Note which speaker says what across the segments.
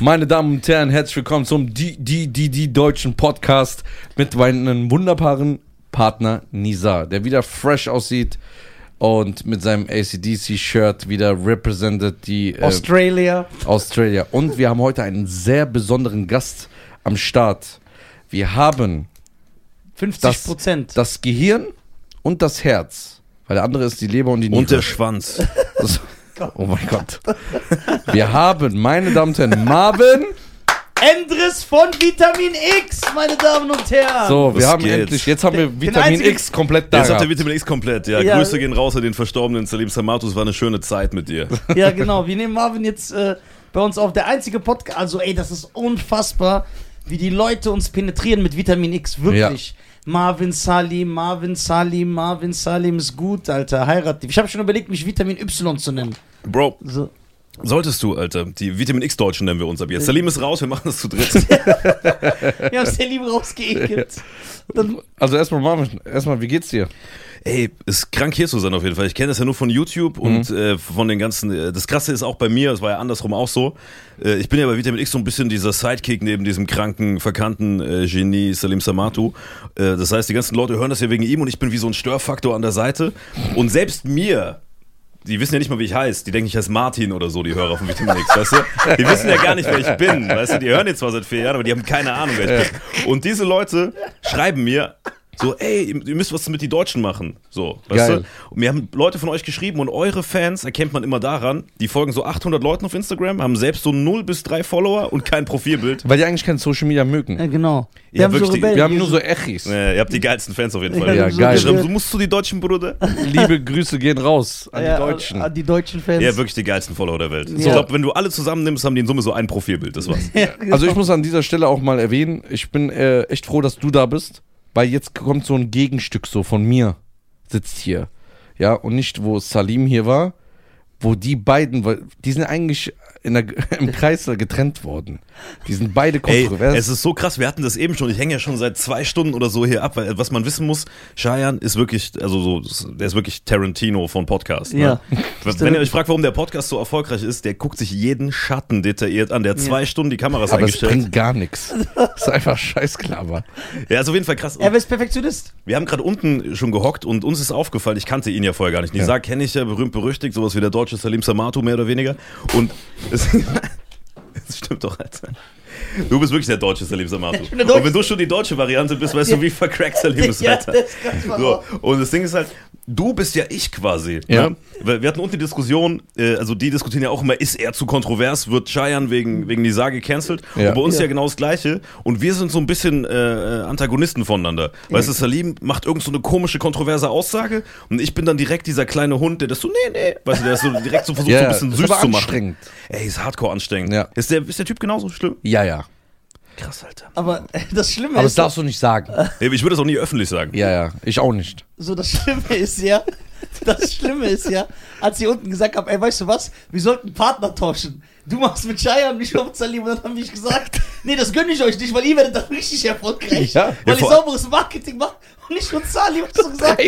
Speaker 1: Meine Damen und Herren, herzlich willkommen zum die die die die deutschen Podcast mit meinem wunderbaren Partner Nisa, der wieder fresh aussieht und mit seinem ACDC-Shirt wieder represented die äh,
Speaker 2: Australia.
Speaker 1: Australia. Und wir haben heute einen sehr besonderen Gast am Start. Wir haben
Speaker 2: 50
Speaker 1: das-
Speaker 2: Prozent.
Speaker 1: das Gehirn und das Herz, weil der andere ist die Leber und die Niere.
Speaker 3: Und der Schwanz.
Speaker 1: Das- Oh mein Gott. Wir haben, meine Damen und Herren, Marvin.
Speaker 2: Endres von Vitamin X, meine Damen und Herren.
Speaker 1: So, wir
Speaker 3: Was
Speaker 1: haben
Speaker 3: geht?
Speaker 1: endlich, jetzt haben wir
Speaker 2: Den
Speaker 1: Vitamin
Speaker 2: einzigen-
Speaker 1: X komplett da.
Speaker 3: Jetzt habt ihr
Speaker 1: gehabt.
Speaker 3: Vitamin X komplett. Ja,
Speaker 2: Ja.
Speaker 3: Grüße gehen raus an den verstorbenen Salim Samatus. War eine schöne Zeit mit dir.
Speaker 2: Ja, genau. Wir nehmen Marvin jetzt äh, bei uns auf. Der einzige Podcast. Also, ey, das ist unfassbar, wie die Leute uns penetrieren mit Vitamin X. Wirklich. Marvin Salim, Marvin Salim, Marvin Salim ist gut, Alter. Heirat dich. Ich habe schon überlegt, mich Vitamin Y zu nennen.
Speaker 3: Bro,
Speaker 2: So.
Speaker 3: solltest du, Alter. Die Vitamin X-Deutschen nennen wir uns ab jetzt. Salim ist raus, wir machen das zu dritt.
Speaker 2: Wir haben Salim rausgeekelt. Dann,
Speaker 1: Also erstmal Marvin, erstmal, wie geht's dir?
Speaker 3: Ey, ist krank hier zu sein auf jeden Fall. Ich kenne das ja nur von YouTube und äh, von den ganzen. Äh, das Krasse ist auch bei mir, es war ja andersrum auch so. Äh, ich bin ja bei Vitamin X so ein bisschen dieser Sidekick neben diesem kranken, verkannten äh, Genie Salim Samatu. Äh, das heißt, die ganzen Leute hören das ja wegen ihm und ich bin wie so ein Störfaktor an der Seite. Und selbst mir. Die wissen ja nicht mal, wie ich heiße. Die denken, ich heiße Martin oder so, die Hörer von Vitamin X, weißt du? Die wissen ja gar nicht, wer ich bin, weißt du? Die hören jetzt zwar seit vier Jahren, aber die haben keine Ahnung, wer ich bin. Und diese Leute schreiben mir so, ey, ihr müsst was mit die Deutschen machen. So, weißt
Speaker 1: Geil.
Speaker 3: du? Und mir haben Leute von euch geschrieben und eure Fans erkennt man immer daran, die folgen so 800 Leuten auf Instagram, haben selbst so 0 bis 3 Follower und kein Profilbild.
Speaker 1: Weil die eigentlich kein Social Media mögen.
Speaker 2: ja, genau. Wir
Speaker 3: Ja,
Speaker 2: haben so
Speaker 3: wirklich, die-
Speaker 2: Rebellen.
Speaker 1: Wir haben nur so Echis.
Speaker 3: Äh, ihr habt die geilsten Fans auf jeden Fall.
Speaker 1: Ja,
Speaker 3: Ja,
Speaker 1: geil.
Speaker 3: geil. Du musst zu die Deutschen, Bruder.
Speaker 1: Liebe Grüße gehen raus an
Speaker 2: Ja,
Speaker 1: die Deutschen.
Speaker 2: An die deutschen Fans.
Speaker 3: Ja, wirklich die geilsten Follower der Welt. Ich
Speaker 2: Ja.
Speaker 3: glaube, wenn du alle zusammennimmst, haben die in Summe so ein Profilbild, das war's.
Speaker 2: Ja, genau.
Speaker 1: Also ich muss an dieser Stelle auch mal erwähnen, ich bin äh, echt froh, dass du da bist, weil jetzt kommt so ein Gegenstück so von mir sitzt hier. Ja, und nicht wo Salim hier war, wo die beiden, weil die sind eigentlich in der, im Kreis getrennt worden. Die sind beide
Speaker 3: Ey,
Speaker 1: kontrovers.
Speaker 3: es ist so krass, wir hatten das eben schon. Ich hänge ja schon seit zwei Stunden oder so hier ab, weil was man wissen muss, Cheyenne ist wirklich, also so, der ist wirklich Tarantino von Podcast. Ne?
Speaker 2: Ja.
Speaker 3: Wenn ihr euch fragt, warum der Podcast so erfolgreich ist, der guckt sich jeden Schatten detailliert an. Der hat zwei Stunden die Kameras
Speaker 1: aber es
Speaker 3: eingestellt.
Speaker 1: bringt gar nichts. ist einfach Scheißklaber.
Speaker 3: Ja, ist auf jeden Fall krass.
Speaker 2: Er ist Perfektionist.
Speaker 3: Wir haben gerade unten schon gehockt und uns ist aufgefallen, ich kannte ihn ja vorher gar nicht. Nisa kenne ich ja berühmt berüchtigt, sowas wie der deutsche Salim Samatu mehr oder weniger. Und es, das stimmt doch, Alter. Du bist wirklich der deutsche Salim Samatu.
Speaker 2: der Deutsche.
Speaker 3: Und wenn du schon die deutsche Variante bist, weißt du, wie vercrackt Salim ist,
Speaker 2: Ja,
Speaker 3: Alter.
Speaker 2: das kannst du mal
Speaker 3: So, und das Ding ist halt, du bist ja ich quasi.
Speaker 1: Ja.
Speaker 3: Ne? Weil Wir hatten unten die Diskussion, äh, also die diskutieren ja auch immer, ist er zu kontrovers, wird Cheyenne wegen, wegen Nisa gecancelt?
Speaker 1: Ja.
Speaker 3: Und bei uns ja.
Speaker 2: Ja.
Speaker 3: genau das Gleiche. Und wir sind so ein bisschen äh, äh, Antagonisten voneinander. Weißt du, Salim macht irgend so eine komische, kontroverse Aussage und ich bin dann direkt dieser kleine Hund, der das so, nee, nee, weißt du, der das so direkt so versucht,
Speaker 1: Ja,
Speaker 3: so ein bisschen
Speaker 1: ist
Speaker 3: süß
Speaker 1: aber
Speaker 3: zu machen.
Speaker 1: anstrengend.
Speaker 3: Ey, ist hardcore anstrengend.
Speaker 1: Ja.
Speaker 3: Ist, der, ist der Typ genauso schlimm?
Speaker 1: Ja, ja.
Speaker 3: Krass, Alter.
Speaker 2: Aber äh, das Schlimme
Speaker 1: Aber das
Speaker 2: ist,
Speaker 1: darfst du nicht sagen.
Speaker 3: Ey, Ich würde das auch nie öffentlich sagen.
Speaker 1: Ja, ja. Ich auch nicht.
Speaker 2: so das Schlimme ist ja, das Schlimme ist ja, als ich unten gesagt habe, ey, weißt du was, wir sollten Partner tauschen. Du machst mit Shai und mich auf Salim und dann habe ich gesagt, nee, das gönne ich euch nicht, weil ihr werdet dann richtig erfolgreich,
Speaker 1: Ja.
Speaker 2: weil
Speaker 3: Ja,
Speaker 2: ihr
Speaker 3: vor-
Speaker 2: sauberes Marketing macht und nicht von Salim hast du gesagt.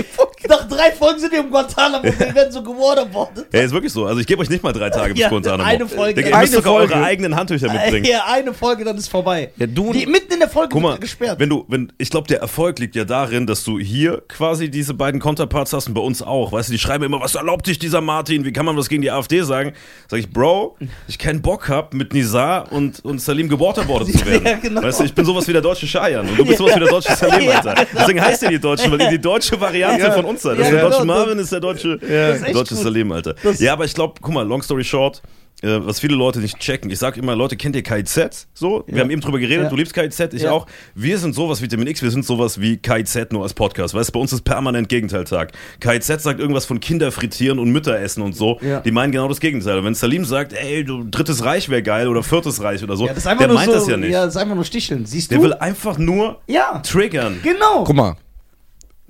Speaker 2: Nach drei Folgen sind wir im Guantanamo und wir werden so gewaterboardet.
Speaker 3: Ja, ist wirklich so. Also ich gebe euch nicht mal drei Tage bis
Speaker 2: Ja,
Speaker 3: Guantanamo.
Speaker 2: eine Folge.
Speaker 3: Digga, ihr müsst
Speaker 1: Eine
Speaker 3: sogar eure
Speaker 1: Folge.
Speaker 3: eigenen Handtücher mitbringen.
Speaker 2: Ja, eine Folge, dann ist vorbei.
Speaker 1: Ja, du-
Speaker 2: Die, mitten in der Folge
Speaker 3: Guck mal,
Speaker 2: wird gesperrt.
Speaker 3: wenn du, wenn, ich glaube, der Erfolg liegt ja darin, dass du hier quasi diese beiden Counterparts hast und bei uns auch. Weißt du, die schreiben immer, was erlaubt dich dieser Martin? Wie kann man was gegen die AfD sagen? Sag ich, Bro, ich keinen Bock hab, mit Nizar und, und Salim gewaterboardet zu werden.
Speaker 2: Ja, genau.
Speaker 3: Weißt du, ich bin sowas wie der deutsche Scheiern und du bist sowas wie der deutsche Salim,
Speaker 2: Ja, genau.
Speaker 3: Alter. Deswegen heißt ihr die Deutschen, weil ihr die deutsche Variante von uns seid.
Speaker 2: Ja,
Speaker 3: Das ist der
Speaker 2: genau, das-
Speaker 3: deutsche Marvin, ist der deutsche,
Speaker 2: ist echt
Speaker 3: deutsche
Speaker 2: gut.
Speaker 3: Salim, Alter.
Speaker 2: Das-
Speaker 3: ja, aber ich glaube, guck mal, long story short, äh, was viele Leute nicht checken. Ich sag immer, Leute, kennt ihr KIZ? So, wir haben eben drüber geredet,
Speaker 2: Ja.
Speaker 3: du liebst KIZ, ich
Speaker 2: Ja.
Speaker 3: auch. Wir sind sowas wie Vitamin X, wir sind sowas wie KIZ nur als Podcast. Weißt du, bei uns ist permanent Gegenteiltag. KIZ sagt irgendwas von Kinder frittieren und Mütter essen und so.
Speaker 2: Ja.
Speaker 3: Die meinen genau das Gegenteil. Und wenn Salim sagt, ey, du, drittes Reich wäre geil oder viertes Reich oder so,
Speaker 2: ja, das ist einfach
Speaker 3: der
Speaker 2: nur
Speaker 3: meint
Speaker 2: so,
Speaker 3: das ja nicht.
Speaker 2: Ja, das ist einfach nur sticheln. Siehst
Speaker 3: Der
Speaker 2: du?
Speaker 3: will einfach nur
Speaker 2: ja,
Speaker 3: triggern.
Speaker 2: genau.
Speaker 1: Guck mal.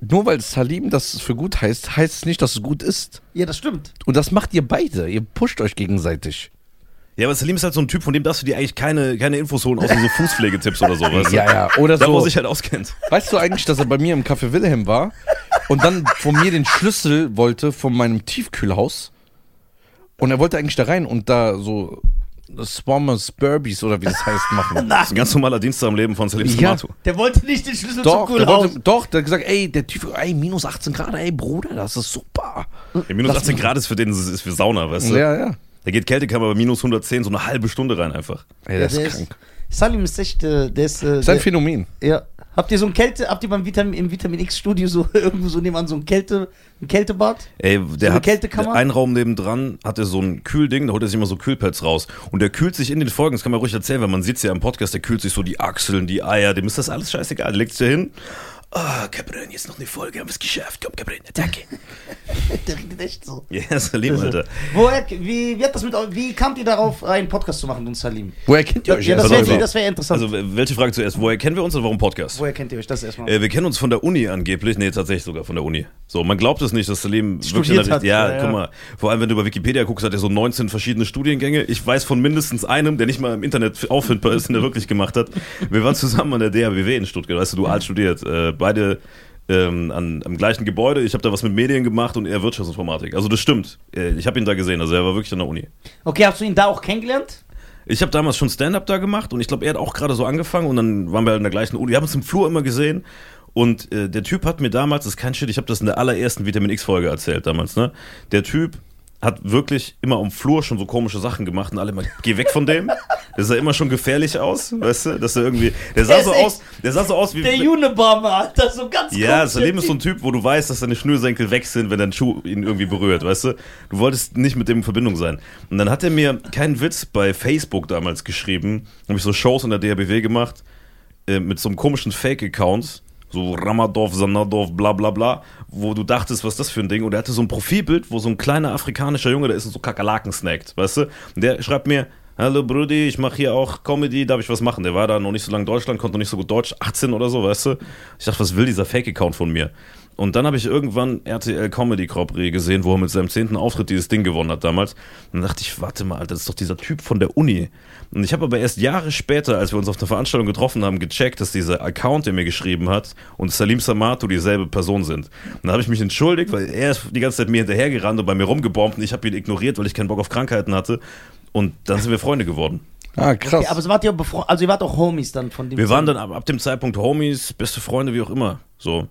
Speaker 1: Nur weil Salim das für gut heißt, heißt es nicht, dass es gut ist.
Speaker 2: Ja, das stimmt.
Speaker 1: Und das macht ihr beide. Ihr pusht euch gegenseitig.
Speaker 3: Ja, aber Salim ist halt so ein Typ, von dem darfst du dir eigentlich keine, keine Infos holen, außer so Fußpflegetipps oder sowas.
Speaker 1: Ja, ja. Oder
Speaker 3: Da, wo er
Speaker 1: so.
Speaker 3: sich halt auskennt.
Speaker 1: Weißt du eigentlich, dass er bei mir im Café Wilhelm war und dann von mir den Schlüssel wollte von meinem Tiefkühlhaus? Und er wollte eigentlich da rein und da so Spammers Burbies oder wie das heißt machen.
Speaker 3: Das ist ein ganz normaler Dienstag im Leben von Salim
Speaker 1: Ja.
Speaker 3: Samato.
Speaker 2: Der wollte nicht den Schlüssel
Speaker 1: Doch,
Speaker 2: zum
Speaker 1: der
Speaker 2: Kühlhaus.
Speaker 1: wollte, doch, der hat gesagt, ey, der Typ, ey, minus 18 Grad, ey, Bruder, das ist super.
Speaker 3: Ja, minus 18 Grad ist für den ist für Sauna, weißt du?
Speaker 1: Ja, ja.
Speaker 3: Da geht Kältekammer bei minus 110 so eine halbe Stunde rein einfach.
Speaker 1: Ey,
Speaker 2: Ja,
Speaker 1: der ist krank.
Speaker 2: Salim ist echt, äh, der ist. Äh,
Speaker 1: Das ist ein
Speaker 2: der,
Speaker 1: Phänomen.
Speaker 2: ja. Habt ihr so ein Kälte, habt ihr beim Vitamin, im Vitamin X Studio so irgendwo so nebenan so ein Kälte, ein Kältebad?
Speaker 3: Ey, der
Speaker 2: eine
Speaker 3: hat
Speaker 2: Kältekammer?
Speaker 3: der- einen Raum nebendran, hat er so ein Kühlding, da holt er sich immer so Kühlpads raus. Und der kühlt sich in den Folgen, das kann man ruhig erzählen, weil man sieht's ja im Podcast, der kühlt sich so die Achseln, die Eier, dem ist das alles scheißegal. Der legt sich da hin. Ah, Cabrin, jetzt noch eine Folge, haben wir's geschafft. Komm, Cabrin, Attacke.
Speaker 2: Der redet echt so.
Speaker 3: Ja, Salim, Alter.
Speaker 2: Woher, wie, wie, hat das mit, eu- wie kamt ihr darauf, einen Podcast zu machen, du und Salim?
Speaker 1: Woher kennt ihr euch?
Speaker 2: Ja, das
Speaker 1: erst?
Speaker 2: wäre das wär interessant.
Speaker 3: Also, welche Frage zuerst? Woher kennen wir uns und warum Podcast?
Speaker 2: Woher kennt ihr euch das erstmal?
Speaker 3: Äh, wir kennen uns von der Uni angeblich. Nee, tatsächlich sogar von der Uni. So, man glaubt es nicht, dass Salim wirklich in der
Speaker 2: Studiert hat.
Speaker 3: Richt- ja,
Speaker 2: Ja, ja.
Speaker 3: guck mal. Vor allem, wenn du über Wikipedia guckst, hat er so 19 verschiedene Studiengänge. Ich weiß von mindestens einem, der nicht mal im Internet auffindbar ist, den er wirklich gemacht hat. Wir waren zusammen an der DHBW in Stuttgart, weißt du, dual studiert. Äh, beide ähm, an, am gleichen Gebäude. Ich habe da was mit Medien gemacht und er Wirtschaftsinformatik. Also das stimmt. Äh, ich habe ihn da gesehen, also er war wirklich an der Uni.
Speaker 2: Okay, hast du ihn da auch kennengelernt?
Speaker 3: Ich habe damals schon Stand-up da gemacht und ich glaube, er hat auch gerade so angefangen und dann waren wir halt in der gleichen Uni. Wir haben uns im Flur immer gesehen und äh, der Typ hat mir damals, das ist kein Shit, ich habe das in der allerersten Vitamin X Folge erzählt damals, ne? Der Typ hat wirklich immer am Flur schon so komische Sachen gemacht und alle mal geh weg von dem. Der sah immer schon gefährlich aus, weißt du, dass er irgendwie der sah
Speaker 2: Der
Speaker 3: so
Speaker 2: ist echt-
Speaker 3: aus, der sah so aus wie
Speaker 2: Der Unabomber, Alter, so ganz
Speaker 3: ja,
Speaker 2: komisch,
Speaker 3: das Leben
Speaker 2: der
Speaker 3: ist halt so ein Typ, wo du weißt, dass deine Schnürsenkel weg sind, wenn dein Schuh ihn irgendwie berührt, weißt du? Du wolltest nicht mit dem in Verbindung sein. Und dann hat er mir keinen Witz bei Facebook damals geschrieben, habe ich so Shows in der DHBW gemacht, äh, mit so einem komischen Fake-Account, so Ramadov, Sanadov, bla bla bla, wo du dachtest, was ist das für ein Ding? Und er hatte so ein Profilbild, wo so ein kleiner afrikanischer Junge, der ist und so Kakerlaken snackt, weißt du? Und der schreibt mir, Hallo Brudi, ich mache hier auch Comedy, darf ich was machen? Der war da noch nicht so lange in Deutschland, konnte noch nicht so gut Deutsch, 18 oder so, weißt du? Ich dachte, was will dieser Fake-Account von mir? Und dann habe ich irgendwann RTL Comedy Corporé gesehen, wo er mit seinem zehnten Auftritt dieses Ding gewonnen hat damals. Und dann dachte ich, warte mal, Alter, das ist doch dieser Typ von der Uni. Und ich habe aber erst Jahre später, als wir uns auf einer Veranstaltung getroffen haben, gecheckt, dass dieser Account, der mir geschrieben hat, und Salim Samato dieselbe Person sind. Und dann habe ich mich entschuldigt, weil er ist die ganze Zeit mir hinterhergerannt und bei mir rumgebombt und ich habe ihn ignoriert, weil ich keinen Bock auf Krankheiten hatte. Und dann sind wir Freunde geworden.
Speaker 1: Ah, krass.
Speaker 2: Okay, aber so wart ihr befre- also ihr wart auch Homies dann von dem.
Speaker 3: Wir waren dann ab, ab dem Zeitpunkt Homies, beste Freunde, wie auch immer. So.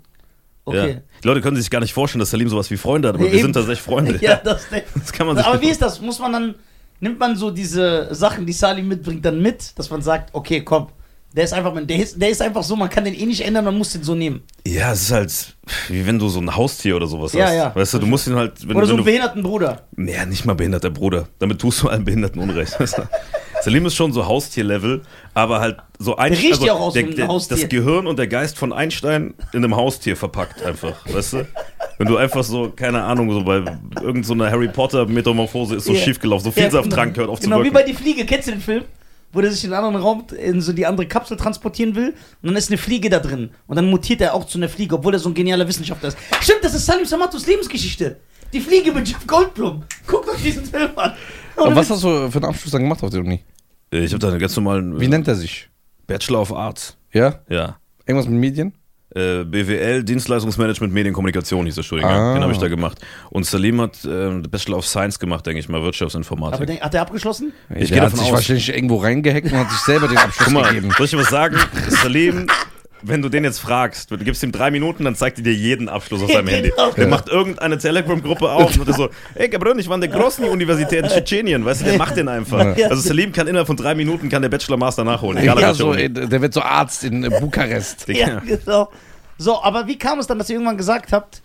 Speaker 2: Okay.
Speaker 3: Ja. Die Leute können sich gar nicht vorstellen, dass Salim sowas wie Freunde hat, aber
Speaker 2: Ja,
Speaker 3: wir
Speaker 2: eben.
Speaker 3: sind tatsächlich Freunde.
Speaker 2: Ja, das, das
Speaker 3: kann man sich
Speaker 2: Aber
Speaker 3: nicht-
Speaker 2: wie ist das? Muss man dann, nimmt man so diese Sachen, die Salim mitbringt, dann mit, dass man sagt, okay, komm, der ist einfach, der ist, der ist einfach so, man kann den eh nicht ändern, man muss den so nehmen.
Speaker 3: Ja, es ist halt, wie wenn du so ein Haustier oder sowas
Speaker 2: Ja,
Speaker 3: hast.
Speaker 2: ja.
Speaker 3: Weißt du, du musst ihn halt. Wenn,
Speaker 2: Oder so
Speaker 3: wenn
Speaker 2: einen
Speaker 3: du,
Speaker 2: behinderten Bruder.
Speaker 3: naja, nicht mal behinderter Bruder. Damit tust du allen Behinderten Unrecht. weißt du. Salim ist schon so Haustier-Level, aber halt so ein
Speaker 2: Der riecht ja auch aus
Speaker 3: der,
Speaker 2: wie ein
Speaker 3: der,
Speaker 2: Haustier.
Speaker 3: Das Gehirn und der Geist von Einstein in einem Haustier verpackt einfach, weißt du? Wenn du einfach so, keine Ahnung, so bei irgendeiner so einer Harry Potter-Metamorphose ist so
Speaker 2: Ja.
Speaker 3: schiefgelaufen, so
Speaker 2: Ja,
Speaker 3: Vielsafttrank
Speaker 2: genau.
Speaker 3: hört auf zu
Speaker 2: Genau, wie
Speaker 3: wirken.
Speaker 2: bei die Fliege, kennst du den Film? Wo der sich in einen anderen Raum, in so die andere Kapsel transportieren will und dann ist eine Fliege da drin. Und dann mutiert er auch zu einer Fliege, obwohl er so ein genialer Wissenschaftler ist. Stimmt, das ist Salim Samatos Lebensgeschichte. Die Fliege mit Jeff Goldblum. Guckt euch diesen Film an.
Speaker 1: aber was hast du für einen Abschluss dann gemacht auf der Uni?
Speaker 3: Äh, Ich habe da einen ganz normalen
Speaker 1: Wie
Speaker 2: ne-
Speaker 3: äh,
Speaker 1: nennt er sich?
Speaker 3: Bachelor of Arts.
Speaker 1: Ja?
Speaker 3: Ja.
Speaker 1: Irgendwas mit Medien?
Speaker 3: Äh, BWL, Dienstleistungsmanagement, Medienkommunikation hieß der Studiengang.
Speaker 1: Ah.
Speaker 3: Den habe ich da gemacht. Und Salim hat äh, Bachelor of Science gemacht, denke ich mal,
Speaker 2: Aber
Speaker 3: Wirtschaftsinformatik.
Speaker 2: den, hat er abgeschlossen?
Speaker 1: Ich
Speaker 3: geh
Speaker 1: der hat sich wahrscheinlich irgendwo reingehackt und hat sich selber den Abschluss
Speaker 3: Guck mal,
Speaker 1: gegeben.
Speaker 3: soll ich dir was sagen? Salim, wenn du den jetzt fragst, du gibst ihm drei Minuten, dann zeigt er dir jeden Abschluss auf seinem Handy.
Speaker 2: Genau.
Speaker 3: Der macht irgendeine Telegram-Gruppe auf und ist so, ey Gabriel, ich war an der großen Universität in Tschetschenien, weißt du, der macht den einfach.
Speaker 2: Ja.
Speaker 3: Also Salim kann innerhalb von drei Minuten kann der Bachelor Master nachholen. Egal,
Speaker 1: Ja,
Speaker 3: welche
Speaker 1: so,
Speaker 3: Uni.
Speaker 1: ey, der wird so Arzt in äh, Bukarest.
Speaker 2: Ja, genau. So, aber wie kam es dann, dass ihr irgendwann gesagt habt,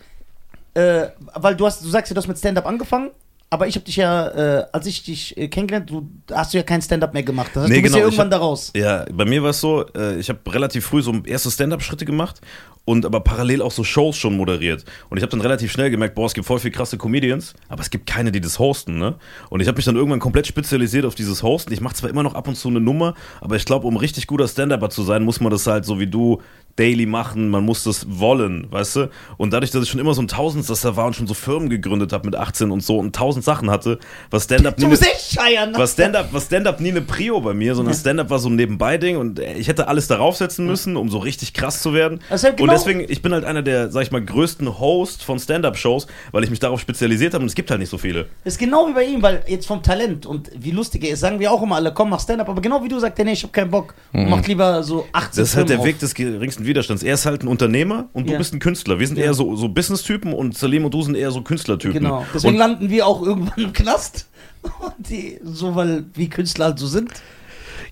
Speaker 2: äh, weil du hast, du sagst ja, du hast mit Stand-up angefangen, aber ich habe dich ja, äh, als ich dich äh, kennengelernt, du hast du ja kein Stand-up mehr gemacht. Das heißt,
Speaker 3: Nee,
Speaker 2: du bist
Speaker 3: genau,
Speaker 2: ja
Speaker 3: ich
Speaker 2: irgendwann
Speaker 3: hab-
Speaker 2: da raus.
Speaker 3: Ja, bei mir war es so, äh, ich habe relativ früh so erste Stand-Up-Schritte gemacht und aber parallel auch so Shows schon moderiert. Und ich habe dann relativ schnell gemerkt, boah, es gibt voll viel krasse Comedians, aber es gibt keine, die das hosten, ne? Und ich habe mich dann irgendwann komplett spezialisiert auf dieses Hosten. Ich mache zwar immer noch ab und zu eine Nummer, aber ich glaube, um richtig guter Stand-Upper zu sein, muss man das halt so wie du daily machen, man muss das wollen, weißt du? Und dadurch, dass ich schon immer so ein Tausendsasser war und schon so Firmen gegründet habe mit 18 und so und tausend Sachen hatte, was Stand-Up nie,
Speaker 4: Du
Speaker 3: ne,
Speaker 4: bist echt scheiern.
Speaker 3: was Stand-Up, was Stand-Up nie eine Prio bei mir, sondern Stand-Up war so ein Nebenbei-Ding und ich hätte alles darauf setzen müssen, um so richtig krass zu werden.
Speaker 4: Also genau-
Speaker 3: und deswegen, ich bin halt einer der, sag ich mal, größten Host von Stand-Up-Shows, weil ich mich darauf spezialisiert habe und es gibt halt nicht so viele.
Speaker 4: Ist genau wie bei ihm, weil jetzt vom Talent und wie lustig er ist, sagen wir auch immer alle, komm, mach Stand-up, aber genau wie du sagst, er, nee, ich hab keinen Bock. Und macht lieber so 18
Speaker 3: Mhm. Das ist halt
Speaker 4: Filme
Speaker 3: der
Speaker 4: auf.
Speaker 3: Weg des geringsten Widerstands. Er ist halt ein Unternehmer und du
Speaker 4: Ja.
Speaker 3: bist ein Künstler. Wir sind eher so, so Business-Typen und Salim und du sind eher so Künstlertypen.
Speaker 4: Genau. Deswegen
Speaker 3: Und
Speaker 4: landen wir auch irgendwann im Knast. Und die, so, weil wie Künstler halt so sind.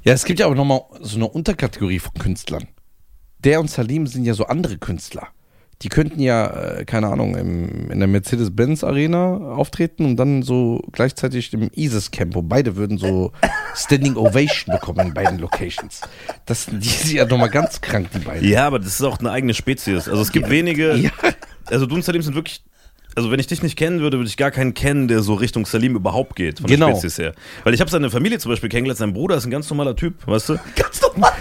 Speaker 1: Ja, es gibt ja aber nochmal so eine Unterkategorie von Künstlern. Der und Salim sind ja so andere Künstler. Die könnten ja, äh, keine Ahnung, im, in der Mercedes-Benz-Arena auftreten und dann so gleichzeitig im ISIS-Camp, wo beide würden so Standing Ovation bekommen in beiden Locations. Das, die sind ja nochmal ganz krank, die beiden.
Speaker 3: ja, aber das ist auch eine eigene Spezies. Also es gibt wenige.
Speaker 1: Ja.
Speaker 3: Also du und Salim sind wirklich. Also wenn ich dich nicht kennen würde, würde ich gar keinen kennen, der so Richtung Salim überhaupt geht, von
Speaker 1: Genau.
Speaker 3: der Spezies her. Weil ich habe seine Familie zum Beispiel kennengelernt, sein Bruder ist ein ganz normaler Typ, weißt du?
Speaker 4: Ganz normal.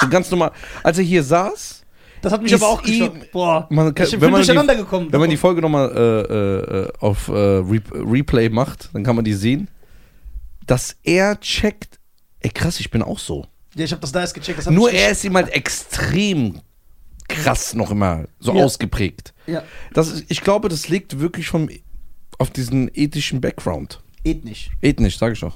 Speaker 1: So ganz normal. Als er hier saß,
Speaker 4: Das hat mich
Speaker 1: Ist
Speaker 4: aber auch
Speaker 1: ihm-
Speaker 4: geschockt. Boah,
Speaker 1: man kann,
Speaker 4: ich bin
Speaker 1: wenn, man
Speaker 4: durcheinander
Speaker 1: die,
Speaker 4: gekommen.
Speaker 1: wenn man die Folge nochmal äh, äh, auf äh, Re Replay macht, dann kann man die sehen, dass er checkt, ey krass, ich bin auch so.
Speaker 4: ja, ich habe das da erst gecheckt. Das hat
Speaker 1: Nur
Speaker 4: mich
Speaker 1: er ist ihm halt extrem krass noch immer so
Speaker 4: Ja.
Speaker 1: ausgeprägt.
Speaker 4: gesch- Ja,
Speaker 1: Das ist, ich glaube, das liegt wirklich vom, auf diesen ethischen Background.
Speaker 4: ethnisch.
Speaker 1: Ethnisch, sage ich doch.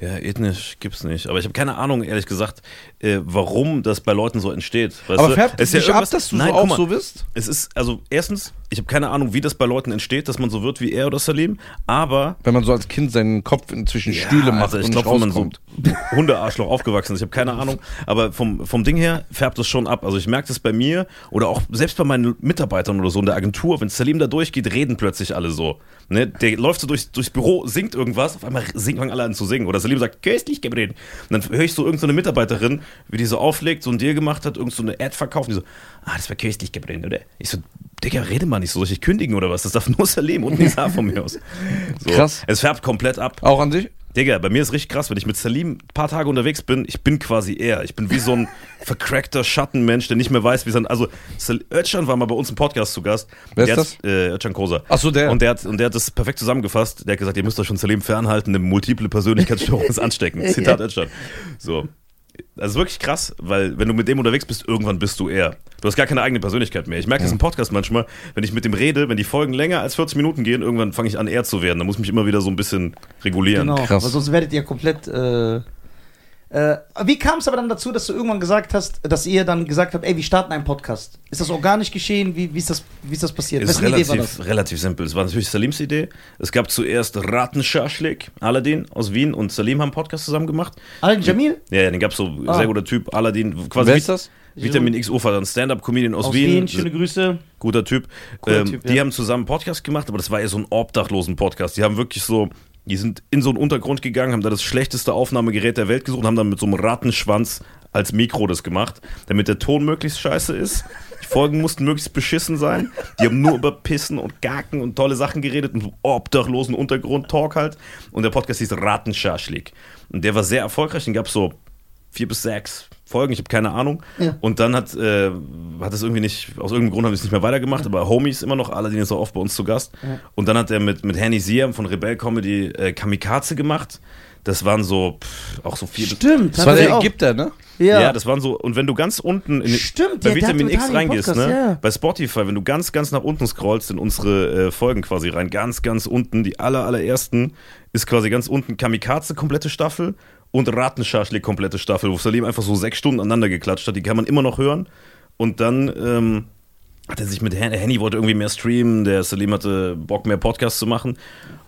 Speaker 3: Ja, ethnisch gibt's nicht. Aber ich habe keine Ahnung, ehrlich gesagt, äh, warum das bei Leuten so entsteht. Weißt
Speaker 1: Aber
Speaker 3: du?
Speaker 1: färbt
Speaker 3: Es
Speaker 1: es
Speaker 3: ist ja
Speaker 1: dich ab,
Speaker 3: irgendwas-
Speaker 1: dass du
Speaker 3: Nein,
Speaker 1: so
Speaker 3: guck
Speaker 1: auch
Speaker 3: mal,
Speaker 1: so bist?
Speaker 3: Es ist, also erstens, ich habe keine Ahnung, wie das bei Leuten entsteht, dass man so wird wie er oder Salim, aber
Speaker 1: Wenn man so als Kind seinen Kopf in zwischen Stühle macht
Speaker 3: also ich
Speaker 1: und
Speaker 3: glaube,
Speaker 1: nicht
Speaker 3: wenn man so
Speaker 1: rauskommt.
Speaker 3: Hundearschloch aufgewachsen ist, ich habe keine Ahnung, aber vom, vom Ding her färbt es schon ab. Also ich merke das bei mir oder auch selbst bei meinen Mitarbeitern oder so in der Agentur, wenn Salim da durchgeht, reden plötzlich alle so. Ne? Der läuft so durchs, durchs Büro, singt irgendwas, auf einmal singen, fangen alle an zu singen. Oder Salim sagt, köstlich gebreden. Und dann höre ich so irgendeine Mitarbeiterin, wie die so auflegt, so ein Deal gemacht hat, irgend so eine Ad verkauft und die so, ah, das war köstlich gebreden, oder? Ich so, Digga, rede mal nicht so, soll ich dich kündigen oder was? Das darf nur Salim und Nisa von mir aus. So.
Speaker 1: Krass.
Speaker 3: Es färbt komplett ab.
Speaker 1: Auch an sich?
Speaker 3: Digga, bei mir ist richtig krass, wenn ich mit Salim ein paar Tage unterwegs bin, ich bin quasi er. Ich bin wie so ein vercrackter Schattenmensch, der nicht mehr weiß, wie sein. Also, Sal- Özcan war mal bei uns im Podcast zu Gast.
Speaker 1: Wer
Speaker 3: der
Speaker 1: ist
Speaker 3: Hat, äh, Özcan Kosa.
Speaker 1: Ach so, der.
Speaker 3: Und der, hat, und der hat das perfekt zusammengefasst. Der hat gesagt, ihr müsst euch von Salim fernhalten, eine multiple Persönlichkeitsstörung ist ansteckend. Zitat Özcan. So. Das ist wirklich krass, weil wenn du mit dem unterwegs bist, irgendwann bist du er. Du hast gar keine eigene Persönlichkeit mehr. Ich merke das im Podcast manchmal, wenn ich mit dem rede, wenn die Folgen länger als 40 Minuten gehen, irgendwann fange ich an, er zu werden. Da muss ich mich immer wieder so ein bisschen regulieren.
Speaker 4: Genau,
Speaker 1: Krass.
Speaker 4: weil sonst werdet ihr komplett. Äh, äh, wie kam es aber dann dazu, dass du irgendwann gesagt hast, dass ihr dann gesagt habt, ey, wir starten einen Podcast? Ist das organisch geschehen? Wie, wie, ist, das, wie ist das passiert?
Speaker 3: Ist
Speaker 4: Wessen
Speaker 3: relativ, relativ simpel. Es war natürlich Salims Idee. Es gab zuerst Rattenschaschlik, Aladdin aus Wien und Salim haben einen Podcast zusammen gemacht.
Speaker 4: Alan Jamil?
Speaker 3: Ja, ja, den gab es so,
Speaker 4: Ah.
Speaker 3: sehr guter Typ, Aladdin, quasi
Speaker 1: Wer
Speaker 3: Vit-
Speaker 1: ist das?
Speaker 3: Vitamin X Ufer, ein Stand-Up-Comedian aus,
Speaker 4: Aus
Speaker 3: Wien.
Speaker 4: Wien, schöne Grüße.
Speaker 3: Guter Typ.
Speaker 4: Cooler
Speaker 3: ähm,
Speaker 4: Typ,
Speaker 3: die
Speaker 4: ja.
Speaker 3: haben zusammen einen Podcast gemacht, aber das war ja so ein obdachlosen Podcast. Die haben wirklich so, die sind in so einen Untergrund gegangen, haben da das schlechteste Aufnahmegerät der Welt gesucht und haben dann mit so einem Rattenschwanz als Mikro das gemacht, damit der Ton möglichst scheiße ist. Die Folgen mussten möglichst beschissen sein. Die haben nur über Pissen und Gacken und tolle Sachen geredet und so obdachlosen Untergrund-Talk halt. Und der Podcast hieß Rattenschaschlik. Und der war sehr erfolgreich, den gab es so vier bis sechs Folgen, ich habe keine Ahnung.
Speaker 4: Ja.
Speaker 3: Und dann hat, äh, hat es irgendwie nicht, aus irgendeinem Grund haben wir es nicht mehr weitergemacht, aber Homie ist immer noch, Aladdin ist auch oft bei uns zu Gast. Und dann hat er mit, mit Henny Siam von Rebell Comedy äh, Kamikaze gemacht. Das waren so, pff, auch so vier bis-
Speaker 4: Stimmt,
Speaker 1: Das war
Speaker 4: hat er
Speaker 1: der
Speaker 4: auch.
Speaker 1: Ägypter, ne?
Speaker 3: Ja.
Speaker 4: Ja,
Speaker 3: das waren so, und wenn du ganz unten in
Speaker 4: Stimmt,
Speaker 3: bei
Speaker 4: ja, der hat
Speaker 3: Vitamin
Speaker 4: total
Speaker 3: X
Speaker 4: den
Speaker 3: reingehst,
Speaker 4: Podcast,
Speaker 3: ne?
Speaker 4: ja.
Speaker 3: Bei Spotify, wenn du ganz, ganz nach unten scrollst, in unsere äh, Folgen quasi rein, ganz, ganz unten, die aller, allerersten, ist quasi ganz unten Kamikaze komplette Staffel und Ratenschaschlik komplette Staffel, wo Salim einfach so sechs Stunden aneinander geklatscht hat, die kann man immer noch hören. Und dann ähm, hat er sich mit Hen- Henny wollte irgendwie mehr streamen, der Salim hatte Bock, mehr Podcasts zu machen.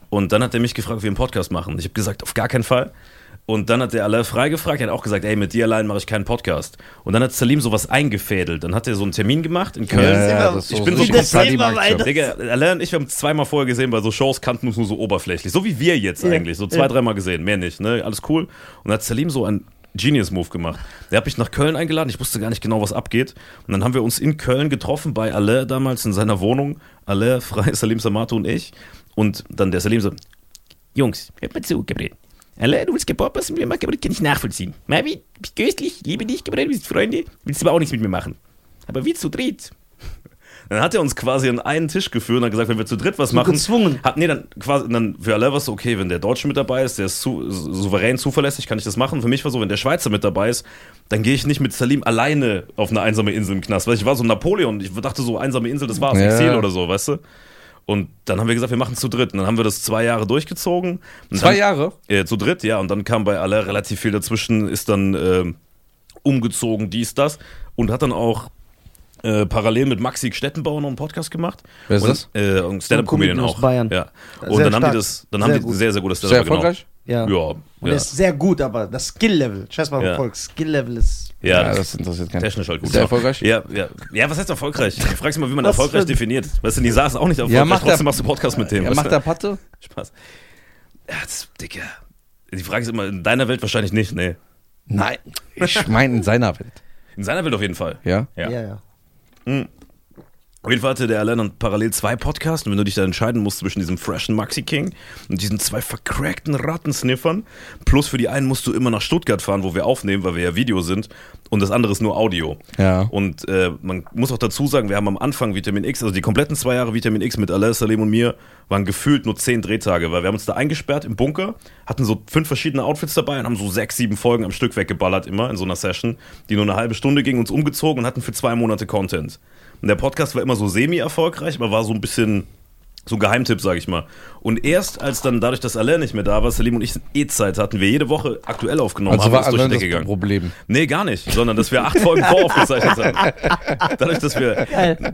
Speaker 3: Und dann hat er mich gefragt, ob wir einen Podcast machen. Ich habe gesagt, auf gar keinen Fall. Und dann hat der alle freigefragt, er hat auch gesagt, ey, mit dir allein mache ich keinen Podcast. Und dann hat Salim sowas eingefädelt. Dann hat er so einen Termin gemacht in Köln.
Speaker 4: Ja, ja,
Speaker 1: das ist
Speaker 3: ich bin so
Speaker 1: richtig
Speaker 3: äh, das
Speaker 4: selber
Speaker 1: Bloody Mike
Speaker 4: weiter-
Speaker 1: Job.
Speaker 3: Digga, Alain und ich wir haben uns zweimal vorher gesehen, bei so Shows kannten uns nur so oberflächlich. So wie wir jetzt
Speaker 4: Ja,
Speaker 3: eigentlich. So zwei,
Speaker 4: ja.
Speaker 3: dreimal gesehen, mehr nicht. Ne? Alles cool. Und dann hat Salim so einen Genius-Move gemacht. Der hat mich nach Köln eingeladen. Ich wusste gar nicht genau, was abgeht. Und dann haben wir uns in Köln getroffen bei Alain damals in seiner Wohnung. Alain, Frei, Salim Samato und ich. Und dann der Salim so, Jungs, hört mal zu, Gabriel.
Speaker 5: Allein du willst kein Papa mit mir machen, aber das kann ich nachvollziehen. Marvin, bist göstlich, liebe dich, aber du bist Freunde, willst aber auch nichts mit mir machen. Aber wir zu dritt.
Speaker 3: Dann hat er uns quasi an einen Tisch geführt und hat gesagt, wenn wir zu dritt was machen.
Speaker 2: gezwungen.
Speaker 3: Hat, nee, dann quasi, dann für alle war es so, okay, wenn der Deutsche mit dabei ist, der ist zu, souverän, zuverlässig, kann ich das machen. Für mich war so, wenn der Schweizer mit dabei ist, dann gehe ich nicht mit Salim alleine auf eine einsame Insel im Knast. Weil ich war so Napoleon, ich dachte so, einsame Insel, das war's,
Speaker 1: Ja.
Speaker 3: Exil oder so, weißt du? Und dann haben wir gesagt, wir machen es zu dritt. Und dann haben wir das zwei Jahre durchgezogen. Und
Speaker 1: Zwei
Speaker 3: dann,
Speaker 1: Jahre?
Speaker 3: Äh, zu dritt, ja. Und dann kam bei aller relativ viel dazwischen, ist dann ähm, umgezogen, dies, das. Und hat dann auch äh, parallel mit Maxi Stettenbauer noch einen Podcast gemacht.
Speaker 1: Wer ist
Speaker 3: und,
Speaker 1: das?
Speaker 3: Äh, und Stand-Up-Comedian
Speaker 2: Comedian aus
Speaker 3: auch.
Speaker 2: Bayern.
Speaker 3: Ja. Und
Speaker 2: Sehr
Speaker 3: dann haben
Speaker 2: stark.
Speaker 3: die das, dann
Speaker 2: Sehr
Speaker 3: haben die
Speaker 2: gut.
Speaker 3: sehr, sehr gutes
Speaker 1: Sehr erfolgreich?
Speaker 2: Ja.
Speaker 3: Genau.
Speaker 2: Und
Speaker 3: Ja,
Speaker 2: er
Speaker 3: ja.
Speaker 2: ist sehr gut, aber das Skill-Level, scheiß mal auf
Speaker 3: Ja.
Speaker 2: Erfolg, Skill-Level ist.
Speaker 3: ja,
Speaker 1: Ja,
Speaker 3: das
Speaker 1: das interessiert keinen.
Speaker 3: Technisch halt gut.
Speaker 1: Sehr erfolgreich?
Speaker 3: Ja, ja. ja, was heißt erfolgreich? Du fragst mal, wie man
Speaker 2: Was
Speaker 3: erfolgreich
Speaker 2: für-
Speaker 3: definiert. Weißt du, die saßen auch nicht erfolgreich,
Speaker 1: Ja, macht
Speaker 3: trotzdem
Speaker 1: er-
Speaker 3: machst du Podcast mit dem.
Speaker 1: Er
Speaker 3: weißt
Speaker 1: macht
Speaker 3: du?
Speaker 1: da Patte?
Speaker 3: Spaß. Ja, das, Digga. Die Frage ist immer, in deiner Welt wahrscheinlich nicht, nee.
Speaker 1: Nein. Ich meine in seiner Welt.
Speaker 3: In seiner Welt auf jeden Fall.
Speaker 1: Ja?
Speaker 3: Ja.
Speaker 2: ja. ja.
Speaker 3: Auf jeden Fall hatte der allein dann parallel zwei Podcasts und wenn du dich da entscheiden musst zwischen diesem freshen Maxi King und diesen zwei vercrackten Rattensniffern, plus für die einen musst du immer nach Stuttgart fahren, wo wir aufnehmen, weil wir ja Video sind und das andere ist nur Audio.
Speaker 1: Ja.
Speaker 3: Und äh, man muss auch dazu sagen, wir haben am Anfang Vitamin X, also die kompletten zwei Jahre Vitamin X mit Alain Salim und mir, waren gefühlt nur zehn Drehtage, weil wir haben uns da eingesperrt im Bunker, hatten so fünf verschiedene Outfits dabei und haben so sechs, sieben Folgen am Stück weggeballert immer in so einer Session, die nur eine halbe Stunde ging, uns umgezogen und hatten für zwei Monate Content. Und der Podcast war immer so semi-erfolgreich, aber war so ein bisschen so ein Geheimtipp, sag ich mal. Und erst als dann dadurch, dass Alain nicht mehr da war, Salim und ich eh Zeit hatten, wir jede Woche aktuell aufgenommen
Speaker 1: Also
Speaker 3: haben,
Speaker 1: war
Speaker 3: ist Um durch die
Speaker 1: allein das
Speaker 3: Decke gegangen.
Speaker 1: Problem.
Speaker 3: Nee, gar nicht, sondern dass wir acht Folgen voraufgezeichnet haben. Dadurch, dass wir,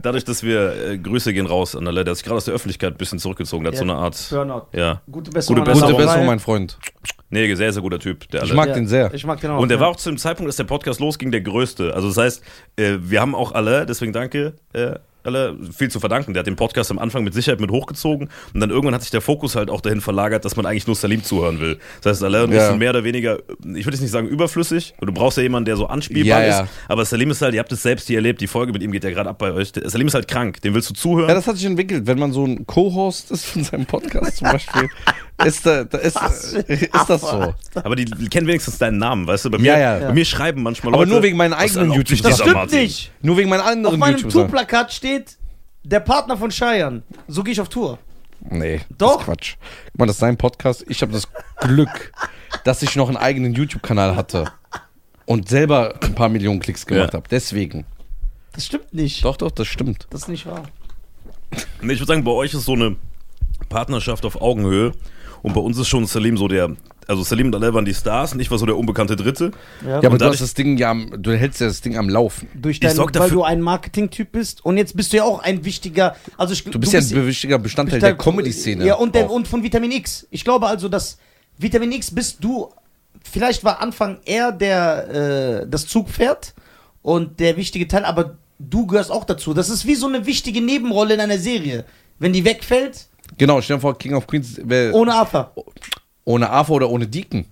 Speaker 3: dadurch, dass wir äh, Grüße gehen raus an alle, der sich gerade aus der Öffentlichkeit ein bisschen zurückgezogen hat, so eine Art.
Speaker 2: Burnout.
Speaker 3: Ja.
Speaker 2: Gute Besserung.
Speaker 3: Gute
Speaker 2: an alle
Speaker 1: Gute
Speaker 3: Besserung.
Speaker 2: drei.
Speaker 1: Besserung, mein Freund.
Speaker 3: Nee, sehr, sehr guter Typ, der
Speaker 1: Ich
Speaker 3: alle.
Speaker 1: mag den sehr.
Speaker 2: Ich mag den auch.
Speaker 3: und der
Speaker 2: ja.
Speaker 3: war auch zu dem Zeitpunkt, dass der Podcast losging, der größte. Also das heißt, äh, wir haben auch alle, deswegen danke, äh, alle viel zu verdanken. Der hat den Podcast am Anfang mit Sicherheit mit hochgezogen und dann irgendwann hat sich der Fokus halt auch dahin verlagert, dass man eigentlich nur Salim zuhören will. Das heißt, alle ein
Speaker 1: Ja.
Speaker 3: bisschen mehr oder weniger, ich würde jetzt nicht sagen überflüssig, du brauchst ja jemanden, der so anspielbar
Speaker 1: Ja, ja.
Speaker 3: ist, aber Salim ist halt, ihr habt es selbst hier erlebt, die Folge mit ihm geht ja gerade ab bei euch. Der- Salim ist halt krank, dem willst du zuhören.
Speaker 1: Ja, das hat sich entwickelt. Wenn man so ein Co-Host ist von seinem Podcast zum Beispiel, ist, da, da ist, äh, ist das so.
Speaker 3: aber die kennen wenigstens deinen Namen, weißt du? Bei,
Speaker 1: Ja,
Speaker 3: mir,
Speaker 1: ja.
Speaker 3: bei mir schreiben manchmal
Speaker 1: Aber
Speaker 3: Leute.
Speaker 1: nur wegen meinen
Speaker 3: was halt
Speaker 1: eigenen
Speaker 3: erlaubt sich
Speaker 1: YouTube-Sachen.
Speaker 2: Das
Speaker 3: dieser
Speaker 2: stimmt
Speaker 3: Martin?
Speaker 2: nicht.
Speaker 1: Nur wegen meinen
Speaker 2: Auf
Speaker 1: anderen
Speaker 2: meinem
Speaker 1: YouTube-Sachen.
Speaker 2: Tour-Plakat steht der Partner von Cheyenne. So gehe ich auf Tour.
Speaker 1: Nee,
Speaker 2: Doch.
Speaker 1: Das ist Quatsch. Guck mal, das ist sein Podcast. Ich habe das Glück, dass ich noch einen eigenen YouTube-Kanal hatte und selber ein paar Millionen Klicks gemacht
Speaker 3: Ja.
Speaker 1: habe. Deswegen.
Speaker 2: Das stimmt nicht.
Speaker 1: Doch, doch, das stimmt.
Speaker 2: Das ist nicht wahr.
Speaker 3: Nee, ich würde sagen, bei euch ist so eine Partnerschaft auf Augenhöhe. Und bei uns ist schon Salim so der. Also Salim und Alel waren die Stars und ich war so der unbekannte Dritte.
Speaker 1: Ja, aber du
Speaker 3: dadurch-
Speaker 1: hast das Ding ja, am- du hältst ja das Ding am Laufen.
Speaker 2: Durch dein,
Speaker 3: sorg
Speaker 2: weil
Speaker 3: dafür-
Speaker 2: du ein Marketing-Typ bist und jetzt bist du ja auch ein wichtiger. Also ich,
Speaker 1: Du bist ja ein wichtiger Bestandteil der Comedy-Szene.
Speaker 2: Ja, und, der,
Speaker 1: auch.
Speaker 2: und von Vitamin X. Ich glaube also, dass Vitamin X bist du. Vielleicht war Anfang er der, äh, das Zugpferd und der wichtige Teil, aber du gehörst auch dazu. Das ist wie so eine wichtige Nebenrolle in einer Serie. Wenn die wegfällt,
Speaker 1: Genau, stell dir vor, King of Queens wär
Speaker 2: ohne Afa.
Speaker 1: ohne Arthur oder ohne Deacon.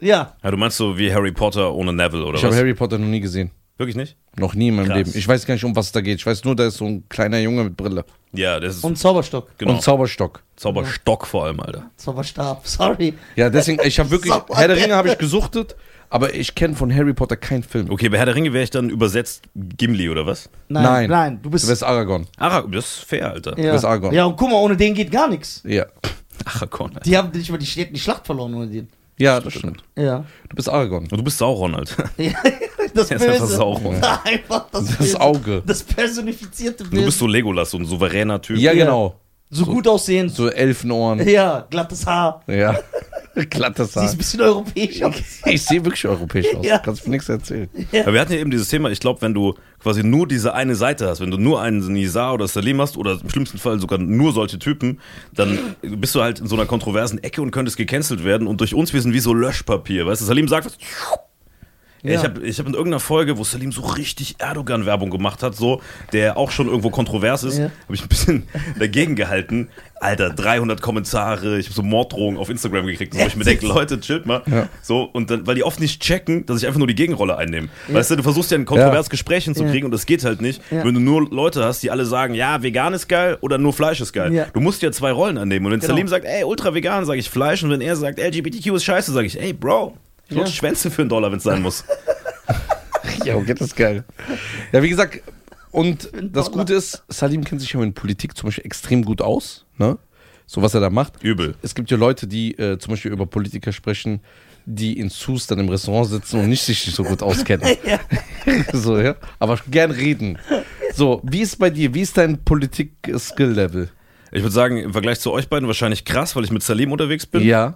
Speaker 2: Ja.
Speaker 3: Ja, du meinst so wie Harry Potter ohne Neville oder
Speaker 1: Ich
Speaker 3: was?
Speaker 1: habe Harry Potter noch nie gesehen.
Speaker 3: Wirklich nicht?
Speaker 1: Noch nie in meinem
Speaker 3: Krass.
Speaker 1: Leben. Ich weiß gar nicht, um was es da geht. Ich weiß nur, da ist so ein kleiner Junge mit Brille.
Speaker 3: Ja, das ist
Speaker 2: Und Zauberstock.
Speaker 3: genau.
Speaker 1: Und Zauberstock.
Speaker 3: Zauberstock vor allem, Alter.
Speaker 2: Zauberstab, sorry.
Speaker 1: Ja, deswegen, ich habe wirklich,
Speaker 2: Sauber-
Speaker 1: Herr der Ringe habe ich gesuchtet, aber ich kenne von Harry Potter keinen Film.
Speaker 3: Okay, bei Herr der Ringe wäre ich dann übersetzt Gimli oder was?
Speaker 2: Nein, nein, du bist.
Speaker 1: Du bist Aragorn.
Speaker 3: Ach, das ist fair, Alter.
Speaker 2: ja.
Speaker 1: bist Argon.
Speaker 2: ja, und guck mal, ohne den geht gar nichts.
Speaker 1: Ja.
Speaker 3: Ach, Gott, Alter.
Speaker 2: Die haben nicht mal die, Städte- die Schlacht verloren ohne den.
Speaker 1: Ja, das stimmt.
Speaker 2: Ja.
Speaker 1: Du bist Aragorn.
Speaker 3: Und du bist Sauron, Alter.
Speaker 2: Ja, das
Speaker 3: Der ist einfach
Speaker 2: Böse.
Speaker 3: Sauron.
Speaker 2: Einfach das, Böse.
Speaker 1: Auge.
Speaker 2: Das personifizierte Böse.
Speaker 3: Du bist so Legolas, so ein souveräner Typ.
Speaker 1: Ja,
Speaker 2: Ja.
Speaker 1: genau.
Speaker 2: so, gut aussehen.
Speaker 1: So Elfenohren.
Speaker 2: Ja, glattes Haar.
Speaker 1: Ja. Glattes
Speaker 2: Siehst
Speaker 1: Haar.
Speaker 2: ein bisschen europäisch aus.
Speaker 1: Ich sehe wirklich europäisch aus.
Speaker 2: Ja.
Speaker 1: Kannst mir nichts erzählen.
Speaker 3: Ja, wir hatten ja eben dieses Thema, ich glaube, wenn du quasi nur diese eine Seite hast, wenn du nur einen Nizar oder Salim hast oder im schlimmsten Fall sogar nur solche Typen, dann bist du halt in so einer kontroversen Ecke und könntest gecancelt werden und durch uns, wir sind wie so Löschpapier, weißt du, Salim sagt was, Ey, Ich
Speaker 4: Ja.
Speaker 3: habe ich hab in irgendeiner Folge, wo Salim so richtig Erdogan-Werbung gemacht hat, so, der auch schon irgendwo kontrovers ist,
Speaker 4: Ja.
Speaker 3: habe ich ein bisschen dagegen gehalten. Alter, 300 Kommentare, ich habe so Morddrohungen auf Instagram gekriegt, so, wo ich mir denke, Leute, chillt mal. So, und dann, weil die oft nicht checken, dass ich einfach nur die Gegenrolle einnehme. Weißt du, du versuchst ja ein kontroverses Gespräch hinzukriegen und das geht halt nicht,
Speaker 4: Ja.
Speaker 3: wenn du nur Leute hast, die alle sagen, ja, vegan ist geil oder nur Fleisch ist geil.
Speaker 4: Ja.
Speaker 3: Du musst ja zwei Rollen annehmen. Und wenn
Speaker 4: Genau.
Speaker 3: Salim sagt, ey, ultra vegan, sage ich Fleisch. Und wenn er sagt, LGBTQ ist scheiße, sage ich, ey, Bro, ich
Speaker 4: Ja.
Speaker 3: ja. Schwänze für einen Dollar, wenn es sein muss.
Speaker 1: Ja, okay, das ist geil. Ja, wie gesagt, und das
Speaker 4: Dollar.
Speaker 1: Gute ist, Salim kennt sich ja in Politik zum Beispiel extrem gut aus, ne? So was er da macht.
Speaker 3: Übel.
Speaker 1: Es gibt ja Leute, die äh, zum Beispiel über Politiker sprechen, die in Sus dann im Restaurant sitzen und nicht sich so gut auskennen. so, ja. Aber gern reden. So, wie ist bei dir? Wie ist dein Politik-Skill-Level?
Speaker 3: Ich würde sagen, im Vergleich zu euch beiden wahrscheinlich krass, weil ich mit Salim unterwegs bin.
Speaker 1: Ja.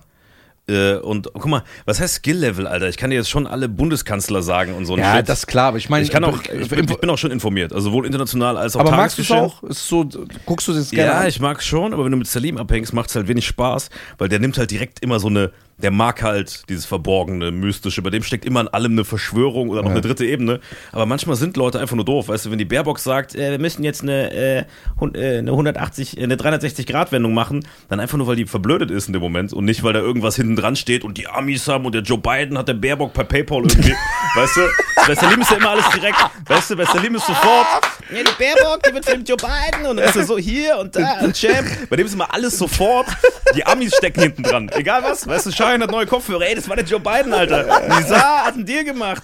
Speaker 3: Äh, und oh, guck mal, was heißt Skill-Level, Alter? Ich kann dir jetzt schon alle Bundeskanzler sagen und so ein
Speaker 1: Ja,
Speaker 3: Shit.
Speaker 1: das ist klar, aber ich meine, äh,
Speaker 3: ich, kann auch, ich, bin- ich bin auch schon informiert, also sowohl international als auch
Speaker 1: aber magst du es
Speaker 3: Tagesgeschehen.
Speaker 1: auch? Ist so, guckst du das gerne
Speaker 3: Ja,
Speaker 1: an?
Speaker 3: ich mag's schon, aber wenn du mit Salim abhängst, macht's halt wenig Spaß, weil der nimmt halt direkt immer so eine, der mag halt dieses Verborgene, Mystische, bei dem steckt immer in allem eine Verschwörung oder noch eine dritte Ebene. Aber manchmal sind Leute einfach nur doof, weißt du, wenn die Baerbock sagt, äh, wir müssen jetzt eine, äh, hun- äh, eine 180, äh, eine 360-Grad-Wendung machen, dann einfach nur, weil die verblödet ist in dem Moment und nicht, weil da irgendwas hinten dran steht und die Amis haben und der Joe Biden hat der Baerbock per Paypal irgendwie, weißt du, bei Salim ist ja immer alles direkt, weißt du, bei Salim ist sofort,
Speaker 6: Ja, die Baerbock, die wird für den Joe Biden und dann ist er Also so hier und da und Champ.
Speaker 3: bei dem ist immer alles sofort. Die Amis stecken hinten dran. Egal was. Weißt du, Schein hat neue Kopfhörer. Ey, das war der Joe Biden, Alter. Nisa hat einen Deal gemacht.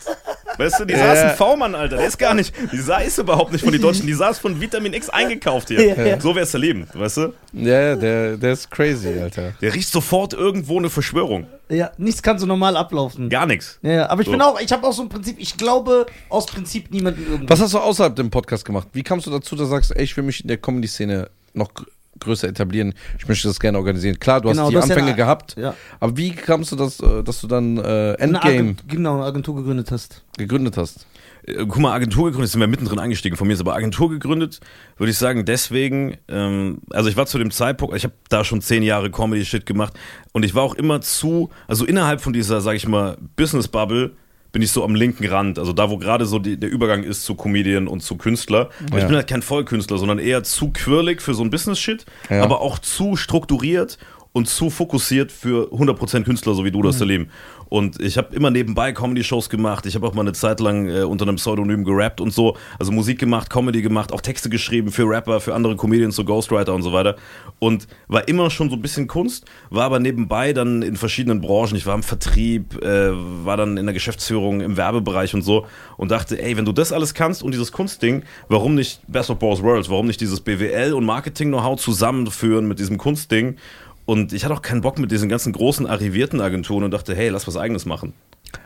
Speaker 3: Weißt du, Nisa ist ein V-Mann, Alter. Der ist gar nicht. Nisa ist überhaupt nicht von den Deutschen. Nisa ist von Vitamin X eingekauft hier.
Speaker 4: Ja, ja.
Speaker 3: So wär's Leben, weißt du?
Speaker 1: Ja, ja, der, der ist crazy, Alter.
Speaker 3: Der riecht sofort irgendwo eine Verschwörung.
Speaker 4: Ja, nichts kann so normal ablaufen.
Speaker 3: Gar nichts.
Speaker 4: Ja, ja, aber ich
Speaker 3: So.
Speaker 4: bin auch, ich habe auch so ein Prinzip, ich glaube aus Prinzip niemanden irgendwas.
Speaker 1: Was hast du außerhalb dem Podcast gemacht? Wie kamst du dazu, dass du sagst, ey, ich will mich in der Comedy-Szene noch gr- größer etablieren, ich möchte das gerne organisieren. Klar, du
Speaker 4: Genau,
Speaker 1: hast die
Speaker 4: du hast ja
Speaker 1: Anfänge
Speaker 4: eine-
Speaker 1: gehabt,
Speaker 4: ja.
Speaker 1: aber wie kamst du, dass, äh, dass du dann äh, Endgame
Speaker 4: Agentur, genau, eine Agentur gegründet hast.
Speaker 1: gegründet hast?
Speaker 3: Äh, Guck mal, Agentur gegründet, sind wir mittendrin eingestiegen von mir, ist aber Agentur gegründet, würde ich sagen, deswegen, ähm, also ich war zu dem Zeitpunkt, ich habe da schon zehn Jahre Comedy-Shit gemacht und ich war auch immer zu, also innerhalb von dieser, sag ich mal, Business-Bubble bin ich so am linken Rand, also da, wo gerade so die, der Übergang ist zu Comedian und zu Künstler. Aber ich
Speaker 1: Ja.
Speaker 3: bin halt kein Vollkünstler, sondern eher zu quirlig für so ein Business-Shit,
Speaker 1: Ja.
Speaker 3: aber auch zu strukturiert und zu fokussiert für 100% Künstler, so wie du das, Salim. Und ich habe immer nebenbei Comedy-Shows gemacht. Ich habe auch mal eine Zeit lang äh, unter einem Pseudonym gerappt und so. Also Musik gemacht, Comedy gemacht, auch Texte geschrieben für Rapper, für andere Comedians, so Ghostwriter und so weiter. Und war immer schon so ein bisschen Kunst, war aber nebenbei dann in verschiedenen Branchen. Ich war im Vertrieb, äh, war dann in der Geschäftsführung, im Werbebereich und so. Und dachte, ey, wenn du das alles kannst und dieses Kunstding, warum nicht Best of Both Worlds? Warum nicht dieses BWL und Marketing-Know-how zusammenführen mit diesem Kunstding? Und ich hatte auch keinen Bock mit diesen ganzen großen arrivierten Agenturen und dachte, hey, lass was eigenes machen.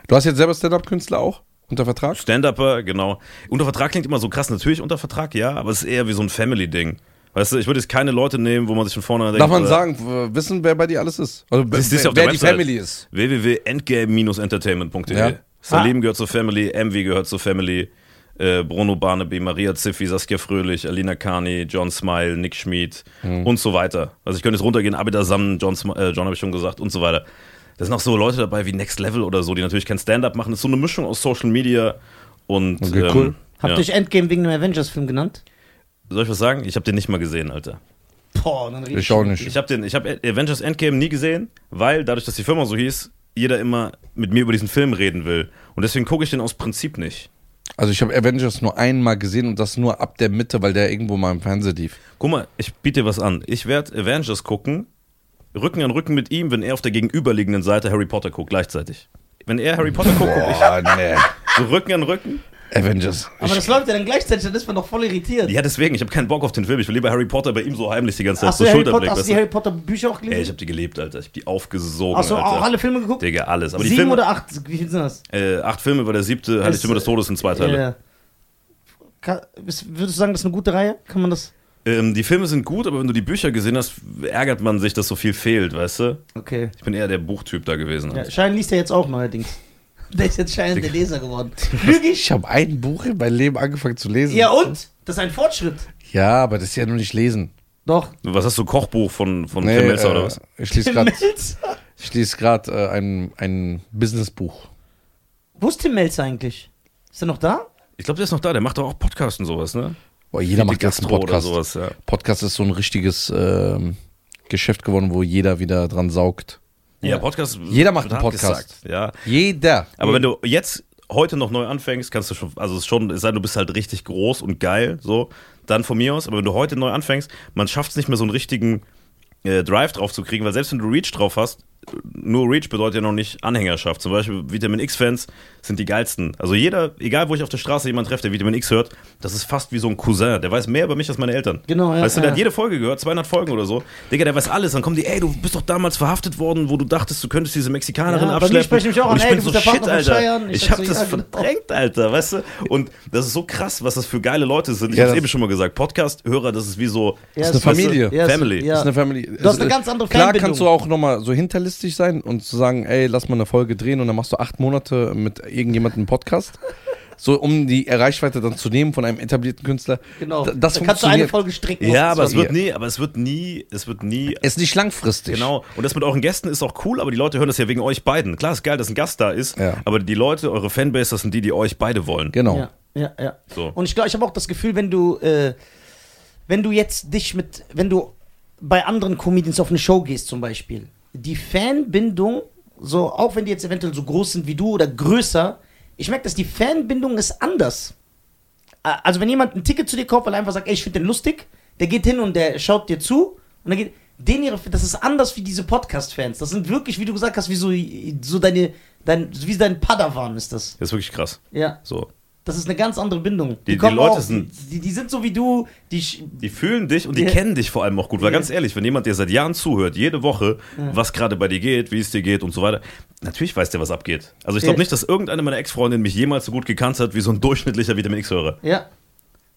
Speaker 1: Du hast jetzt selber Stand-Up-Künstler auch unter Vertrag?
Speaker 3: Stand-Upper, genau. Unter Vertrag klingt immer so krass, natürlich unter Vertrag, ja, aber es ist eher wie so ein Family-Ding. Weißt du, ich würde jetzt keine Leute nehmen, wo man sich von vorne denkt.
Speaker 1: Darf man
Speaker 3: äh,
Speaker 1: sagen, w- wissen, wer bei dir alles ist? Also,
Speaker 3: Das ist ja
Speaker 1: wer,
Speaker 3: auf der
Speaker 1: wer die
Speaker 3: Website.
Speaker 1: Family ist.
Speaker 3: www.endgame-entertainment.de
Speaker 1: Ja. Ah.
Speaker 3: Salim gehört zur Family, MV gehört zur Family, äh, Bruno Barnaby, Maria Ziffi, Saskia Fröhlich, Alina Kani, John Smile, Nick Schmid
Speaker 1: Mhm.
Speaker 3: und so weiter. Also ich könnte jetzt runtergehen, Abida Sam, John, Sm- äh, John habe ich schon gesagt und so weiter. Da sind auch so Leute dabei wie Next Level oder so, die natürlich kein Stand-Up machen. Das ist so eine Mischung aus Social Media und ähm,
Speaker 1: Okay, cool.
Speaker 4: Habt ihr
Speaker 3: ja.
Speaker 4: euch Endgame wegen dem Avengers-Film genannt?
Speaker 3: Soll ich was sagen? Ich habe den nicht mal gesehen, Alter.
Speaker 4: Boah, dann rede
Speaker 1: Ich auch nicht.
Speaker 3: Ich habe den, ich habe Avengers Endgame nie gesehen, weil dadurch, dass die Firma so hieß, jeder immer mit mir über diesen Film reden will. Und deswegen gucke ich den aus Prinzip nicht.
Speaker 1: Also ich habe Avengers nur einmal gesehen und das nur ab der Mitte, weil der irgendwo mal im Fernsehen lief.
Speaker 3: Guck mal, ich biete dir was an. Ich werde Avengers gucken, Rücken an Rücken mit ihm, wenn er auf der gegenüberliegenden Seite Harry Potter guckt, gleichzeitig. Wenn er Harry Potter guckt, guck
Speaker 1: Boah, nee.
Speaker 3: ich so Rücken an Rücken.
Speaker 1: Avengers.
Speaker 4: Aber das läuft ja dann gleichzeitig, dann ist man doch voll irritiert.
Speaker 3: Ja, deswegen, ich habe keinen Bock auf den Film. Ich will lieber Harry Potter bei ihm so heimlich die ganze Zeit,
Speaker 4: Hast
Speaker 3: so
Speaker 4: du, Harry Potter,
Speaker 3: Schulterblick.
Speaker 4: hast du
Speaker 3: Weißt
Speaker 4: die
Speaker 3: du?
Speaker 4: Harry Potter Bücher auch
Speaker 3: Ey, ich
Speaker 4: gelesen?
Speaker 3: habe die gelebt, Alter. Ich habe die aufgesogen,
Speaker 4: Hast du
Speaker 3: Alter.
Speaker 4: auch alle Filme geguckt?
Speaker 3: Digga, alles. Aber die
Speaker 4: Sieben
Speaker 3: Filme,
Speaker 4: oder acht? Wie viel sind das?
Speaker 3: äh, acht Filme war der siebte, hatte
Speaker 4: Das-
Speaker 3: ich immer des Todes in zwei Teile.
Speaker 4: Ja. Ka- ist- Würdest du sagen, das ist eine gute Reihe? Kann man das?
Speaker 3: Ähm, die Filme sind gut, aber wenn du die Bücher gesehen hast, ärgert man sich, dass so viel fehlt, weißt du?
Speaker 4: Okay.
Speaker 3: Ich bin eher der Buchtyp da gewesen.
Speaker 4: Ja, Schein liest ja jetzt auch neuerdings. Der ist jetzt Schein der Leser geworden. Lüge ich?
Speaker 1: Ich habe ein Buch in meinem Leben angefangen zu lesen.
Speaker 4: Ja und? Das ist ein Fortschritt.
Speaker 1: Ja, aber das ist ja nur nicht lesen. äh,
Speaker 4: Doch.
Speaker 3: Was hast du, Kochbuch von, von Tim Melzer oder was?
Speaker 1: Ich lese
Speaker 4: Tim
Speaker 1: gerade
Speaker 4: Melzer.
Speaker 1: Ich lese gerade äh, ein, ein Businessbuch.
Speaker 2: Wo ist Tim Melzer eigentlich? Ist er noch da?
Speaker 3: Ich glaube, der ist noch da, der macht doch auch Podcast und sowas, ne?
Speaker 1: Boah, jeder macht jetzt einen
Speaker 3: Gastro oder
Speaker 1: Podcast.
Speaker 3: sowas, ja.
Speaker 1: Podcast ist so ein richtiges ähm, Geschäft geworden, wo jeder wieder dran saugt.
Speaker 3: Ja, Podcast.
Speaker 1: Jeder macht
Speaker 3: wird
Speaker 1: einen
Speaker 3: hart
Speaker 1: Podcast.
Speaker 3: Gesagt, ja.
Speaker 1: Jeder.
Speaker 3: Aber wenn du jetzt heute noch neu anfängst, kannst du schon, also es ist schon, es sei denn, du bist halt richtig groß und geil, so, dann von mir aus, aber wenn du heute neu anfängst, man schafft es nicht mehr so einen richtigen äh, Drive drauf zu kriegen, weil selbst wenn du Reach drauf hast, nur Reach bedeutet ja noch nicht Anhängerschaft. Zum Beispiel Vitamin X-Fans sind die geilsten. Also jeder, egal wo ich auf der Straße jemanden treffe, der Vitamin X hört, das ist fast wie so ein Cousin. Der weiß mehr über mich als meine Eltern.
Speaker 2: Genau, ja,
Speaker 3: Weißt du,
Speaker 2: ja.
Speaker 3: der hat jede Folge gehört, 200 Folgen oder so. Digga, der weiß alles. Dann kommen die, ey, du bist doch damals verhaftet worden, wo du dachtest, du könntest diese Mexikanerin
Speaker 2: Ja, bei mir
Speaker 3: abschleppen.
Speaker 2: sprechen mich auch
Speaker 3: Und
Speaker 2: an,
Speaker 3: ich
Speaker 2: ey,
Speaker 3: bin
Speaker 2: du
Speaker 3: so,
Speaker 2: bist der
Speaker 3: shit,
Speaker 2: Partner von
Speaker 3: Alter.
Speaker 2: Scheiern. Ich
Speaker 3: Ich hab
Speaker 2: sag's
Speaker 3: das
Speaker 2: dir, ja, genau.
Speaker 3: verdrängt, Alter, weißt du? Und das ist so krass, was das für geile Leute sind. Ich
Speaker 1: Ja,
Speaker 3: hab's
Speaker 1: das-
Speaker 3: eben schon mal gesagt. Podcast-Hörer, das ist wie so...
Speaker 2: Ja,
Speaker 1: eine
Speaker 2: es- weißt du,
Speaker 1: Familie.
Speaker 2: ja, es-
Speaker 3: Family.
Speaker 1: Das
Speaker 2: Ja.
Speaker 1: ist eine Family.
Speaker 2: hast eine ganz andere
Speaker 1: Klar
Speaker 2: Fernbedienung.
Speaker 1: kannst du auch nochmal so hinterlistig sein und zu sagen, ey, lass mal eine Folge drehen und dann machst du acht Monate mit irgendjemandem einen Podcast. So, um die Reichweite dann zu nehmen von einem etablierten Künstler.
Speaker 2: Genau.
Speaker 1: D- Das
Speaker 2: da kannst du eine
Speaker 1: funktioniert.
Speaker 2: Folge stricken.
Speaker 3: Ja, aber es
Speaker 1: Sorry.
Speaker 3: wird nie, aber es wird nie, es wird nie.
Speaker 1: Ist nicht langfristig.
Speaker 3: Genau. Und das mit euren Gästen ist auch cool, aber die Leute hören das ja wegen euch beiden. Klar, ist geil, dass ein Gast da ist,
Speaker 1: Ja.
Speaker 3: aber die Leute, eure Fanbase, das sind die, die euch beide wollen.
Speaker 1: Genau.
Speaker 2: Ja, ja, ja.
Speaker 3: So.
Speaker 2: Und ich glaube, ich habe auch das Gefühl, wenn du, äh, wenn du jetzt dich mit, wenn du bei anderen Comedians auf eine Show gehst zum Beispiel, die Fanbindung, so auch wenn die jetzt eventuell so groß sind wie du oder größer, ich merke, dass die Fanbindung ist anders. A- Also wenn jemand ein Ticket zu dir kauft, weil er einfach sagt, ey, ich finde den lustig, der geht hin und der schaut dir zu und dann geht, den ihre, das ist anders wie diese Podcast-Fans. Das sind wirklich, wie du gesagt hast, wie so, so deine, dein, wie dein Padawan ist das.
Speaker 3: Das ist wirklich krass.
Speaker 2: Ja.
Speaker 3: So.
Speaker 2: Das ist eine ganz andere Bindung.
Speaker 3: Die- die
Speaker 2: kommen
Speaker 3: Leute
Speaker 2: auch-
Speaker 3: sind-
Speaker 2: Die, die sind so wie du. Die, sch-
Speaker 3: Die fühlen dich und die
Speaker 2: Ja.
Speaker 3: kennen dich vor allem auch gut. Weil
Speaker 2: Ja.
Speaker 3: ganz ehrlich, wenn jemand dir seit Jahren zuhört, jede Woche, was gerade bei dir geht, wie es dir geht und so weiter, natürlich weiß der, was abgeht. Also ich glaube
Speaker 2: Ja.
Speaker 3: nicht, dass irgendeine meiner Ex-Freundinnen mich jemals so gut gekannt hat wie so ein durchschnittlicher Vitamin X-Hörer.
Speaker 2: ja.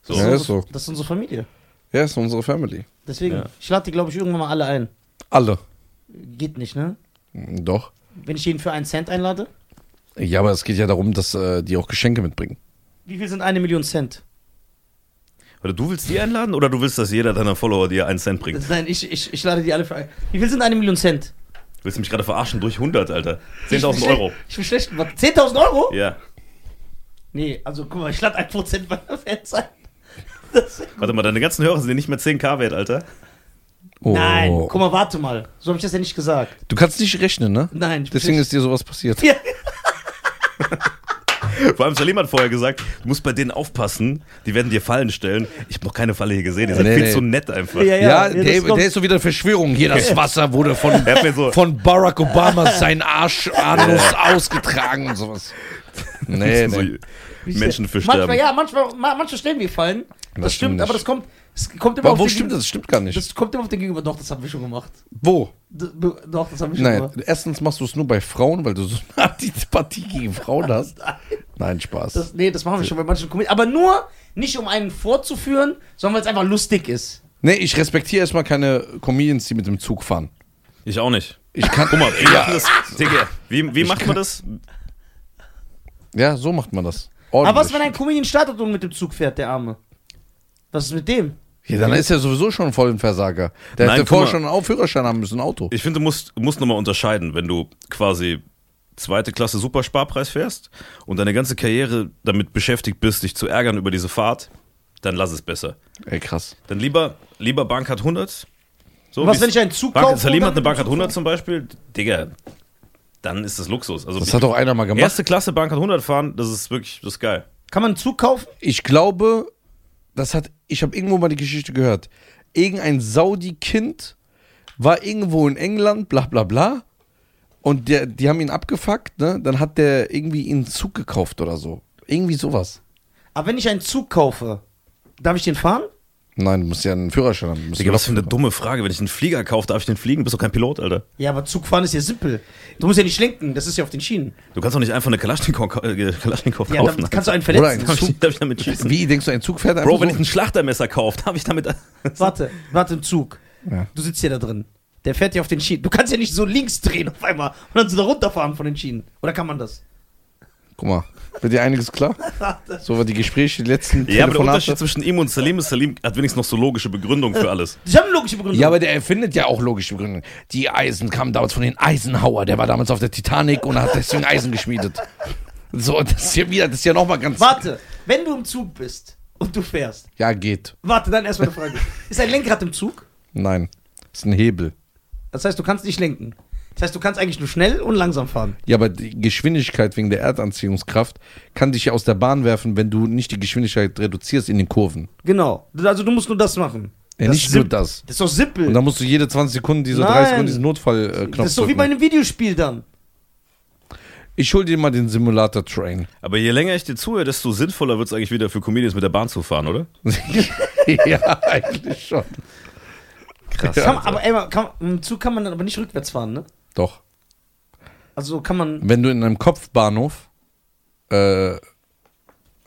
Speaker 3: So.
Speaker 1: Ja, ist so.
Speaker 2: Das ist unsere Familie.
Speaker 1: Ja, ist unsere Family.
Speaker 2: Deswegen,
Speaker 3: Ja.
Speaker 2: ich lade die, glaube ich, irgendwann mal alle ein.
Speaker 1: Alle.
Speaker 2: Geht nicht, ne?
Speaker 1: Hm, Doch.
Speaker 2: Wenn ich jeden für einen Cent einlade.
Speaker 1: Ja, aber es geht ja darum, dass äh, die auch Geschenke mitbringen.
Speaker 2: Wie viel sind eine Million Cent?
Speaker 3: Oder du willst die einladen oder du willst, dass jeder deiner Follower dir einen Cent bringt?
Speaker 2: Nein, ich, ich, ich lade die alle für ein. Wie viel sind eine Million Cent?
Speaker 3: Willst du mich gerade verarschen durch 100, Alter?
Speaker 2: Ich
Speaker 3: 10.000
Speaker 2: bin
Speaker 3: Euro.
Speaker 2: schlecht- Ich bin schlecht gemacht. 10.000 Euro?
Speaker 3: Ja.
Speaker 2: Nee, also guck mal, ich lade 1% meiner Fans ein. Das,
Speaker 3: Warte mal, deine ganzen Hörer sind ja nicht mehr 10k wert, Alter.
Speaker 1: Oh.
Speaker 2: Nein, guck mal, warte mal. So habe ich das ja nicht gesagt.
Speaker 1: Du kannst nicht rechnen, ne?
Speaker 2: Nein, ich bin
Speaker 1: Deswegen
Speaker 2: schlecht-
Speaker 1: ist dir sowas passiert.
Speaker 2: Ja.
Speaker 3: Vor allem Salim hat vorher gesagt, du musst bei denen aufpassen, die werden dir Fallen stellen. Ich habe noch keine Falle hier gesehen, die sind
Speaker 1: Nee,
Speaker 3: viel
Speaker 1: nee.
Speaker 3: zu nett einfach.
Speaker 1: Ja,
Speaker 2: Ja, ja, das
Speaker 1: der,
Speaker 2: kommt.
Speaker 1: der ist so wieder Verschwörung. Hier, das Wasser wurde von,
Speaker 3: Er hat mir so,
Speaker 1: von Barack Obama sein Arsch anus ausgetragen und sowas. Nee,
Speaker 3: so
Speaker 1: nee.
Speaker 3: Menschen für
Speaker 2: Manchmal,
Speaker 3: sterben.
Speaker 2: ja, manchmal, ma, manche Stellen wir fallen. Das,
Speaker 1: Das
Speaker 2: stimmt,
Speaker 1: stimmt
Speaker 2: aber
Speaker 1: nicht.
Speaker 2: das kommt, es kommt immer
Speaker 1: Aber wo
Speaker 2: den
Speaker 1: stimmt
Speaker 2: Geg-
Speaker 1: das? Das stimmt gar nicht.
Speaker 2: Das kommt immer auf den Gegenüber. Doch, das haben wir schon gemacht.
Speaker 1: wo?
Speaker 2: D b- doch, das haben wir schon
Speaker 1: Nein,
Speaker 2: gemacht.
Speaker 1: erstens machst du es nur bei Frauen, weil du so eine Antipathie gegen Frauen hast. Nein, Spaß.
Speaker 2: Das, nee, das machen wir schon bei manchen Komödien. Aber nur, nicht um einen vorzuführen, sondern weil es einfach lustig ist.
Speaker 1: nee, ich respektiere erstmal keine Comedians, die mit dem Zug fahren.
Speaker 3: Ich auch nicht.
Speaker 1: Ich kann.
Speaker 3: Guck mal, wie machen das? Digga, wie, wie macht man das?
Speaker 1: Ja, so macht man das.
Speaker 2: Aber was,
Speaker 1: Ordentlich.
Speaker 2: wenn ein Comedian startet und mit dem Zug fährt, der Arme? Was ist mit dem?
Speaker 1: ja, dann ist er sowieso schon voll ein Versager. Der
Speaker 3: Nein,
Speaker 1: hätte
Speaker 3: guck
Speaker 1: vorher
Speaker 3: mal.
Speaker 1: schon einen Führerschein haben müssen, ein Auto.
Speaker 3: Ich finde, du musst, musst nochmal unterscheiden, wenn du quasi zweite Klasse Supersparpreis fährst und deine ganze Karriere damit beschäftigt bist, dich zu ärgern über diese Fahrt, dann lass es besser.
Speaker 1: Ey, krass.
Speaker 3: Dann lieber, lieber Bank hat 100. So,
Speaker 2: Und was,
Speaker 3: wie's-
Speaker 2: wenn ich einen Zug
Speaker 3: Bank,
Speaker 2: kaufe
Speaker 3: Salim
Speaker 2: und
Speaker 3: hat eine
Speaker 2: dann
Speaker 3: Bank
Speaker 2: mit
Speaker 3: hat
Speaker 2: dem Zug
Speaker 3: 100 zum Beispiel. Digga, dann ist das Luxus. Also
Speaker 1: Das hat doch einer mal gemacht.
Speaker 3: erste Klasse Bank hat 100 fahren, das ist wirklich, das ist geil.
Speaker 2: Kann man einen Zug kaufen?
Speaker 1: ich glaube, das hat, ich habe irgendwo mal die Geschichte gehört. Irgendein Saudi-Kind war irgendwo in England, bla bla bla. Und der, die haben ihn abgefuckt, ne? Dann hat der irgendwie ihn einen Zug gekauft oder so. Irgendwie sowas.
Speaker 2: Aber wenn ich einen Zug kaufe, darf ich den fahren?
Speaker 1: Nein, du musst ja einen Führerschein haben. du musst
Speaker 3: Digga,
Speaker 1: einen
Speaker 3: was für eine
Speaker 1: Führerschein
Speaker 3: dumme Frage. Wenn ich einen Flieger kaufe, darf ich den fliegen? Bist doch kein Pilot, Alter.
Speaker 2: Ja, aber Zugfahren ist ja simpel. Du musst ja nicht lenken, das ist ja auf den Schienen.
Speaker 3: Du kannst doch nicht einfach eine Kalaschnikow, äh, Kalaschnikow
Speaker 2: Ja,
Speaker 3: kaufen.
Speaker 2: dann kannst du einen
Speaker 1: Oder
Speaker 2: verletzen.
Speaker 1: einen
Speaker 3: darf, ich,
Speaker 1: Zug-
Speaker 3: darf ich damit schießen?
Speaker 1: Wie, denkst du, ein Zug fährt einfach
Speaker 3: Bro, wenn ich
Speaker 1: so?
Speaker 3: ein Schlachtermesser kaufe, darf ich damit.
Speaker 2: Warte, warte im Zug.
Speaker 1: Ja.
Speaker 2: Du sitzt hier da drin. Der fährt ja auf den Schienen. Du kannst ja nicht so links drehen auf einmal und dann so da runterfahren von den Schienen. Oder kann man das?
Speaker 1: Guck mal, wird dir einiges klar? So war die Gespräche, die letzten
Speaker 3: Ja, aber der
Speaker 1: Telefonate.
Speaker 3: Unterschied zwischen ihm und Salim ist, Salim hat wenigstens noch so logische Begründung für alles.
Speaker 2: Ich habe eine logische Begründung.
Speaker 1: Ja, aber der erfindet ja auch logische Begründungen. Die Eisen kamen damals von den Eisenhower. Der war damals auf der Titanic und hat deswegen Eisen geschmiedet. So, das ist ja wieder, das ist ja nochmal ganz.
Speaker 2: Warte, wenn du im Zug bist und du fährst,
Speaker 1: Ja, geht.
Speaker 2: warte, dann erstmal eine Frage. Ist ein Lenkrad im Zug?
Speaker 1: Nein. Das ist ein Hebel.
Speaker 2: Das heißt, du kannst nicht lenken. Das heißt, du kannst eigentlich nur schnell und langsam fahren.
Speaker 1: Ja, aber die Geschwindigkeit wegen der Erdanziehungskraft kann dich ja aus der Bahn werfen, wenn du nicht die Geschwindigkeit reduzierst in den Kurven.
Speaker 2: Genau. Also du musst nur das machen.
Speaker 1: Ja,
Speaker 2: Das
Speaker 1: nicht
Speaker 2: ist
Speaker 1: nur
Speaker 2: simp-
Speaker 1: das.
Speaker 2: Das ist doch simpel.
Speaker 1: Und dann musst du jede 20 Sekunden diese
Speaker 2: Nein.
Speaker 1: 30 Sekunden diesen Notfallknopf
Speaker 2: das ist doch wie bei
Speaker 1: drücken.
Speaker 2: einem Videospiel dann.
Speaker 1: Ich hol dir mal den Simulator Train.
Speaker 3: Aber je länger ich dir zuhöre, desto sinnvoller wird es eigentlich wieder für Comedians mit der Bahn zu fahren, oder?
Speaker 1: ja, eigentlich schon.
Speaker 3: Krass.
Speaker 2: Kann
Speaker 1: also.
Speaker 2: man, aber ey, man kann, im Zug kann man dann aber nicht rückwärts fahren, ne?
Speaker 1: Doch.
Speaker 2: Also kann man.
Speaker 1: Wenn du in einem Kopfbahnhof äh,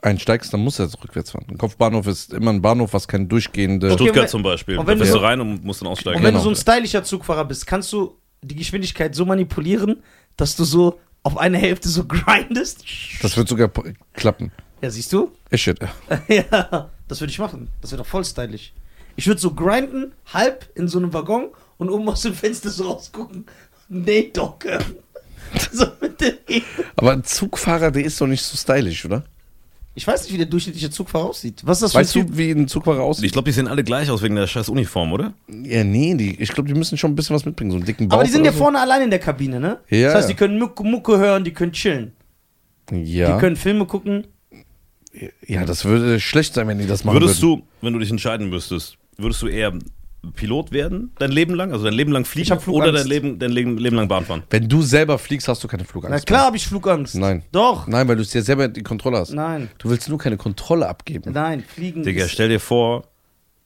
Speaker 1: einsteigst, dann musst du jetzt rückwärts fahren. Ein Kopfbahnhof ist immer ein Bahnhof, was kein durchgehende.
Speaker 2: Okay,
Speaker 3: Stuttgart
Speaker 2: wenn-
Speaker 3: zum Beispiel.
Speaker 2: und
Speaker 3: Da
Speaker 2: wenn
Speaker 3: fährst
Speaker 2: du-
Speaker 3: du rein und musst dann aussteigen.
Speaker 2: Und wenn
Speaker 1: Genau.
Speaker 2: du so ein stylischer Zugfahrer bist, kannst du die Geschwindigkeit so manipulieren, dass du so auf eine Hälfte so grindest.
Speaker 1: Das wird sogar p- klappen.
Speaker 2: Ja, siehst du?
Speaker 1: Ich shit.
Speaker 2: ja, das würde ich machen. Das wäre doch voll stylisch. Ich würde so grinden, halb in so einem Waggon und oben aus dem Fenster so rausgucken. Nee, Doc. so mit dem E.
Speaker 1: Aber ein Zugfahrer, der ist doch nicht so stylisch, oder?
Speaker 2: ich weiß nicht, wie der durchschnittliche Zugfahrer aussieht. Was ist das für
Speaker 1: Weißt
Speaker 2: ein Typ?
Speaker 1: du, wie ein Zugfahrer
Speaker 3: Ich
Speaker 1: aussieht?
Speaker 3: glaube, die sehen alle gleich aus wegen der scheiß Uniform, oder?
Speaker 1: Ja, nee, die, ich glaube, die müssen schon ein bisschen was mitbringen, so einen dicken Bauch.
Speaker 2: Aber die sind
Speaker 1: oder
Speaker 2: ja vorne allein in der Kabine, ne?
Speaker 1: Ja,
Speaker 2: Das heißt,
Speaker 1: ja.
Speaker 2: die können Mucke, Mucke hören, die können chillen.
Speaker 1: So. Ja.
Speaker 2: Die können Filme gucken.
Speaker 1: ja, das würde schlecht sein, wenn die das machen
Speaker 3: Würdest
Speaker 1: würden.
Speaker 3: du, wenn du dich entscheiden müsstest, würdest du eher Pilot werden, dein Leben lang, also dein Leben lang fliegen
Speaker 2: Ich hab Flugangst.
Speaker 3: oder dein Leben, dein Leben, Leben lang Bahn fahren?
Speaker 1: Wenn du selber fliegst, hast du keine
Speaker 2: Na
Speaker 1: Flugangst.
Speaker 2: klar habe ich Flugangst.
Speaker 1: Nein.
Speaker 2: Doch.
Speaker 1: Mehr. Nein, weil du es dir selber die Kontrolle hast.
Speaker 2: Nein.
Speaker 1: Du willst nur keine Kontrolle abgeben.
Speaker 2: Nein, fliegen.
Speaker 3: Digga,
Speaker 2: ist-
Speaker 3: stell dir vor,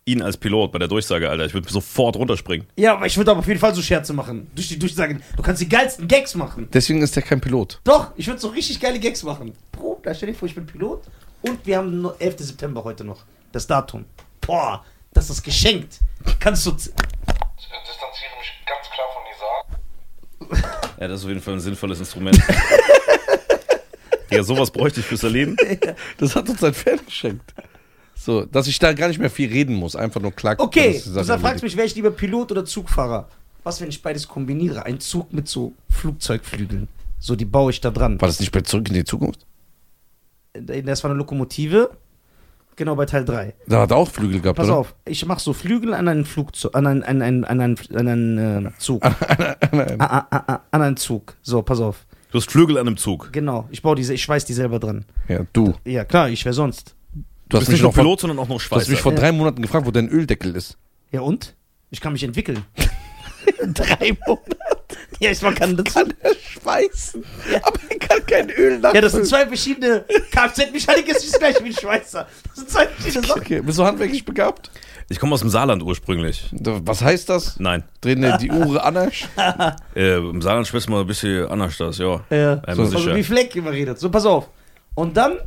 Speaker 3: ihn als Pilot bei der Durchsage, Alter, ich würde sofort runterspringen.
Speaker 2: Ja, aber ich würde aber auf jeden Fall so Scherze machen. Durch die Durchsagen. Du kannst die geilsten Gags machen.
Speaker 1: Deswegen ist der kein Pilot.
Speaker 2: Doch, ich würde so richtig geile Gags machen. Bro, da stell dir vor, ich bin Pilot und wir haben nur 11. September heute noch. Das Datum. Boah, das ist geschenkt. Kannst du. z-
Speaker 7: Ich distanziere mich ganz klar von dieser Art.
Speaker 3: Ja, das ist auf jeden Fall ein sinnvolles Instrument. Digga, sowas bräuchte ich fürs Erleben.
Speaker 1: Das hat uns ein Fan geschenkt. So, dass ich da gar nicht mehr viel reden muss, einfach nur klar. dann
Speaker 2: Okay,
Speaker 1: ist die
Speaker 2: du
Speaker 1: Sache
Speaker 2: fragst
Speaker 1: erledigt.
Speaker 2: mich, wäre ich lieber Pilot oder Zugfahrer? Was, wenn ich beides kombiniere? Ein Zug mit so Flugzeugflügeln. So, die baue ich da dran. Äh,
Speaker 1: War das nicht bei Zurück in die Zukunft?
Speaker 2: Das war eine Lokomotive. Genau bei Teil 3.
Speaker 1: Da hat er auch Flügel gehabt,
Speaker 2: Pass
Speaker 1: oder?
Speaker 2: auf, ich mache so Flügel an einen Flugzeug, an einen, an einen, an einen, an einen äh, Zug. Ah, an, an, an, an einen Zug. So, pass auf.
Speaker 3: Du hast Flügel an einem Zug.
Speaker 2: Genau, ich baue diese, ich schweiß die selber dran.
Speaker 1: Ja, du.
Speaker 2: Ja, klar, ich wäre sonst.
Speaker 1: Du
Speaker 3: Du
Speaker 1: hast
Speaker 3: bist
Speaker 1: mich
Speaker 3: nicht nur
Speaker 1: noch vor,
Speaker 3: Pilot, sondern auch noch
Speaker 1: du hast
Speaker 3: Schweizer.
Speaker 1: mich vor drei Monaten gefragt, wo dein Öldeckel ist.
Speaker 2: Ja und? Ich kann mich entwickeln.
Speaker 1: Drei Monate
Speaker 2: ja, ich man kann dazu.
Speaker 1: er schweißen, aber er kann kein Öl nachfüllen.
Speaker 2: Ja, das sind zwei verschiedene Kfz-Mechaniker ist nicht gleich wie ein Schweizer. Das sind zwei verschiedene Sachen.
Speaker 1: Okay, bist du handwerklich begabt?
Speaker 3: Ich komme aus dem Saarland ursprünglich.
Speaker 1: Da- Was heißt das?
Speaker 3: Nein.
Speaker 1: Drehen dir die Uhr anders?
Speaker 3: Äh, Im Saarland schwätzt man ein bisschen anders das, ja.
Speaker 2: Ja.
Speaker 3: Einmal
Speaker 1: So.
Speaker 2: Also
Speaker 3: sicher.
Speaker 2: wie Fleck immer redet. So, pass auf. Und dann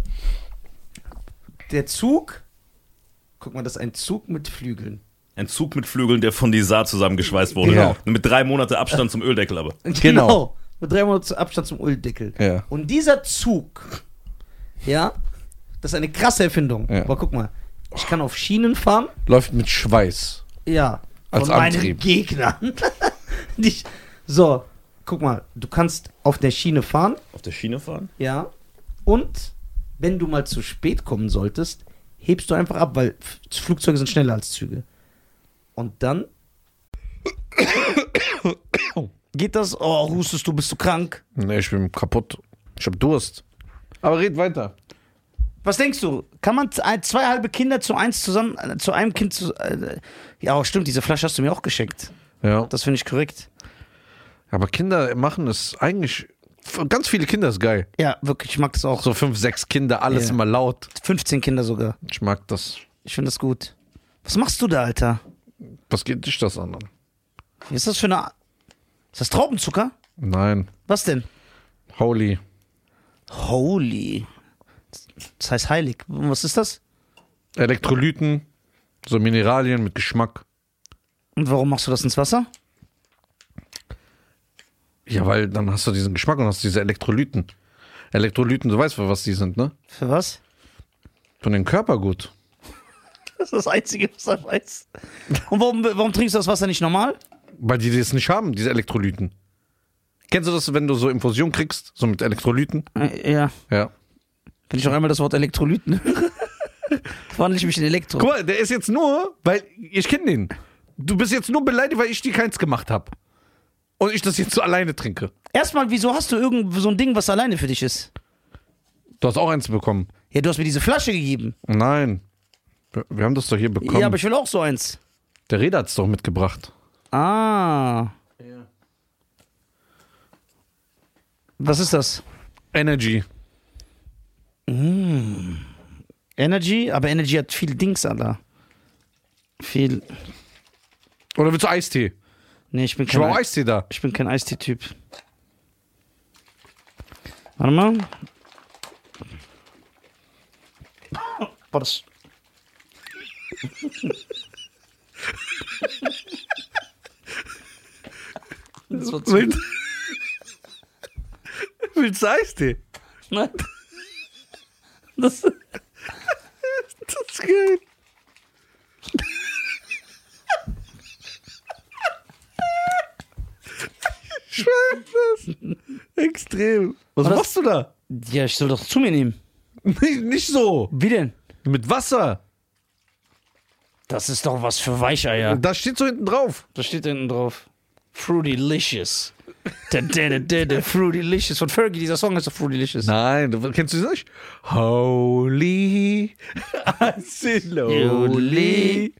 Speaker 2: der Zug. Guck mal, das ist ein Zug mit Flügeln.
Speaker 3: Ein Zug mit Flügeln, der von die Saar zusammengeschweißt wurde.
Speaker 1: Genau.
Speaker 3: Mit drei Monate Abstand zum Öldeckel aber.
Speaker 2: Genau.
Speaker 1: Genau.
Speaker 2: Mit drei Monaten Abstand zum Ulldeckel.
Speaker 1: Ja.
Speaker 2: Und dieser Zug, ja, das ist eine krasse Erfindung.
Speaker 1: Ja.
Speaker 2: Aber guck mal, ich kann auf Schienen fahren.
Speaker 1: Läuft mit Schweiß.
Speaker 2: Ja.
Speaker 1: Als
Speaker 2: von meinen
Speaker 1: Antrieb.
Speaker 2: Gegnern. Dich- so, guck mal, du kannst auf der Schiene fahren,
Speaker 3: Auf der Schiene fahren?
Speaker 2: ja. Und wenn du mal zu spät kommen solltest, hebst du einfach ab, weil F- Flugzeuge sind schneller als Züge. Und dann geht das, oh, hustest du, bist du krank?
Speaker 1: Nee, ich bin kaputt. Ich hab Durst. Aber red weiter.
Speaker 2: Was denkst du? Kann man z- ein- zwei halbe Kinder zu eins zusammen, äh, zu einem Kind zu. Äh, ja, stimmt, diese Flasche hast du mir auch geschenkt.
Speaker 1: Ja.
Speaker 2: Das finde ich korrekt.
Speaker 1: Aber Kinder machen es eigentlich. Ganz viele Kinder ist geil.
Speaker 2: Ja, wirklich, ich mag das auch.
Speaker 1: So fünf, sechs Kinder, alles
Speaker 2: Ja.
Speaker 1: immer laut.
Speaker 2: 15 Kinder sogar.
Speaker 1: Ich mag das.
Speaker 2: Ich finde das gut. Was machst du da, Alter?
Speaker 1: Was geht dich das an?
Speaker 2: Was ist das für eine. Ist das Traubenzucker?
Speaker 1: Nein.
Speaker 2: Was denn?
Speaker 1: Holy.
Speaker 2: Holy. Das heißt heilig. Was ist das?
Speaker 1: Elektrolyten, so Mineralien mit Geschmack.
Speaker 2: Und warum machst du das ins Wasser?
Speaker 1: Ja, weil dann hast du diesen Geschmack und hast diese Elektrolyten. Elektrolyten, du weißt, für was die sind, ne?
Speaker 2: Für was?
Speaker 1: Von den Körper gut.
Speaker 2: Das ist das Einzige, was er weiß. Und warum, warum trinkst du das Wasser nicht normal?
Speaker 1: Weil die das nicht haben, diese Elektrolyten. Kennst du das, wenn du so Infusion kriegst, so mit Elektrolyten?
Speaker 2: Äh, Ja.
Speaker 1: Ja.
Speaker 2: Wenn ich noch einmal das Wort Elektrolyten höre, wandle ich mich in Elektro.
Speaker 1: Guck mal, der ist jetzt nur, weil ich kenne den. Du bist jetzt nur beleidigt, weil ich dir keins gemacht habe. Und ich das jetzt so alleine trinke.
Speaker 2: Erstmal, wieso hast du irgend so ein Ding, was alleine für dich ist?
Speaker 1: Du hast auch eins bekommen.
Speaker 2: Ja, du hast mir diese Flasche gegeben.
Speaker 1: Nein. Wir- Wir haben das doch hier bekommen.
Speaker 2: Ja, aber ich will auch so eins.
Speaker 1: der Reda hat es doch mitgebracht.
Speaker 2: Ah. Was ist das?
Speaker 1: Energy.
Speaker 2: Energy, aber Energy hat viel Dings, Alter. Viel.
Speaker 1: Oder willst du Eistee?
Speaker 2: Nee, ich bin
Speaker 1: Ich war auch
Speaker 2: kein,
Speaker 1: Eistee da.
Speaker 2: ich bin kein Eistee-Typ. Warte mal. Boah, das. das war zu.
Speaker 1: Willst du Eistee?
Speaker 2: Nein. Das.
Speaker 1: Das ist geil. Ich das. Extrem. Was
Speaker 2: das-
Speaker 1: machst du da?
Speaker 2: Ja, ich soll doch zu mir nehmen.
Speaker 1: Nicht, nicht so.
Speaker 2: Wie denn?
Speaker 1: Mit Wasser.
Speaker 2: Das ist doch was für Weicheier.
Speaker 1: Da steht so hinten drauf.
Speaker 2: Da steht hinten drauf. Fruitylicious. Der, der, der, der, der Fruitylicious. Von Fergie, dieser Song ist doch Fruitylicious.
Speaker 1: Nein, du- kennst du das nicht? Holy Asiloli.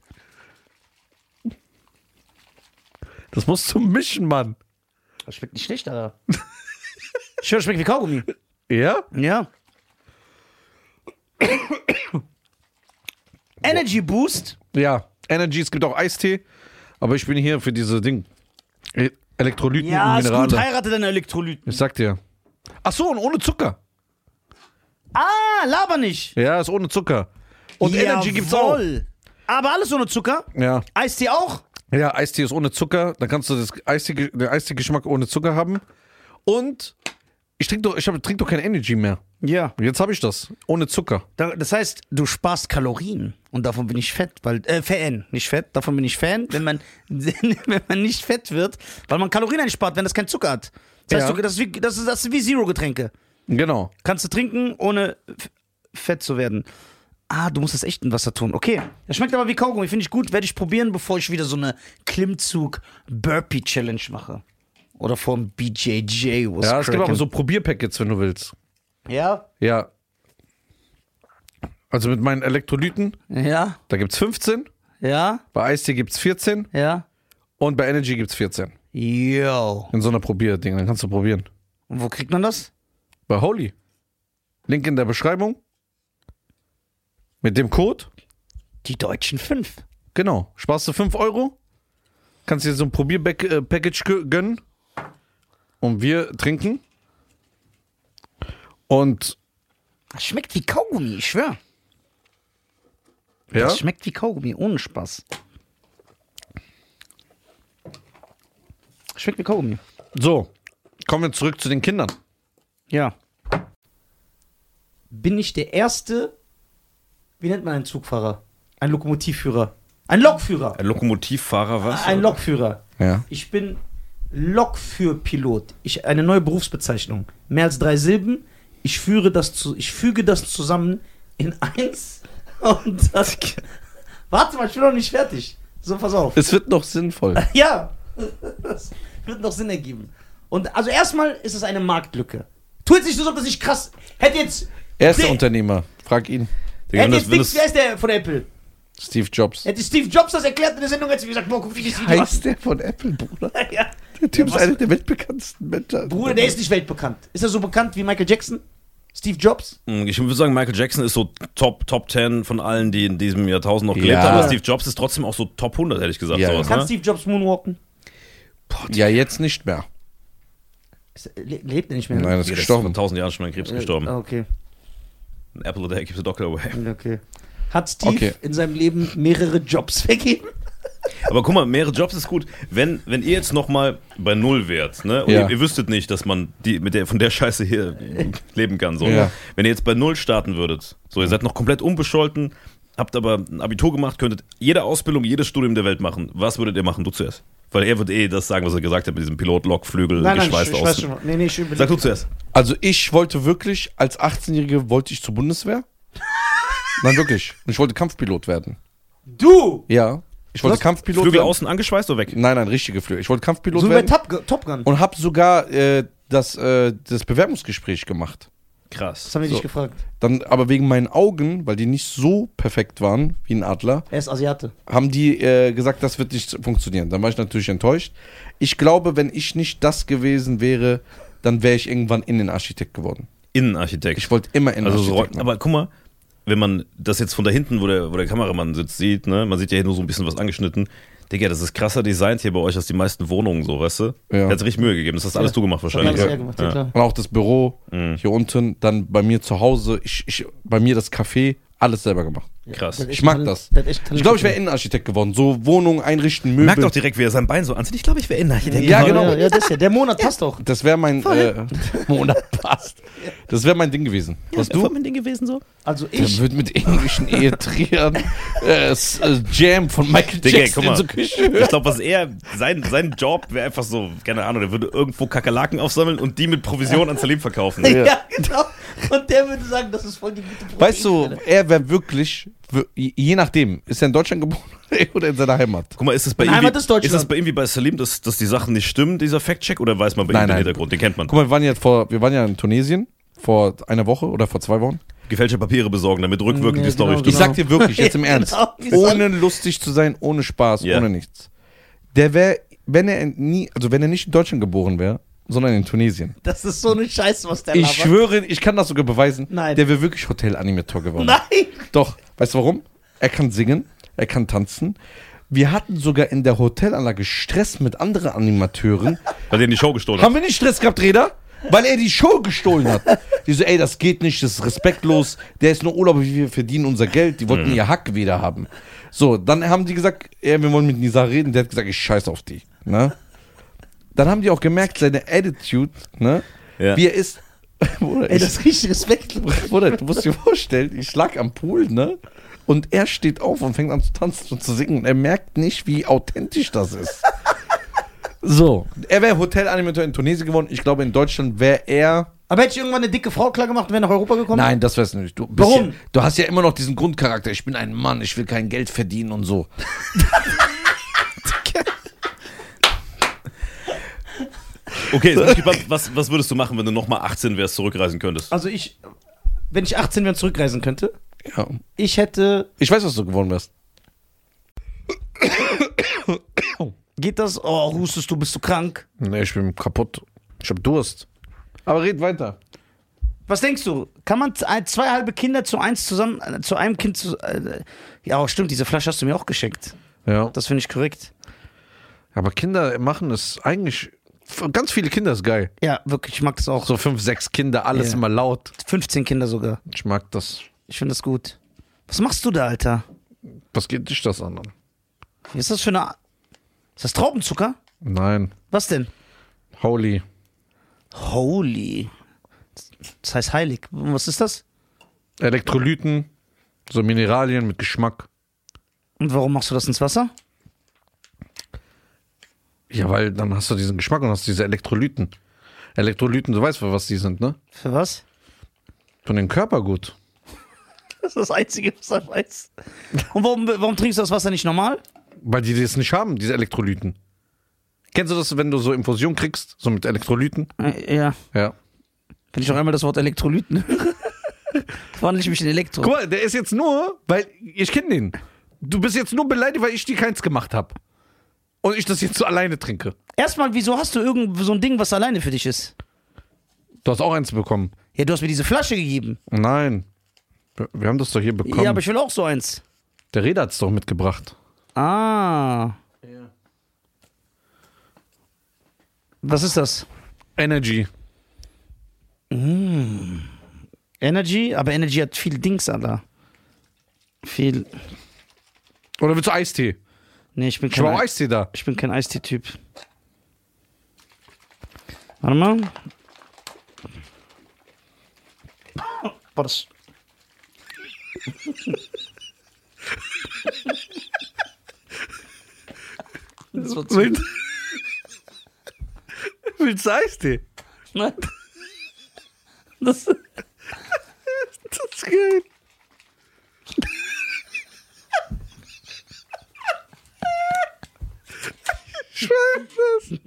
Speaker 1: Das musst du mischen, Mann.
Speaker 2: Das schmeckt nicht schlecht, Alter. Ich höre, das schmeckt wie Kaugummi.
Speaker 1: Ja?
Speaker 2: Ja. Energy Boost.
Speaker 1: Ja. Energy, es gibt auch Eistee. Aber ich bin hier für diese Ding. E- Elektrolyten
Speaker 4: Ja,
Speaker 1: und
Speaker 4: ist gut,
Speaker 1: Minerale.
Speaker 4: heirate deine Elektrolyten.
Speaker 1: ich sag dir. Ach so, und ohne Zucker.
Speaker 4: Ah, laber nicht.
Speaker 1: Ja, ist ohne Zucker. Und Energy gibt's auch.
Speaker 4: Jawohl. Aber alles ohne Zucker?
Speaker 1: Ja.
Speaker 4: Eistee auch?
Speaker 1: Ja, Eistee ist ohne Zucker. Dann kannst du das Eistee, den Eistee-Geschmack ohne Zucker haben. Und ich trinke doch, ich hab- trink doch kein Energy mehr.
Speaker 2: Ja.
Speaker 1: Jetzt habe ich das. Ohne Zucker.
Speaker 2: Da- Das heißt, du sparst Kalorien und davon bin ich fett, weil äh, Fan, nicht fett, davon bin ich Fan, wenn man wenn man nicht fett wird, weil man Kalorien einspart, wenn das kein Zucker hat. Das heißt,
Speaker 1: Ja.
Speaker 2: du, das, ist wie, das, ist, das ist wie Zero Getränke.
Speaker 1: Genau.
Speaker 2: Kannst du trinken, ohne f- fett zu werden. Ah, du musst das echt in Wasser tun. Okay. Das schmeckt aber wie Kaugummi. Finde ich gut. Werde ich probieren, bevor ich wieder so eine Klimmzug-Burpee-Challenge mache. Oder vom BJJ. was
Speaker 1: Ja, es gibt aber
Speaker 2: cracken.
Speaker 1: so Probierpackets, wenn du willst.
Speaker 2: Ja?
Speaker 1: Ja. Also mit meinen Elektrolyten,
Speaker 2: Ja?
Speaker 1: da gibt's 15,
Speaker 2: Ja?
Speaker 1: bei Eistee gibt's 14
Speaker 2: Ja?
Speaker 1: und bei Energy gibt's 14.
Speaker 2: Yo.
Speaker 1: In so einer Probierding, dann kannst du probieren.
Speaker 2: Und wo kriegt man das?
Speaker 1: Bei Holy. Link in der Beschreibung. Mit dem Code,
Speaker 2: Die deutschen fünf.
Speaker 1: genau, sparst du 5 Euro, kannst dir so ein Probierpackage gönnen und wir trinken. Und
Speaker 2: Das schmeckt wie Kaugummi, ich schwör.
Speaker 1: ja,
Speaker 2: Das schmeckt wie Kaugummi, ohne Spaß. Schmeckt wie Kaugummi.
Speaker 1: so, kommen wir zurück zu den Kindern.
Speaker 2: Ja.
Speaker 4: Bin ich der erste, wie nennt man einen Zugfahrer? Ein Lokomotivführer. Ein Lokführer.
Speaker 3: Ein Lokomotivfahrer, was?
Speaker 4: Ein Lokführer.
Speaker 1: Ja.
Speaker 4: Ich bin Lokführpilot. Ich eine neue Berufsbezeichnung. Mehr als drei Silben. Ich führe das zu, ich füge das zusammen in eins und das. Warte mal, ich bin noch nicht fertig. So, pass auf.
Speaker 1: Es wird noch sinnvoll.
Speaker 4: Ja, das wird noch Sinn ergeben. Und also erstmal ist es eine Marktlücke. Tu jetzt nicht so, als ob das nicht krass. Hätte jetzt.
Speaker 1: Er ist der
Speaker 4: Nee.
Speaker 1: Unternehmer. Frag ihn.
Speaker 3: Digga, wenn
Speaker 4: Hätte
Speaker 3: das,
Speaker 4: jetzt
Speaker 3: wenn
Speaker 4: nichts,
Speaker 3: das,
Speaker 4: wer ist der von Apple?
Speaker 1: Steve Jobs.
Speaker 4: Hätte Steve Jobs das erklärt in der Sendung, hätte ich gesagt, boah, guck wie ich das Video
Speaker 1: der von Apple, Bruder?
Speaker 4: an. ja.
Speaker 1: Der Typ
Speaker 4: was-
Speaker 1: der weltbekanntesten Menschen.
Speaker 4: Bruder, der ist nicht weltbekannt. Ist er so bekannt wie Michael Jackson? Steve Jobs?
Speaker 3: Hm, ich würde sagen, Michael Jackson ist so Top, Top 10 von allen, die in diesem Jahrtausend noch gelebt
Speaker 1: Ja.
Speaker 3: haben. Aber Steve Jobs ist trotzdem auch so Top 100, hätte ich gesagt.
Speaker 1: Ja.
Speaker 3: Sowas,
Speaker 4: Kann
Speaker 3: ne?
Speaker 4: Steve Jobs moonwalken?
Speaker 1: Ja, jetzt nicht mehr.
Speaker 4: Ist er- le- Lebt er nicht mehr? ne?
Speaker 1: Nein, das ist
Speaker 3: Ja, der ist vor
Speaker 1: gestorben.
Speaker 3: 1000 Jahren schon an Krebs
Speaker 4: Äh,
Speaker 3: gestorben.
Speaker 2: oh.
Speaker 4: ah, Okay,
Speaker 3: Ein Apple a day keeps the doctor away.
Speaker 4: okay. Hat Steve
Speaker 1: Okay.
Speaker 4: in seinem Leben mehrere Jobs vergeben?
Speaker 3: Also Aber guck mal, mehrere Jobs ist gut. Wenn, wenn ihr jetzt nochmal bei Null wärt, ne? Und
Speaker 1: Ja.
Speaker 3: ihr, ihr wüsstet nicht, dass man die, mit der, von der Scheiße hier leben kann. So. ne?
Speaker 1: Ja.
Speaker 3: Wenn ihr jetzt bei Null starten würdet, so ihr seid noch komplett unbescholten, habt aber ein Abitur gemacht, könntet jede Ausbildung, jedes Studium der Welt machen. Was würdet ihr machen? Du zuerst. Weil er wird eh das sagen, was er gesagt hat mit diesem Pilotlokflügel
Speaker 4: Nein, nein, ich,
Speaker 3: geschweißt
Speaker 4: ich
Speaker 3: aus.
Speaker 4: weiß schon. Nee, nee, ich überleg-
Speaker 3: Sag du zuerst.
Speaker 1: Also ich wollte wirklich, als 18-Jährige wollte ich zur Bundeswehr. Nein, wirklich. Und ich wollte Kampfpilot werden.
Speaker 4: Du!
Speaker 1: Ja. Ich wollte Kampfpilot
Speaker 3: Flügel
Speaker 1: werden.
Speaker 3: außen angeschweißt oder weg?
Speaker 1: Nein, nein, richtige Flügel. Ich wollte Kampfpilot
Speaker 4: So wie bei
Speaker 1: werden.
Speaker 4: Top, Gun- Top Gun.
Speaker 1: und habe sogar äh, das, äh, das Bewerbungsgespräch gemacht.
Speaker 4: Das
Speaker 3: Krass.
Speaker 4: haben wir dich gefragt.
Speaker 1: Dann aber wegen meinen Augen, weil die nicht so perfekt waren wie ein Adler,
Speaker 4: Er ist Asiate.
Speaker 1: haben die äh, gesagt, das wird nicht funktionieren. Dann war ich natürlich enttäuscht. Ich glaube, wenn ich nicht das gewesen wäre, dann wäre ich irgendwann Innenarchitekt geworden.
Speaker 3: Innenarchitekt.
Speaker 1: Ich wollte immer
Speaker 3: also so,
Speaker 1: Innenarchitekt.
Speaker 3: Räum- aber guck mal, wenn man das jetzt von da hinten, wo der, wo der Kameramann sitzt, sieht, ne, man sieht ja hier nur so ein bisschen was angeschnitten. Digga, das ist krasser designt hier bei euch als die meisten Wohnungen, so, weißt du?
Speaker 1: Ja.
Speaker 3: Hat's richtig Mühe gegeben. Das hast alles du gemacht
Speaker 4: Das hat
Speaker 3: wahrscheinlich.
Speaker 4: alles
Speaker 3: Ja.
Speaker 4: er gemacht, ja,
Speaker 3: Ja.
Speaker 4: klar.
Speaker 1: Und auch das Büro
Speaker 3: Mhm.
Speaker 1: hier unten, dann bei mir zu Hause, ich, ich, bei mir das Café, alles selber gemacht.
Speaker 3: Krass.
Speaker 1: Ich mag das. Ich glaube, ich wäre Innenarchitekt geworden. So Wohnungen einrichten, Möbel.
Speaker 3: Merkt auch direkt, wie er sein Bein so anzieht. Ich glaube, ich wäre Innenarchitekt.
Speaker 1: Ja,
Speaker 4: Ja,
Speaker 1: genau.
Speaker 4: genau. Ja, ja, das ja. Der Monat passt doch.
Speaker 1: das wäre mein äh, Monat passt. Das wäre mein Ding gewesen. Was
Speaker 6: Voll
Speaker 1: du?
Speaker 6: mein Ding gewesen so?
Speaker 4: Also
Speaker 1: Der
Speaker 4: ich.
Speaker 1: wird mit englischen Ehetrieren äh, s- äh, Jam von Michael
Speaker 3: Digga,
Speaker 1: Jackson
Speaker 3: guck mal.
Speaker 1: in so Küche.
Speaker 3: Ich glaube, was er, sein, sein Job wäre einfach so, keine Ahnung, der würde irgendwo Kakerlaken aufsammeln und die mit Provision an Salim verkaufen.
Speaker 4: Ja. genau. Und der würde sagen, das ist voll die gute Protein.
Speaker 1: Weißt du, er wäre wirklich, wir- je nachdem, ist er in Deutschland geboren oder in seiner Heimat?
Speaker 3: Guck mal, ist es bei,
Speaker 4: Meine
Speaker 3: ihm wie,
Speaker 4: Heimat ist Deutschland.
Speaker 3: ist es bei ihm wie bei Salim, dass, dass die Sachen nicht stimmen, dieser Fact-Check, oder weiß man bei
Speaker 1: Nein,
Speaker 3: ihm den
Speaker 1: nein.
Speaker 3: Hintergrund? Den kennt man.
Speaker 1: Guck mal, wir waren, ja vor, wir waren ja in Tunesien vor einer Woche oder vor zwei Wochen.
Speaker 3: Gefälschte Papiere besorgen, damit rückwirkend
Speaker 4: Ja,
Speaker 3: die Story
Speaker 4: genau,
Speaker 1: Ich sag
Speaker 3: stimmt.
Speaker 1: dir wirklich, jetzt im Ernst,
Speaker 4: Genau.
Speaker 1: ohne lustig zu sein, ohne Spaß,
Speaker 3: Ja.
Speaker 1: ohne nichts. Der wäre, wenn er nie, also wenn er nicht in Deutschland geboren wäre, sondern in Tunesien.
Speaker 4: Das ist so eine Scheiße, was der
Speaker 1: Ich
Speaker 4: labert.
Speaker 1: schwöre, ich kann das sogar beweisen.
Speaker 4: Nein.
Speaker 1: Der wäre wirklich Hotel Anime Tor geworden.
Speaker 4: Nein.
Speaker 1: Doch, weißt du warum? Er kann singen, er kann tanzen. Wir hatten sogar in der Hotelanlage Stress mit anderen Animateuren.
Speaker 3: Hat er die Show gestohlen?
Speaker 1: Haben wir nicht Stress gehabt, Reda? Weil er die Show gestohlen hat. Die so, ey, das geht nicht, das ist respektlos. Der ist nur Urlauber, wir verdienen unser Geld. Die
Speaker 3: Mhm.
Speaker 1: wollten ihr Hack wieder haben. So, dann haben die gesagt, ey, wir wollen mit Nisa reden. Der hat gesagt, ich scheiß auf die. Ne? Dann haben die auch gemerkt, seine Attitude, ne?
Speaker 3: Ja.
Speaker 1: Wie er ist. Bruder,
Speaker 4: Ey,
Speaker 1: ich-
Speaker 4: das ist richtig respektlos.
Speaker 1: Bruder, du musst dir vorstellen, ich lag am Pool, ne? Und er steht auf und fängt an zu tanzen und zu singen. Und er merkt nicht, wie authentisch das ist. So, er wäre Hotelanimateur in Tunesien geworden. Ich glaube, in Deutschland wäre er.
Speaker 4: Aber hätte ich irgendwann eine dicke Frau klar gemacht und wäre nach Europa gekommen?
Speaker 1: Nein, das wär's nicht. Du bist
Speaker 4: Warum?
Speaker 1: Ja, du hast ja immer noch diesen Grundcharakter. Ich bin ein Mann, ich will kein Geld verdienen und so.
Speaker 3: Okay, jetzt bin ich gespannt, was, was würdest du machen, wenn du nochmal 18 wärst, zurückreisen könntest?
Speaker 4: Also ich, wenn ich 18 wäre und zurückreisen könnte,
Speaker 1: Ja.
Speaker 4: ich hätte.
Speaker 1: Ich weiß, was du geworden wärst.
Speaker 2: Geht das? Oh, hustest du, bist du krank?
Speaker 1: Nee, ich bin kaputt. Ich hab Durst. Aber red weiter.
Speaker 2: Was denkst du? Kann man z- ein- zwei halbe Kinder zu eins zusammen, äh, zu einem Kind zu. Äh, ja, stimmt, diese Flasche hast du mir auch geschenkt.
Speaker 1: Ja.
Speaker 2: Das finde ich korrekt.
Speaker 1: Aber Kinder machen es eigentlich. Ganz viele Kinder ist geil.
Speaker 2: Ja, wirklich, ich mag das auch.
Speaker 1: So fünf, sechs Kinder, alles
Speaker 2: Ja.
Speaker 1: immer laut.
Speaker 2: 15 Kinder sogar.
Speaker 1: Ich mag das.
Speaker 2: Ich finde das gut. Was machst du da, Alter?
Speaker 1: Was geht dich das an?
Speaker 2: Was ist das für eine. Ist das Traubenzucker?
Speaker 1: Nein.
Speaker 2: Was denn?
Speaker 1: Holy.
Speaker 2: Holy. Das heißt heilig. Was ist das?
Speaker 1: Elektrolyten, so Mineralien mit Geschmack.
Speaker 2: Und warum machst du das ins Wasser?
Speaker 1: Ja, weil dann hast du diesen Geschmack und hast diese Elektrolyten. Elektrolyten, du weißt, was die sind, ne?
Speaker 2: Für was?
Speaker 1: Tun den Körper gut.
Speaker 2: Das ist das Einzige, was er weiß. Und warum, warum trinkst du das Wasser nicht normal?
Speaker 1: Weil die das nicht haben, diese Elektrolyten. Kennst du das, wenn du so Infusion kriegst, so mit Elektrolyten?
Speaker 2: Äh, Ja.
Speaker 1: Ja.
Speaker 2: Wenn ich noch einmal das Wort Elektrolyten höre, wandle ich mich in Elektro.
Speaker 1: Guck mal, der ist jetzt nur, weil ich kenne den. Du bist jetzt nur beleidigt, weil ich dir keins gemacht habe. Und ich das jetzt so alleine trinke.
Speaker 2: Erstmal, wieso hast du irgend so ein Ding, was alleine für dich ist?
Speaker 1: Du hast auch eins bekommen.
Speaker 2: Ja, du hast mir diese Flasche gegeben.
Speaker 1: Nein. Wir- Wir haben das doch hier bekommen.
Speaker 2: Ja, aber ich will auch so eins.
Speaker 1: Der Reda hat es doch mitgebracht.
Speaker 2: Ah. Was ist das?
Speaker 1: Energy.
Speaker 2: Energy? Aber Energy hat viel Dings, Alter. Viel.
Speaker 1: Oder willst du Eistee?
Speaker 2: Nee, ich bin
Speaker 1: Ich
Speaker 2: kein,
Speaker 1: war auch
Speaker 2: Ei-
Speaker 1: Eistee da.
Speaker 2: ich bin kein Eistee-Typ. Warte mal. Boah, das. das war zu, Willst du Eistee?
Speaker 4: Nein. Das,
Speaker 2: Das ist geil. Ich weiß das.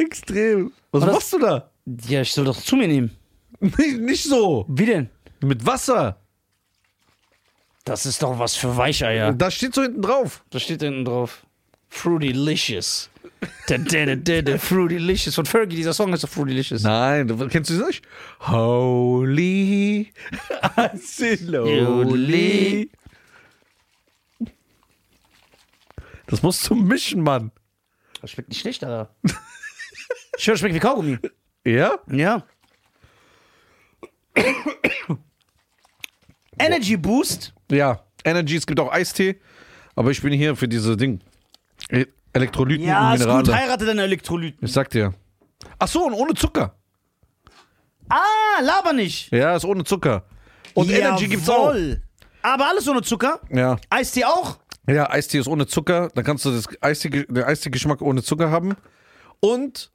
Speaker 2: Extrem. Was
Speaker 4: das-
Speaker 2: machst du da?
Speaker 4: ja, ich soll doch zu mir nehmen.
Speaker 2: Nicht, nicht so.
Speaker 4: Wie denn?
Speaker 2: Mit Wasser.
Speaker 4: Das ist doch was für Weicheier.
Speaker 2: Da steht so hinten drauf.
Speaker 4: Da steht hinten drauf. Fruitylicious. Da, da, da, da, da, Fruitylicious. Von Fergie, dieser Song heißt doch Fruitylicious.
Speaker 2: Nein, du- kennst du das nicht? Holy. Holy. Das musst du mischen, Mann.
Speaker 4: Das schmeckt nicht schlecht, Alter. Ich höre, schmeckt wie Kaugummi.
Speaker 2: Ja?
Speaker 4: Ja. Energy Boost.
Speaker 1: Ja, Energy, es gibt auch Eistee, aber ich bin hier für diese Ding. E- Elektrolyten
Speaker 4: Ja,
Speaker 1: und
Speaker 4: ist gut.
Speaker 1: Minerale.
Speaker 4: Heirate deine Elektrolyten.
Speaker 1: Ich sag dir. Ach so, und ohne Zucker.
Speaker 4: Ah, laber nicht.
Speaker 1: Ja, ist ohne Zucker. Und Energy gibt's auch.
Speaker 4: Jawohl. Aber alles ohne Zucker.
Speaker 1: Ja.
Speaker 4: Eistee auch.
Speaker 1: Ja, Eistee ist ohne Zucker, dann kannst du das Eistee, den Eistee-Geschmack ohne Zucker haben. Und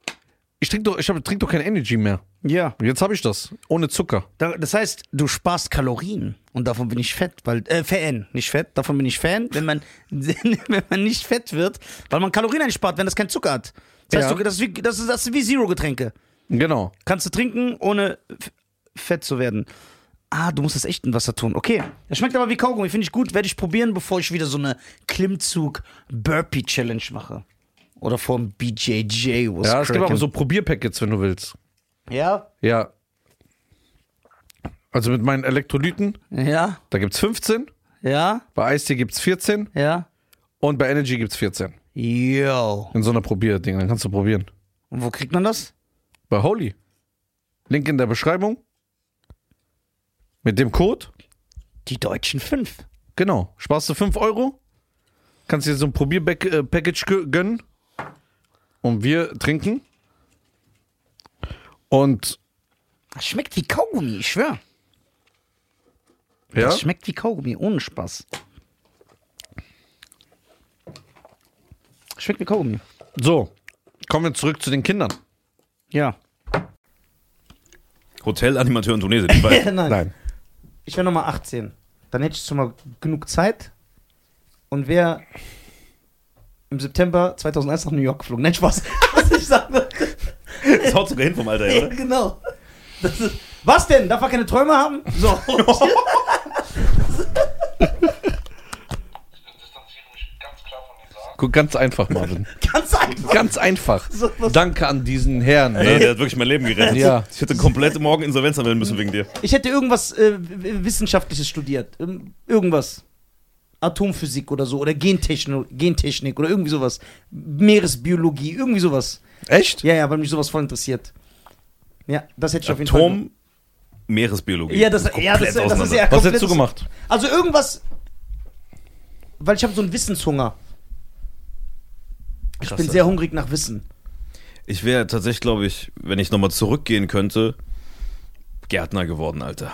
Speaker 1: ich trinke doch, ich hab- trink doch kein Energy mehr.
Speaker 4: Ja.
Speaker 1: Jetzt habe ich das. Ohne Zucker.
Speaker 2: Da- Das heißt, du sparst Kalorien und davon bin ich fett, weil äh, Fan, nicht fett, davon bin ich Fan, wenn man wenn man nicht fett wird, weil man Kalorien einspart, wenn das kein Zucker hat. Das heißt,
Speaker 1: Ja.
Speaker 2: du- das ist wie das ist, das ist wie Zero Getränke.
Speaker 1: Genau.
Speaker 2: Kannst du trinken ohne f- fett zu werden. Ah, du musst das echt in Wasser tun. Okay. Das schmeckt aber wie Kaugummi, finde ich gut, werde ich probieren, bevor ich wieder so eine Klimmzug Burpee Challenge mache. Oder vom BJJ. was
Speaker 1: Ja, es gibt
Speaker 2: cracken.
Speaker 1: aber so Probierpackets, wenn du willst.
Speaker 4: Ja.
Speaker 1: Ja. Also mit meinen Elektrolyten,
Speaker 2: Ja,
Speaker 1: da gibt's 15,
Speaker 2: ja,
Speaker 1: bei Eistee gibt's 14
Speaker 2: ja.
Speaker 1: und bei Energy gibt's 14.
Speaker 2: Yo.
Speaker 1: In so einer Probierding, dann kannst du probieren.
Speaker 2: Und wo kriegt man das?
Speaker 1: Bei Holy. Link in der Beschreibung. Mit dem Code.
Speaker 2: Die deutschen fünf.
Speaker 1: Genau. Sparst du 5 Euro, kannst dir so ein Probier-Package gönnen und wir trinken. Und
Speaker 2: Das schmeckt wie Kaugummi, ich schwör.
Speaker 1: ja,
Speaker 2: Das schmeckt wie Kaugummi, ohne Spaß. Schmeckt wie Kaugummi.
Speaker 1: so. Kommen wir zurück zu den Kindern.
Speaker 2: Ja.
Speaker 3: Hotelanimateur in Tunesien, ich weiß.
Speaker 4: Nein.
Speaker 1: Nein.
Speaker 4: Ich wäre nochmal 18. Dann hätte ich schon mal genug Zeit und wäre im September 2001 nach New York geflogen. Nein, Spaß. Was ich sage.
Speaker 3: Das haut sogar hin vom Alter, her,
Speaker 4: Ja,
Speaker 3: oder?
Speaker 4: genau. Das ist, was denn? Darf man keine Träume haben? So.
Speaker 8: Ich distanziere mich ganz klar von dieser.
Speaker 1: Guck, ganz einfach, Marvin.
Speaker 4: Ganz einfach.
Speaker 1: ganz einfach.
Speaker 4: So was-
Speaker 1: Danke an diesen Herrn.
Speaker 3: Ey,
Speaker 1: Ne?
Speaker 3: der hat wirklich mein Leben gerettet.
Speaker 1: Ja.
Speaker 3: Ich hätte komplett morgen Insolvenz anmelden müssen wegen dir.
Speaker 4: Ich hätte irgendwas äh, w- Wissenschaftliches studiert. Ähm, Irgendwas. Atomphysik oder so. Oder Gentechno Gentechnik oder irgendwie sowas. Meeresbiologie, irgendwie sowas.
Speaker 1: Echt?
Speaker 4: Ja, ja, weil mich sowas voll interessiert. Ja, das hätte ich auf jeden Fall.
Speaker 3: Tom, Meeresbiologie.
Speaker 4: Ja, das,
Speaker 3: Komplett
Speaker 4: ja, das, das ist
Speaker 3: auseinander.
Speaker 4: ja
Speaker 1: Was
Speaker 4: komplettes-
Speaker 1: hättest du gemacht?
Speaker 4: Also irgendwas, weil ich habe so einen Wissenshunger. Ich
Speaker 3: Krass,
Speaker 4: bin
Speaker 3: ja.
Speaker 4: sehr hungrig nach Wissen.
Speaker 3: Ich wäre tatsächlich, glaube ich, wenn ich nochmal zurückgehen könnte, Gärtner geworden, Alter.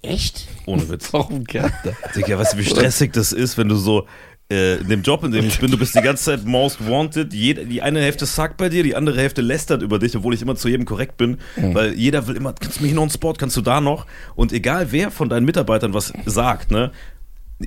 Speaker 4: Echt?
Speaker 3: Ohne Witz.
Speaker 1: Warum Gärtner?
Speaker 3: Digga, weißt du, wie stressig das ist, wenn du so äh, in dem Job, in dem ich bin, du bist die ganze Zeit most wanted. Jed- die eine Hälfte sagt bei dir, die andere Hälfte lästert über dich, obwohl ich immer zu jedem korrekt bin,
Speaker 4: Mhm.
Speaker 3: weil jeder will immer, kannst du mir hier noch einen Spot, kannst du da noch? Und egal wer von deinen Mitarbeitern was sagt, ne,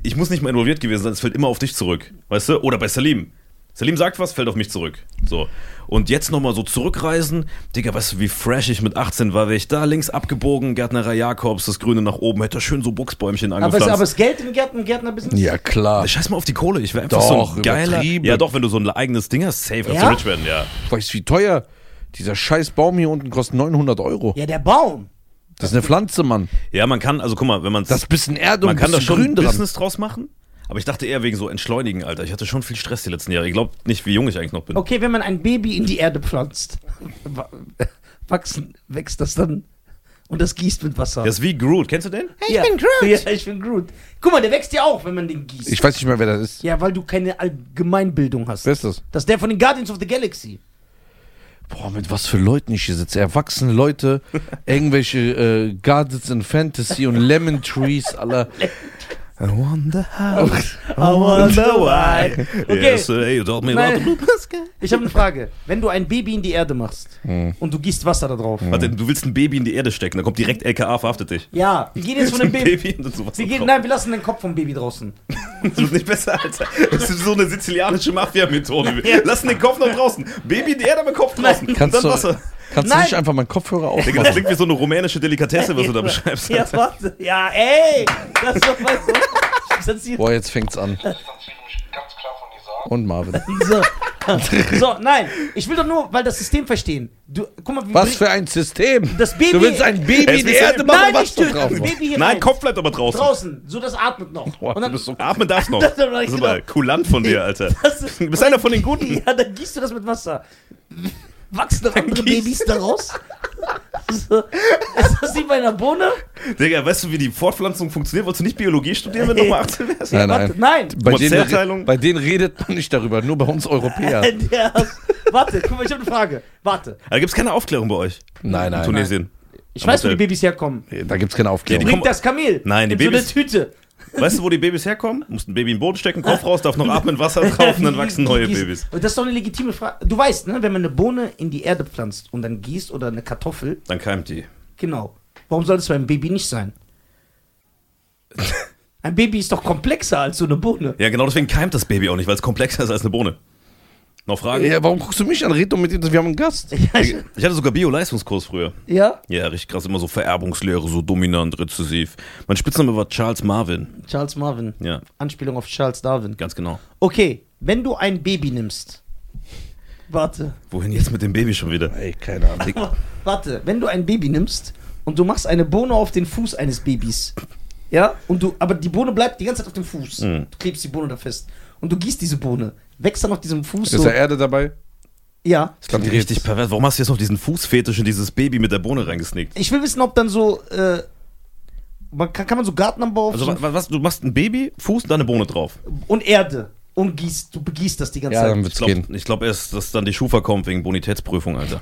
Speaker 3: ich muss nicht mal involviert gewesen sein, es fällt immer auf dich zurück, weißt du? Oder bei Salim. Salim sagt was, fällt auf mich zurück. So. Und jetzt nochmal so zurückreisen. Digga, weißt du, wie fresh ich mit 18 war, wäre ich da links abgebogen, Gärtnerei Jakobs, das Grüne nach oben, hätte schön so Buchsbäumchen
Speaker 4: Aber
Speaker 3: angepflanzt.
Speaker 4: ist, aber ist Geld im Gärtner, Gärtnerbusiness?
Speaker 1: Ja, klar. Ich
Speaker 3: Scheiß mal auf die Kohle, ich wäre einfach
Speaker 1: Doch,
Speaker 3: so ein geiler.
Speaker 1: übertrieben.
Speaker 3: Ja, doch, wenn du so ein eigenes Ding hast, safe, kannst
Speaker 4: Ja?
Speaker 3: du rich werden, ja.
Speaker 1: weiß, wie teuer. Dieser scheiß Baum hier unten kostet 900 Euro.
Speaker 4: Ja, der Baum.
Speaker 1: Das ist eine Pflanze, Mann.
Speaker 3: Ja, man kann, also guck mal, wenn man's,
Speaker 1: Das ist ein bisschen Erde und
Speaker 3: man
Speaker 1: ein
Speaker 3: kann da
Speaker 1: bisschen
Speaker 3: schon ein
Speaker 1: Grün dran.
Speaker 3: Business draus machen, aber ich dachte eher wegen so entschleunigen, Alter. Ich hatte schon viel Stress die letzten Jahre. Ich glaube nicht, wie jung ich eigentlich noch bin.
Speaker 4: Okay, wenn man ein Baby in die Erde pflanzt, wa- wachsen, wächst das dann und das gießt mit Wasser.
Speaker 3: Der ist wie Groot, kennst du den?
Speaker 4: ich ja. bin Groot. Ja, ich bin Groot. Guck mal, der wächst ja auch, wenn man den gießt.
Speaker 1: Ich weiß nicht mehr, wer das ist.
Speaker 4: ja, weil du keine Allgemeinbildung hast.
Speaker 1: Wer ist das?
Speaker 4: Das ist der von den Guardians of the Galaxy.
Speaker 1: Boah, mit was für Leuten ich hier sitze. Erwachsene Leute, irgendwelche äh, Guardians in Fantasy und Lemon Trees, aller.
Speaker 9: I wonder how.
Speaker 4: I wonder why. Okay.
Speaker 3: Yesterday you told me about the
Speaker 4: Nein. Ich habe eine Frage. Wenn du ein Baby in die Erde machst
Speaker 1: Hm.
Speaker 4: und du gießt Wasser da drauf.
Speaker 3: Warte, du willst ein Baby in die Erde stecken, da kommt direkt LKA, verhaftet dich.
Speaker 4: Ja, wir gehen jetzt von dem
Speaker 3: Ein
Speaker 4: Baby.
Speaker 3: und sowas.
Speaker 4: Wir gehen,
Speaker 3: drauf.
Speaker 4: nein, wir lassen den Kopf vom Baby draußen.
Speaker 3: Das wird nicht besser, Alter. Das ist so eine sizilianische Mafia-Methode. Wir Lassen den Kopf noch draußen. Baby in die Erde, aber Kopf draußen.
Speaker 1: Kannst
Speaker 3: und
Speaker 1: du-
Speaker 3: dann Wasser.
Speaker 1: Kannst du
Speaker 4: Nein.
Speaker 1: nicht einfach meinen Kopfhörer
Speaker 3: Digga, das
Speaker 1: aufmachen?
Speaker 3: klingt wie so eine rumänische Delikatesse, was du da beschreibst.
Speaker 4: Ja, warte. Ja, ey! Das ist doch mal so. Ich setz die-
Speaker 1: Boah, jetzt fängt's an.
Speaker 8: distanziere mich ganz klar von dieser
Speaker 1: Und Marvin.
Speaker 4: So. so, nein. Ich will doch nur, weil das System verstehen. Du, guck mal, wie
Speaker 1: Was für ein System!
Speaker 4: Das Baby-
Speaker 1: du willst ein Baby in die
Speaker 3: Es ist-
Speaker 1: Erde machen,
Speaker 4: Nein,
Speaker 1: was
Speaker 4: nicht
Speaker 1: du
Speaker 4: töten.
Speaker 1: drauf
Speaker 4: Das
Speaker 1: machst.
Speaker 4: Baby hier
Speaker 3: Nein,
Speaker 4: rein.
Speaker 3: Kopf bleibt aber draußen.
Speaker 4: Draußen. So, das atmet noch.
Speaker 1: Boah,
Speaker 4: Und
Speaker 1: du
Speaker 4: dann,
Speaker 1: bist so
Speaker 3: Atmen darfst noch.
Speaker 4: Das
Speaker 3: Das
Speaker 4: hab ich
Speaker 3: ist aber
Speaker 4: gedacht.
Speaker 3: kulant von dir, Alter.
Speaker 4: Das ist-
Speaker 3: Du bist einer von den Guten.
Speaker 4: ja, dann gießt du das mit Wasser. Wachsen noch andere Babys daraus? So. Ist das wie bei einer Bohne?
Speaker 3: Digga, weißt du, wie die Fortpflanzung funktioniert? Wolltest du nicht Biologie studieren, wenn du mal 18 wärst?
Speaker 1: Nein,
Speaker 4: Warte,
Speaker 1: nein.
Speaker 4: nein.
Speaker 1: Bei
Speaker 3: Guck
Speaker 1: denen,
Speaker 3: mal, Zellteilung.
Speaker 1: bei denen redet man nicht darüber, nur bei uns Europäer.
Speaker 4: Ja. Äh, Warte, guck mal, ich habe eine Frage. Warte.
Speaker 3: Da gibt's keine Aufklärung bei euch.
Speaker 1: Nein,
Speaker 3: In
Speaker 1: nein.
Speaker 3: Tunesien.
Speaker 4: Ich weiß, wo die
Speaker 3: Warte.
Speaker 4: Babys herkommen.
Speaker 1: Da gibt's keine Aufklärung.
Speaker 3: Ja,
Speaker 4: Bringt das Kamel.
Speaker 3: Nein, die
Speaker 4: in so eine
Speaker 3: Babys-
Speaker 4: Tüte.
Speaker 3: Weißt du, wo die Babys herkommen? Musst ein Baby in den Boden stecken, Kopf raus, darf noch atmen, Wasser drauf und dann wachsen neue
Speaker 4: Gießen.
Speaker 3: Babys.
Speaker 4: Und Das ist doch eine legitime Frage. Du weißt, ne, wenn man eine Bohne in die Erde pflanzt und dann gießt oder eine Kartoffel,
Speaker 3: Dann keimt die.
Speaker 4: genau. Warum soll das beim Baby nicht sein? Ein Baby ist doch komplexer als so eine Bohne.
Speaker 3: Ja, genau deswegen keimt das Baby auch nicht, weil es komplexer ist als eine Bohne. Noch Fragen?
Speaker 1: ja, warum guckst du mich an? Red doch mit dir, wir haben einen Gast.
Speaker 4: Ja? ich-
Speaker 3: Ich hatte sogar Bio-Leistungskurs früher.
Speaker 4: ja?
Speaker 3: Ja, richtig krass, immer so Vererbungslehre, so dominant, rezessiv. Mein Spitzname war Charles Marvin.
Speaker 4: Charles Marvin.
Speaker 3: Ja,
Speaker 4: Anspielung auf Charles Darwin.
Speaker 3: ganz genau.
Speaker 4: Okay, wenn du ein Baby nimmst. Warte.
Speaker 3: Wohin jetzt mit dem Baby schon wieder?
Speaker 1: Ey, keine Ahnung.
Speaker 4: Warte, wenn du ein Baby nimmst und du machst eine Bohne auf den Fuß eines Babys, ja, und du, aber die Bohne bleibt die ganze Zeit auf dem Fuß.
Speaker 1: Hm.
Speaker 4: Du klebst die Bohne da fest und du gießt diese Bohne. Wächst dann auf diesem Fuß
Speaker 1: Ist
Speaker 4: so.
Speaker 1: da Erde dabei?
Speaker 4: Ja.
Speaker 3: Das klingt richtig pervers. Warum hast du jetzt noch diesen Fußfetisch in dieses Baby mit der Bohne reingesneakt?
Speaker 4: Ich will wissen, ob dann so, äh, man kann, kann man so Gartenanbau auf
Speaker 3: Also
Speaker 4: so,
Speaker 3: wa- wa- was, du machst ein Baby, Fuß, dann eine Bohne drauf.
Speaker 4: und Erde und gießt, du begießt das die ganze
Speaker 1: Ja, dann
Speaker 4: Zeit.
Speaker 1: wird's
Speaker 3: Ich glaube
Speaker 1: gehen.
Speaker 3: glaub erst, dass dann die Schufa kommt wegen Bonitätsprüfung, Alter.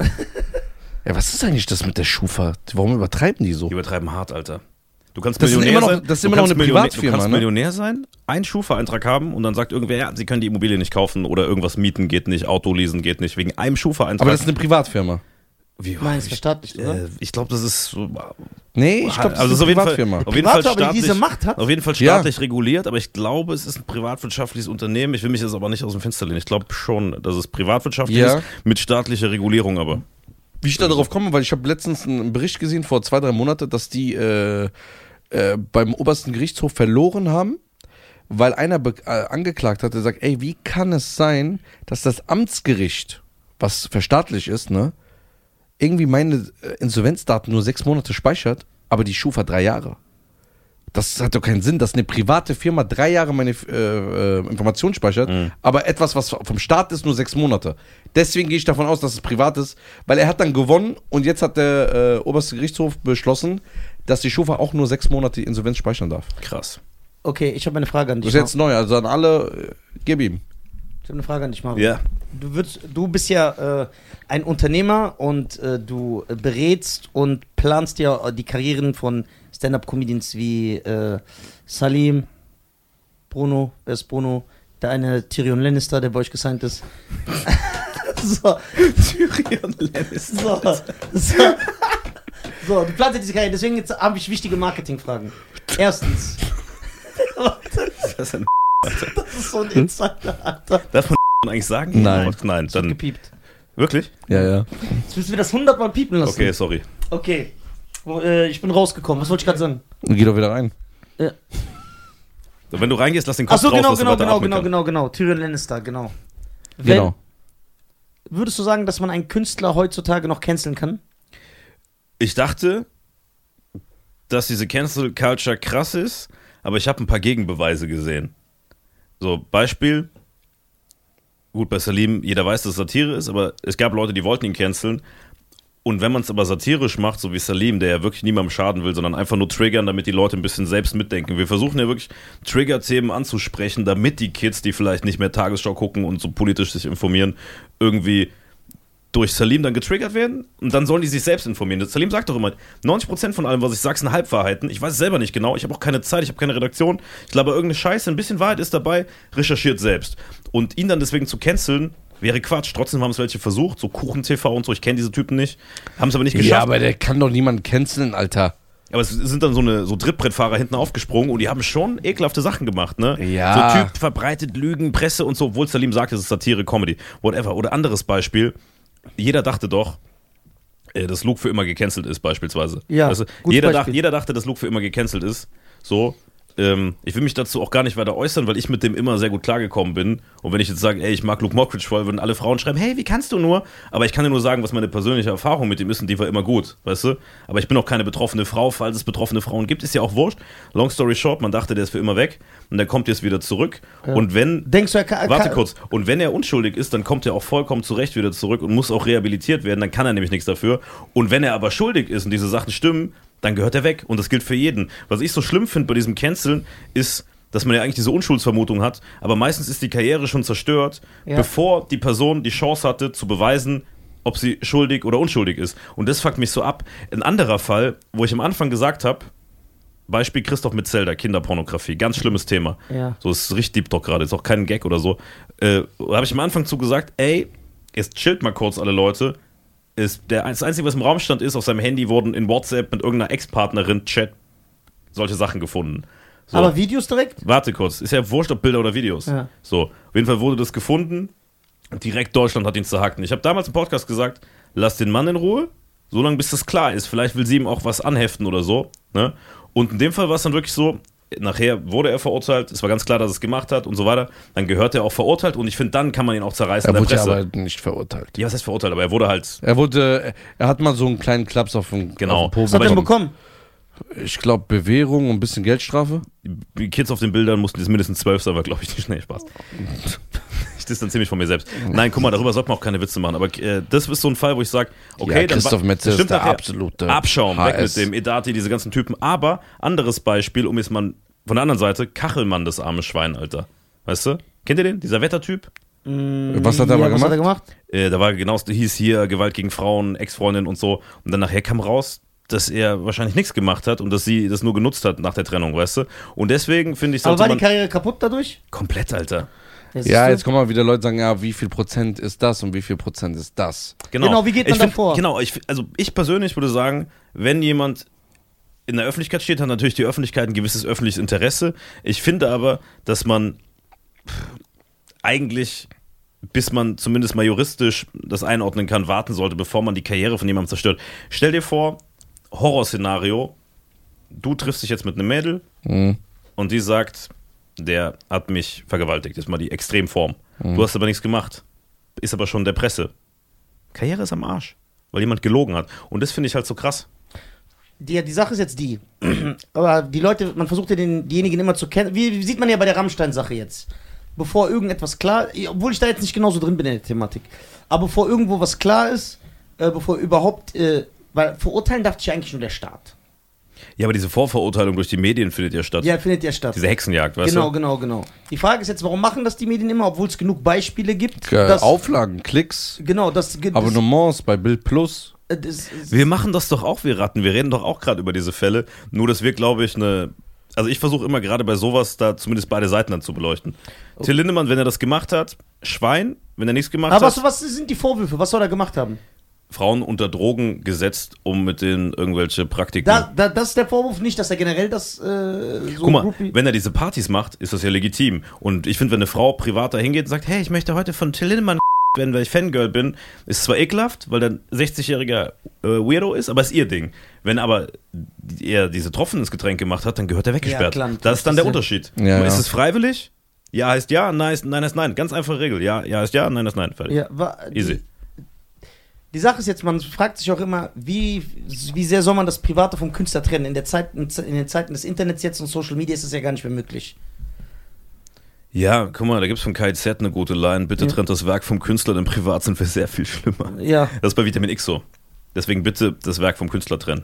Speaker 1: Ja, was ist eigentlich das mit der Schufa? Warum übertreiben die so?
Speaker 3: Die übertreiben hart, Alter. Du kannst
Speaker 1: Das sind
Speaker 3: Millionär
Speaker 1: immer noch-
Speaker 3: sein.
Speaker 1: das ist
Speaker 3: du
Speaker 1: immer noch
Speaker 3: kannst
Speaker 1: eine
Speaker 3: Millionär-
Speaker 1: Privatfirma,
Speaker 3: Du kannst
Speaker 1: ne?
Speaker 3: Millionär sein, einen Schufa-Eintrag haben und dann sagt irgendwer, ja, sie können die Immobilie nicht kaufen oder irgendwas mieten geht nicht, Auto leasen geht nicht, wegen einem Schufa-Eintrag.
Speaker 1: Aber das ist eine Privatfirma.
Speaker 3: Wie,
Speaker 4: Nein, ist verstaatlicht, oder?
Speaker 3: äh, ich glaube, das ist so.
Speaker 1: Nee, ich glaube, das
Speaker 3: also
Speaker 1: Ah, ist
Speaker 3: ist auf
Speaker 1: eine
Speaker 3: jeden Fall,
Speaker 1: Privatfirma.
Speaker 3: auf jeden
Speaker 4: Private,
Speaker 3: Fall
Speaker 4: aber die
Speaker 3: staatlich,
Speaker 4: diese Macht hat.
Speaker 3: auf jeden Fall
Speaker 1: Ja.
Speaker 3: staatlich reguliert, aber ich glaube, es ist ein privatwirtschaftliches Unternehmen. Ich will mich jetzt aber nicht aus dem Fenster lehnen. Ich glaube schon, dass es privatwirtschaftlich
Speaker 1: Ja.
Speaker 3: ist, mit staatlicher Regulierung aber.
Speaker 1: Wie ich da drauf komme, weil ich habe letztens einen Bericht gesehen, vor zwei, drei Monaten, dass die äh, äh, beim obersten Gerichtshof verloren haben, weil einer be- äh, angeklagt hat, der sagt, ey, wie kann es sein, dass das Amtsgericht, was verstaatlich ist, ne, irgendwie meine äh, Insolvenzdaten nur sechs Monate speichert, aber die Schufa drei Jahre. Das hat doch keinen Sinn, dass eine private Firma drei Jahre meine äh, äh, Informationen speichert, aber etwas, was vom Staat ist, nur sechs Monate. Deswegen gehe ich davon aus, dass es privat ist, weil er hat dann gewonnen und jetzt hat der äh, oberste Gerichtshof beschlossen, dass die Schufa auch nur sechs Monate die Insolvenz speichern darf.
Speaker 3: Krass.
Speaker 4: Okay, ich habe eine Frage an
Speaker 1: Das
Speaker 4: dich.
Speaker 1: ist jetzt neu, also an alle, äh, gib ihm.
Speaker 4: Mar- Ich habe eine Frage an dich, Marvin.
Speaker 3: Ja.
Speaker 4: Du, würdest, du bist ja äh, ein Unternehmer und äh, du äh, berätst und planst ja äh, die Karrieren von Stand-Up-Comedians wie äh, Salim, Bruno, wer ist Bruno? Der eine Tyrion Lannister, der bei euch gesigned ist. so,
Speaker 3: Tyrion Lannister.
Speaker 4: so, so. So, du planst ja diese Karriere, deswegen jetzt habe ich wichtige Marketingfragen. Erstens. Warte,
Speaker 3: Das ist ein
Speaker 4: das ist so ein Insider, Alter.
Speaker 3: Darf man eigentlich sagen?
Speaker 1: Nein.
Speaker 3: Nein,
Speaker 4: Das wird
Speaker 3: dann.
Speaker 4: gepiept.
Speaker 3: Wirklich?
Speaker 1: Ja, ja.
Speaker 4: Jetzt müssen wir das hundertmal piepen lassen.
Speaker 3: Okay, sorry.
Speaker 4: Okay. Wo, äh, ich bin rausgekommen. Was wollte ich gerade sagen?
Speaker 1: Und geh doch wieder rein.
Speaker 3: Wenn du reingehst, lass den Kopf
Speaker 4: Achso,
Speaker 3: raus,
Speaker 4: genau,
Speaker 3: dass
Speaker 4: genau,
Speaker 3: du weiter
Speaker 4: genau,
Speaker 3: atmen
Speaker 4: genau, genau, genau. Tyrion Lannister, genau. Wenn,
Speaker 1: Genau.
Speaker 4: Würdest du sagen, dass man einen Künstler heutzutage noch canceln kann?
Speaker 3: Ich dachte, dass diese Cancel Culture krass ist, aber ich habe ein paar Gegenbeweise gesehen. So, Beispiel. Gut, bei Salim, jeder weiß, dass es Satire ist, aber es gab Leute, die wollten ihn canceln. Und wenn man es aber satirisch macht, so wie Salim, der ja wirklich niemandem schaden will, sondern einfach nur triggern, damit die Leute ein bisschen selbst mitdenken. Wir versuchen ja wirklich Trigger-Themen anzusprechen, damit die Kids, die vielleicht nicht mehr Tagesschau gucken und so politisch sich informieren, irgendwie durch Salim dann getriggert werden und dann sollen die sich selbst informieren. Salim sagt doch immer, 90% von allem, was ich sage, sind Halbwahrheiten. Ich weiß es selber nicht genau, ich habe auch keine Zeit, ich habe keine Redaktion. Ich glaube, irgendeine Scheiße, ein bisschen Wahrheit ist dabei, recherchiert selbst. Und ihn dann deswegen zu canceln, wäre Quatsch. Trotzdem haben es welche versucht, so Kuchen-TV und so, ich kenne diese Typen nicht, haben es aber nicht geschafft.
Speaker 1: Ja, aber der kann doch niemanden canceln, Alter.
Speaker 3: Aber es sind dann so eine so Trittbrettfahrer hinten aufgesprungen und die haben schon ekelhafte Sachen gemacht, ne?
Speaker 1: Ja.
Speaker 3: So Typ verbreitet Lügen, Presse und so, obwohl Salim sagt, es ist Satire, Comedy, whatever. Oder anderes Beispiel. Jeder dachte doch, äh, dass Luke für immer gecancelt ist, beispielsweise.
Speaker 4: Ja,
Speaker 3: Weißt du,
Speaker 4: gutes
Speaker 3: jeder,
Speaker 4: Beispiel.
Speaker 3: dacht, jeder dachte, dass Luke für immer gecancelt ist. So. Ähm, ich will mich dazu auch gar nicht weiter äußern, weil ich mit dem immer sehr gut klargekommen bin. Und wenn ich jetzt sage, ey, ich mag Luke Mockridge voll, würden alle Frauen schreiben, hey, wie kannst du nur? Aber ich kann dir nur sagen, was meine persönliche Erfahrung mit ihm ist und die war immer gut, weißt du? Aber ich bin auch keine betroffene Frau, falls es betroffene Frauen gibt, ist ja auch wurscht. Long story short, man dachte, der ist für immer weg und der kommt jetzt wieder zurück. Und wenn
Speaker 4: Denkst du, er kann.
Speaker 3: Warte
Speaker 4: kann,
Speaker 3: kurz. Und wenn er unschuldig ist, dann kommt er auch vollkommen zurecht wieder zurück und muss auch rehabilitiert werden. Dann kann er nämlich nichts dafür. Und wenn er aber schuldig ist und diese Sachen stimmen, dann gehört er weg. Und das gilt für jeden. Was ich so schlimm finde bei diesem Canceln ist, dass man ja eigentlich diese Unschuldsvermutung hat, aber meistens ist die Karriere schon zerstört,
Speaker 4: Ja.
Speaker 3: bevor die Person die Chance hatte, zu beweisen, ob sie schuldig oder unschuldig ist. Und das fuckt mich so ab. Ein anderer Fall, wo ich am Anfang gesagt habe, Beispiel Christoph mit Zelda, Kinderpornografie, ganz schlimmes Thema.
Speaker 4: Ja.
Speaker 3: So ist richtig deep doch gerade, ist auch kein Gag oder so. Äh, da habe ich am Anfang zu gesagt, ey, jetzt chillt mal kurz alle Leute. Ist der, das Einzige, was im Raum stand, ist, auf seinem Handy wurden in WhatsApp mit irgendeiner Ex-Partnerin Chat solche Sachen gefunden. So.
Speaker 4: Aber Videos direkt?
Speaker 3: Warte kurz, ist ja wurscht, ob Bilder oder Videos.
Speaker 4: Ja.
Speaker 3: So, auf jeden Fall wurde das gefunden. Direkt Deutschland hat ihn zerhackt. Und Ich habe damals im Podcast gesagt, lass den Mann in Ruhe, solange bis das klar ist. Vielleicht will sie ihm auch was anheften oder so. Ne? Und in dem Fall war es dann wirklich so, nachher wurde er verurteilt, es war ganz klar, dass er es gemacht hat und so weiter. Dann gehört er auch verurteilt und ich finde, dann kann man ihn auch zerreißen
Speaker 1: Er
Speaker 3: in der
Speaker 1: wurde ja
Speaker 3: Presse.
Speaker 1: aber nicht verurteilt.
Speaker 3: ja, was heißt verurteilt, aber er wurde halt.
Speaker 1: Er wurde, er hat mal so einen kleinen Klaps auf den,
Speaker 3: Genau.
Speaker 1: auf den
Speaker 4: Was hat er denn
Speaker 1: bekommen.
Speaker 4: bekommen?
Speaker 1: Ich glaube, Bewährung und ein bisschen Geldstrafe.
Speaker 3: Die Kids auf den Bildern mussten jetzt mindestens zwölf sein, war, glaube ich, nicht schnell Spaß. Ich distanziere mich von mir selbst. Nein, guck mal, darüber sollte man auch keine Witze machen. Aber äh, das ist so ein Fall, wo ich sage, okay,
Speaker 1: Ja, Christoph
Speaker 3: dann, wa-
Speaker 1: Metzel ist
Speaker 3: das stimmt
Speaker 1: der
Speaker 3: nachher.
Speaker 1: absolute
Speaker 3: Abschaum, weg
Speaker 1: HS.
Speaker 3: mit dem Edati, diese ganzen Typen. Aber anderes Beispiel, um jetzt mal von der anderen Seite, Kachelmann, das arme Schwein, Alter. Weißt du? Kennt ihr den? Dieser Wettertyp?
Speaker 1: Was hat er
Speaker 4: ja,
Speaker 1: mal
Speaker 4: was hat er
Speaker 1: gemacht?
Speaker 4: gemacht?
Speaker 3: Äh, da war genau, hieß hier Gewalt gegen Frauen, Ex-Freundin und so. Und dann nachher kam raus, dass er wahrscheinlich nichts gemacht hat und dass sie das nur genutzt hat nach der Trennung, weißt du? Und deswegen finde ich,
Speaker 4: Aber
Speaker 3: sollte
Speaker 4: war die
Speaker 3: man
Speaker 4: Karriere kaputt dadurch?
Speaker 3: komplett, Alter.
Speaker 4: siehst
Speaker 1: Ja,
Speaker 4: du.
Speaker 1: jetzt kommen mal wieder Leute sagen, ja, wie viel Prozent ist das und wie viel Prozent ist das?
Speaker 3: Genau,
Speaker 4: Genau, wie geht man
Speaker 3: ich find,
Speaker 4: davor?
Speaker 3: Genau, ich, fi- also ich persönlich würde sagen, wenn jemand in der Öffentlichkeit steht, hat natürlich die Öffentlichkeit ein gewisses öffentliches Interesse. Ich finde aber, dass man pff, eigentlich, bis man zumindest mal juristisch das einordnen kann, warten sollte, bevor man die Karriere von jemandem zerstört. Stell dir vor, Horrorszenario, du triffst dich jetzt mit einem Mädel und die sagt, der hat mich vergewaltigt. Das ist mal die Extremform. Du hast aber nichts gemacht. Ist aber schon der Presse. Karriere ist am Arsch, weil jemand gelogen hat. Und das finde ich halt so krass.
Speaker 4: Die, ja, die Sache ist jetzt die. Aber die Leute, man versucht ja den, diejenigen immer zu kennen. Wie, wie sieht man ja bei der Rammstein-Sache jetzt? Bevor irgendetwas klar, obwohl ich da jetzt nicht genauso drin bin in der Thematik, aber bevor irgendwo was klar ist, äh, bevor überhaupt, äh, weil verurteilen darf sich eigentlich nur der Staat.
Speaker 3: Ja, aber diese Vorverurteilung durch die Medien findet ja statt.
Speaker 4: Ja, findet ja statt.
Speaker 3: Diese Hexenjagd, weißt
Speaker 4: Genau,
Speaker 3: du?
Speaker 4: genau, genau. Die Frage ist jetzt, warum machen das die Medien immer, obwohl es genug Beispiele gibt?
Speaker 1: Äh,
Speaker 4: dass,
Speaker 1: Auflagen, Klicks,
Speaker 4: Genau, das gibt
Speaker 1: Abonnements bei Bild Plus.
Speaker 4: Das, das,
Speaker 3: Wir machen das doch auch, wir Ratten. Wir reden doch auch gerade über diese Fälle. Nur, dass wir, glaube ich, eine. Also, ich versuche immer gerade bei sowas da zumindest beide Seiten dann zu beleuchten.
Speaker 4: Oh.
Speaker 3: Till Lindemann, wenn er das gemacht hat, Schwein, wenn er nichts gemacht
Speaker 4: aber
Speaker 3: hat,
Speaker 4: was, was sind die Vorwürfe? Was soll er gemacht haben?
Speaker 3: Frauen unter Drogen gesetzt, um mit denen irgendwelche Praktiken.
Speaker 4: Da, da, das ist der Vorwurf nicht, dass er generell das äh, so
Speaker 3: Guck mal,
Speaker 4: groupie-
Speaker 3: wenn er diese Partys macht, ist das ja legitim. Und ich finde, wenn eine Frau privat da hingeht und sagt, hey, ich möchte heute von Till Lindemann werden, weil ich Fangirl bin, ist zwar ekelhaft, weil der ein 60-jähriger äh, Weirdo ist, aber ist ihr Ding. Wenn aber die- er diese Tropfen ins Getränk gemacht hat, dann gehört er weggesperrt.
Speaker 4: klar, natürlich,
Speaker 3: das ist dann
Speaker 4: das
Speaker 3: der
Speaker 4: ist ja-
Speaker 3: Unterschied.
Speaker 1: Ja,
Speaker 3: ist
Speaker 1: ja.
Speaker 3: es freiwillig? Ja heißt ja, nein heißt nein. Heißt nein. Ganz einfache Regel. Ja, ja heißt ja, nein heißt nein. Fertig.
Speaker 4: Ja, wa-
Speaker 3: Easy.
Speaker 4: Die Sache ist jetzt, man fragt sich auch immer, wie, wie sehr soll man das Private vom Künstler trennen? In, der Zeit, in den Zeiten des Internets jetzt und Social Media ist das ja gar nicht mehr möglich.
Speaker 3: Ja, guck mal, da gibt's von KZ eine gute Line. Bitte
Speaker 4: Ja.
Speaker 3: trennt das Werk vom Künstler, denn privat sind wir sehr viel schlimmer.
Speaker 4: Ja.
Speaker 3: Das ist bei Vitamin X so. Deswegen bitte das Werk vom Künstler trennen.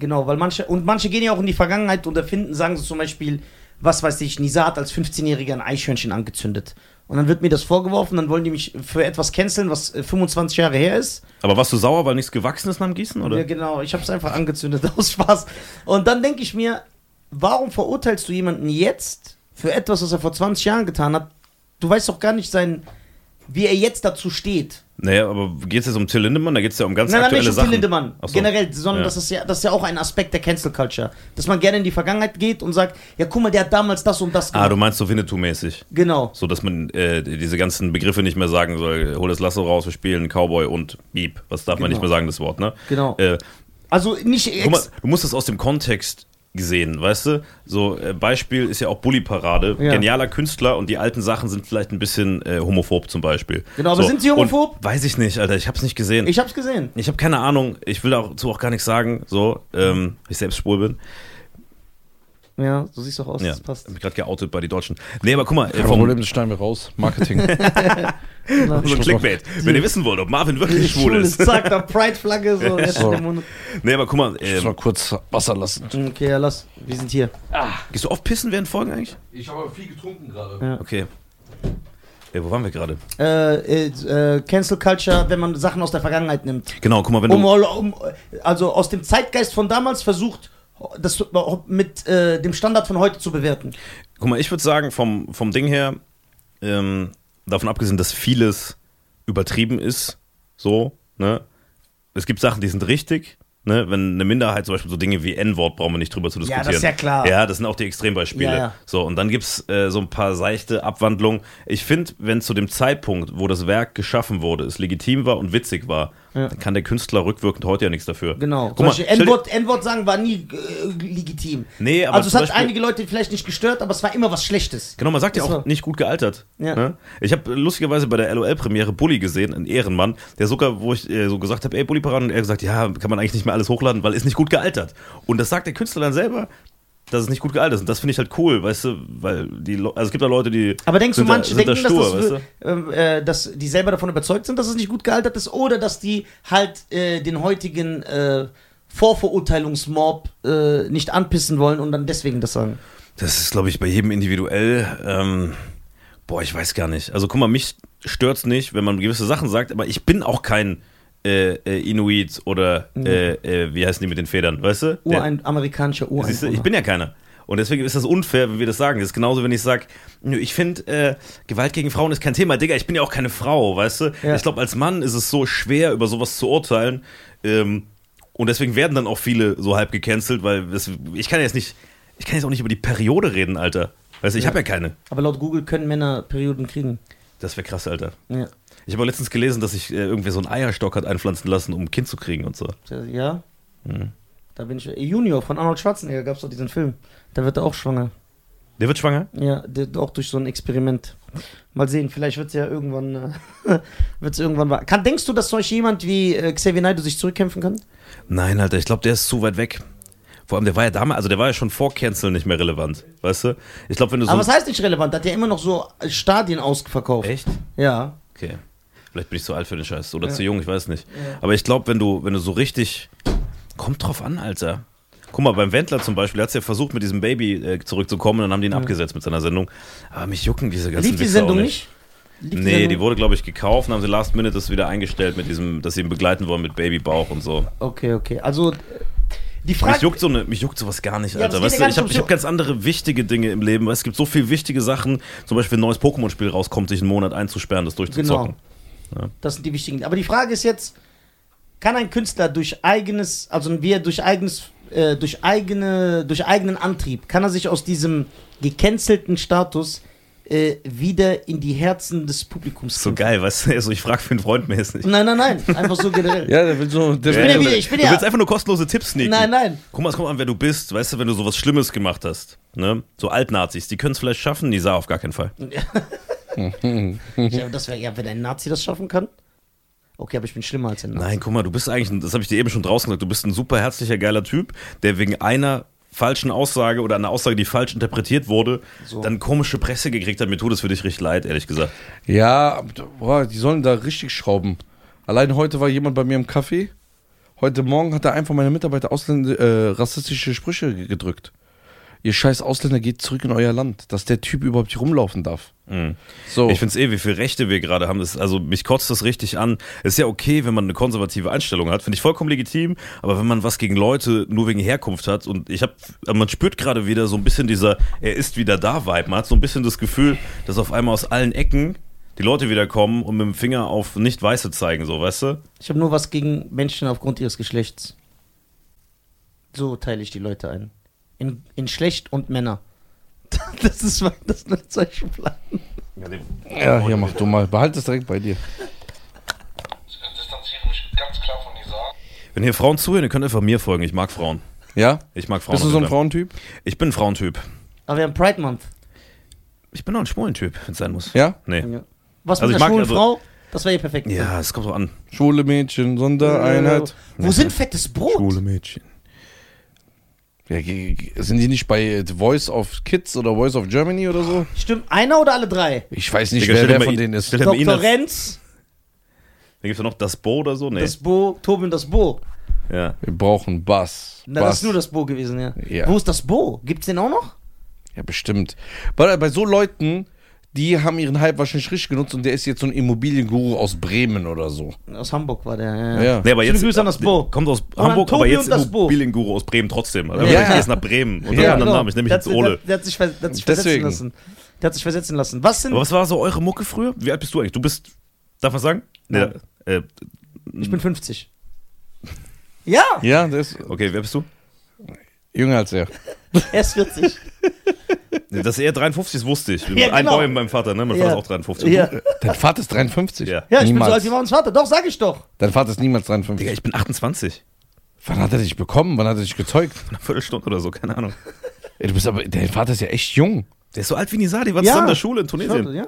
Speaker 4: Genau, weil manche, und manche gehen ja auch in die Vergangenheit und erfinden, sagen sie zum Beispiel, was weiß ich, Nisa hat als 15-Jähriger ein Eichhörnchen angezündet. Und dann wird mir das vorgeworfen, dann wollen die mich für etwas canceln, was äh, 25 Jahre her ist.
Speaker 3: Aber warst du sauer, weil nichts gewachsen ist nach dem Gießen? Oder?
Speaker 4: Ja, genau. Ich habe es einfach angezündet aus Spaß. Und dann denke ich mir, warum verurteilst du jemanden jetzt für etwas, was er vor 20 Jahren getan hat? Du weißt doch gar nicht sein, wie er jetzt dazu steht.
Speaker 3: Naja, aber geht es jetzt um Till Lindemann? Da geht es ja um ganz
Speaker 4: Nein, nein,
Speaker 3: aktuelle
Speaker 4: nicht um
Speaker 3: Sachen.
Speaker 4: Till Lindemann.
Speaker 3: Ach so.
Speaker 4: Generell, sondern
Speaker 3: Ja.
Speaker 4: das, ist ja, das ist ja auch ein Aspekt der Cancel Culture. Dass man gerne in die Vergangenheit geht und sagt, ja guck mal, der hat damals das und das
Speaker 3: Ah,
Speaker 4: gemacht.
Speaker 3: du meinst so Winnetou-mäßig.
Speaker 4: genau.
Speaker 3: So, dass man äh, diese ganzen Begriffe nicht mehr sagen soll. Hol das Lasso raus, wir spielen Cowboy und Beep. Was darf man nicht mehr sagen, das Wort, ne?
Speaker 4: Genau.
Speaker 3: Äh,
Speaker 4: Also nicht
Speaker 3: guck mal,
Speaker 4: ex
Speaker 3: du musst das aus dem Kontext sehen, weißt du? So, äh, Beispiel ist ja auch Bully-Parade.
Speaker 4: Ja.
Speaker 3: Genialer Künstler und die alten Sachen sind vielleicht ein bisschen äh, homophob zum Beispiel.
Speaker 4: Genau, aber
Speaker 3: so.
Speaker 4: sind sie homophob?
Speaker 3: Und, weiß ich nicht, Alter, ich hab's nicht gesehen.
Speaker 4: Ich hab's gesehen.
Speaker 3: Ich habe keine Ahnung, ich will dazu auch gar nichts sagen, so, ähm, weil ich selbst schwul bin.
Speaker 4: Ja, so siehst du auch aus,
Speaker 3: Ja,
Speaker 4: das passt.
Speaker 3: hab mich gerade geoutet bei die Deutschen. Nee, aber guck mal, äh,
Speaker 1: Kein
Speaker 3: vom,
Speaker 1: Problem, das schneiden wir raus. Marketing.
Speaker 3: so ein Clickbait. Wenn ihr wissen wollt, ob Marvin wirklich schwul ist.
Speaker 4: Zack, da Pride-Flagge so. jetzt
Speaker 1: So.
Speaker 4: im Mund.
Speaker 3: Nee, aber guck mal,
Speaker 1: Ich
Speaker 3: äh,
Speaker 1: mal kurz Wasser lassen.
Speaker 4: Okay, ja, lass. Wir sind hier.
Speaker 3: gehst du oft pissen während Folgen eigentlich?
Speaker 1: Ich habe viel getrunken gerade.
Speaker 3: Okay. Ey, wo waren wir gerade?
Speaker 4: Äh, äh, äh, Cancel Culture, wenn man Sachen aus der Vergangenheit nimmt.
Speaker 3: Genau, guck mal, wenn
Speaker 1: Oh,
Speaker 4: Um,
Speaker 3: du.
Speaker 4: um, also aus dem Zeitgeist von damals versucht, das mit äh, dem Standard von heute zu bewerten.
Speaker 3: Guck mal, ich würde sagen, vom, vom Ding her, ähm, davon abgesehen, dass vieles übertrieben ist, so, ne? Es gibt Sachen, die sind richtig. Ne, wenn eine Minderheit zum Beispiel so Dinge wie N-Wort brauchen wir nicht drüber zu
Speaker 4: Ja,
Speaker 3: diskutieren.
Speaker 4: das ist ja klar.
Speaker 3: Ja, das sind auch die Extrembeispiele.
Speaker 4: Ja, ja.
Speaker 3: So, und dann gibt es äh, so ein paar seichte Abwandlungen. Ich finde, wenn zu dem Zeitpunkt, wo das Werk geschaffen wurde, es legitim war und witzig war, dann kann der Künstler rückwirkend heute ja nichts dafür.
Speaker 4: Genau.
Speaker 3: Guck mal, stell dir-
Speaker 4: N-Wort N-Wort sagen war nie äh, legitim.
Speaker 3: Nee, aber
Speaker 4: also es
Speaker 3: zum
Speaker 4: hat
Speaker 3: Beispiel-
Speaker 4: einige Leute vielleicht nicht gestört, aber es war immer was Schlechtes.
Speaker 3: Genau, man sagt ja
Speaker 4: Ist
Speaker 3: auch
Speaker 4: so.
Speaker 3: nicht gut gealtert.
Speaker 4: Ja.
Speaker 3: Ne? Ich habe lustigerweise bei der LOL-Premiere Bulli gesehen, einen Ehrenmann, der sogar, wo ich äh, so gesagt habe, ey, Bulli Paran, und er gesagt, ja, kann man eigentlich nicht mehr alles hochladen, weil ist nicht gut gealtert. Und das sagt der Künstler dann selber, dass es nicht gut gealtert ist. Und das finde ich halt cool, weißt du, weil die, Le- also es gibt da Leute, die.
Speaker 4: Aber denkst du,
Speaker 3: sind da-
Speaker 4: manche
Speaker 3: sind
Speaker 4: denken,
Speaker 3: da stur,
Speaker 4: dass, das,
Speaker 3: weißt du?
Speaker 4: ähm, äh, dass die selber davon überzeugt sind, dass es nicht gut gealtert ist oder dass die halt äh, den heutigen äh, Vorverurteilungsmob äh, nicht anpissen wollen und dann deswegen das sagen?
Speaker 3: Das ist, glaube ich, bei jedem individuell. Ähm, boah, ich weiß gar nicht. Also guck mal, mich stört's nicht, wenn man gewisse Sachen sagt, aber ich bin auch kein äh, äh, Inuit oder äh, äh, wie heißen die mit den Federn, weißt du? Der-
Speaker 4: Urein, amerikanischer Urein.
Speaker 3: Siehst du, ich bin ja keiner. Und deswegen ist das unfair, wenn wir das sagen. Das ist genauso, wenn ich sage, ich finde, äh, Gewalt gegen Frauen ist kein Thema. Digga, ich bin ja auch keine Frau, weißt du?
Speaker 4: Ja.
Speaker 3: Ich glaube, als Mann ist es so schwer, über sowas zu urteilen. Ähm, und deswegen werden dann auch viele so halb gecancelt, weil das, ich kann jetzt nicht, ich kann jetzt auch nicht über die Periode reden, Alter. Weißt du, ich habe ja keine.
Speaker 4: Aber laut Google können Männer Perioden kriegen.
Speaker 3: Das wäre krass, Alter.
Speaker 4: Ja.
Speaker 3: Ich habe letztens gelesen, dass sich äh, irgendwer so einen Eierstock hat einpflanzen lassen, um ein Kind zu kriegen und so. Mhm.
Speaker 4: Ja. Da bin ich. Junior von Arnold Schwarzenegger gab es doch diesen Film. Da wird er auch schwanger.
Speaker 3: Der wird schwanger?
Speaker 4: Ja, der, auch durch so ein Experiment. Mal sehen, vielleicht wird es ja irgendwann. Äh, wird's irgendwann wahr. Kann, denkst du, dass solch jemand wie äh, Xavier Naidoo sich zurückkämpfen kann?
Speaker 3: Nein, Alter, ich glaube, der ist zu weit weg. Vor allem, der war ja damals, also der war ja schon vor Cancel nicht mehr relevant, weißt du? Ich glaube, wenn du so.
Speaker 4: Aber was heißt nicht relevant? Hat ja immer noch so äh, Stadien ausverkauft.
Speaker 3: Echt?
Speaker 4: Ja.
Speaker 3: Okay. Vielleicht bin ich zu alt für den Scheiß oder zu jung, ich weiß nicht. Aber ich glaube, wenn du, wenn du so richtig. Kommt drauf an, Alter. Guck mal, beim Wendler zum Beispiel, der hat's ja versucht, mit diesem Baby äh, zurückzukommen und dann haben die ihn abgesetzt mit seiner Sendung. Aber mich jucken diese ganzen
Speaker 4: Lief die
Speaker 3: Wichser auch
Speaker 4: Sendung nicht? Lief
Speaker 3: Nee, die
Speaker 4: Sendung?
Speaker 3: wurde, glaube ich, gekauft und haben sie last minute das wieder eingestellt mit diesem, dass sie ihn begleiten wollen mit Babybauch und so.
Speaker 4: Okay, okay. Also, äh, die
Speaker 3: Mich
Speaker 4: Frage.
Speaker 3: juckt, so eine, mich juckt sowas gar nicht,
Speaker 4: Ja,
Speaker 3: Alter.
Speaker 4: das
Speaker 3: weißt du,
Speaker 4: geht ja gar
Speaker 3: ich
Speaker 4: nicht
Speaker 3: habe
Speaker 4: um
Speaker 3: ich hab
Speaker 4: so-
Speaker 3: ganz andere wichtige Dinge im Leben. Weißt, du, es gibt so viele wichtige Sachen. Zum Beispiel ein neues Pokémon-Spiel rauskommt, sich einen Monat einzusperren, das durchzuzocken.
Speaker 4: Genau. Das sind die wichtigen. Aber die Frage ist jetzt, kann ein Künstler durch eigenes, also wie er durch eigenes, äh, durch eigene, durch eigenen Antrieb, kann er sich aus diesem gecancelten Status äh, wieder in die Herzen des Publikums
Speaker 3: So
Speaker 4: kämpfen?
Speaker 3: geil, weißt du, also ich frage für einen Freund mäßig.
Speaker 4: Nein, nein, nein, einfach so generell.
Speaker 1: Ja, der will so. Der
Speaker 4: bin ja
Speaker 1: will,
Speaker 4: wieder- ich bin
Speaker 3: du
Speaker 4: ja-
Speaker 3: willst einfach nur kostenlose Tipps sneaken.
Speaker 4: Nein, nein.
Speaker 3: Guck mal, es kommt an, wer du bist. Weißt du, wenn du sowas Schlimmes gemacht hast, ne? So Altnazis, die können es vielleicht schaffen, die sah auf gar keinen Fall.
Speaker 4: Ja, das wäre ja, wenn ein Nazi das schaffen kann. Okay, aber ich bin schlimmer als ein Nazi.
Speaker 3: Nein, guck mal, du bist eigentlich, ein- das habe ich dir eben schon draußen gesagt, du bist ein super herzlicher, geiler Typ, der wegen einer falschen Aussage oder einer Aussage, die falsch interpretiert wurde, dann komische Presse gekriegt hat. Mir tut es für dich richtig leid, ehrlich gesagt.
Speaker 1: ja, aber- boah, die sollen da richtig schrauben. Allein heute war jemand bei mir im Café. Heute Morgen hat er einfach meine Mitarbeiter ausländ- äh, rassistische Sprüche gedrückt. ihr scheiß Ausländer geht zurück in euer Land, dass der Typ überhaupt hier rumlaufen darf. So,
Speaker 3: Ich finde es eh, wie viele Rechte wir gerade haben. Das, also mich kotzt das richtig an. Es ist ja okay, wenn man eine konservative Einstellung hat, finde ich vollkommen legitim. Aber wenn man was gegen Leute nur wegen Herkunft hat und ich habe, man spürt gerade wieder so ein bisschen dieser Er ist wieder da Vibe. Man hat so ein bisschen das Gefühl, dass auf einmal aus allen Ecken die Leute wieder kommen und mit dem Finger auf nicht Weiße zeigen, so weißt du?
Speaker 4: Ich habe nur was gegen Menschen aufgrund ihres Geschlechts. So teile ich die Leute ein. In, in schlecht und Männer. Das ist mein, das sind zwei Schubladen.
Speaker 1: ja, hier mach du mal. Behalt es direkt bei dir.
Speaker 8: Ich distanziere mich ganz klar von dieser
Speaker 3: Wenn hier Frauen zuhören, ihr könnt einfach mir folgen. Ich mag Frauen.
Speaker 1: Ja?
Speaker 3: Ich mag Frauen.
Speaker 1: Bist du so ein
Speaker 3: und-
Speaker 1: Frauentyp?
Speaker 3: Ich bin ein Frauentyp.
Speaker 4: Aber wir haben Pride Month.
Speaker 3: Ich bin auch ein schwulen Typ, wenn es sein muss.
Speaker 1: Ja?
Speaker 3: Nee.
Speaker 4: Was
Speaker 3: Also ich
Speaker 4: mit einer
Speaker 3: mag-
Speaker 4: schwulen
Speaker 3: also-
Speaker 4: Frau? Das wäre ihr perfekt.
Speaker 3: Ja, es kommt so an.
Speaker 1: Schwule Mädchen, Sondereinheit.
Speaker 4: Wo sind fettes Brot?
Speaker 1: Mädchen. Ja, ge- ge- sind die nicht bei äh, Voice of Kids oder Voice of Germany oder so?
Speaker 4: Stimmt, einer oder alle drei?
Speaker 1: Ich weiß nicht,
Speaker 3: Digga,
Speaker 1: wer,
Speaker 3: stell dir
Speaker 1: wer
Speaker 3: mal
Speaker 1: von
Speaker 3: ihn-
Speaker 1: denen ist.
Speaker 3: stell dir- Ich hab ihn
Speaker 4: Dr.
Speaker 3: als-
Speaker 4: Renz,
Speaker 3: Dann gibt es noch das Bo oder so? Nee.
Speaker 4: das Bo, Tobin das Bo.
Speaker 3: ja.
Speaker 1: Wir brauchen Bass.
Speaker 4: Na,
Speaker 1: Bass.
Speaker 4: das ist nur das Bo gewesen, ja.
Speaker 1: Ja.
Speaker 4: Wo ist das Bo? Gibt's den auch noch?
Speaker 1: Ja, bestimmt. Bei, bei so Leuten, die haben ihren Hype wahrscheinlich richtig genutzt und der ist jetzt so ein Immobilienguru aus Bremen oder so.
Speaker 4: Aus Hamburg war der, ja.
Speaker 1: Ja.
Speaker 3: Nee, aber
Speaker 4: Schöne
Speaker 3: jetzt,
Speaker 4: Grüße an das Bo.
Speaker 3: Kommt aus
Speaker 4: an
Speaker 3: Hamburg, aber
Speaker 4: Tobi
Speaker 3: jetzt
Speaker 4: und das Bo.
Speaker 3: Immobilienguru aus Bremen trotzdem. Also
Speaker 1: Ja.
Speaker 3: ja. Ich jetzt nach Bremen unter
Speaker 1: Ja,
Speaker 3: ja, anderem
Speaker 4: genau.
Speaker 3: Namen. Ich nehme mich
Speaker 4: Der
Speaker 3: jetzt
Speaker 4: hat-
Speaker 3: Ole.
Speaker 4: Der, der hat sich, ver der hat sich
Speaker 1: Deswegen.
Speaker 4: versetzen lassen. Der hat sich versetzen lassen. Was sind.
Speaker 3: Aber was war so eure Mucke früher? Wie alt bist du eigentlich? Du bist, darf man sagen? Nee,
Speaker 4: Nein.
Speaker 3: äh,
Speaker 4: ich bin 50. Ja,
Speaker 1: Ja, der ist
Speaker 3: okay, wer bist du?
Speaker 1: jünger als er.
Speaker 4: er ist 40.
Speaker 3: Nee, Dass er 53 ist, wusste ich.
Speaker 4: Ja,
Speaker 3: Ein
Speaker 4: genau.
Speaker 3: Boy mit meinem Vater, ne? Mein
Speaker 4: Ja.
Speaker 3: Vater ist auch 53.
Speaker 4: ja.
Speaker 1: Dein Vater ist 53.
Speaker 3: Ja.
Speaker 4: ja, ich bin so
Speaker 1: niemals.
Speaker 4: alt wie Mauns Vater. Doch, sag ich doch.
Speaker 1: Dein Vater ist niemals
Speaker 3: Digga,
Speaker 1: 53.
Speaker 3: ich bin 28.
Speaker 1: Wann hat er dich bekommen? Wann hat er dich gezeugt?
Speaker 3: Eine Viertelstunde oder so, keine Ahnung.
Speaker 1: Ey, du bist aber, dein Vater ist ja echt jung.
Speaker 3: Der ist so alt wie Nisa, die war
Speaker 4: Ja.
Speaker 3: zusammen in der Schule in Tunesien.
Speaker 4: Ja.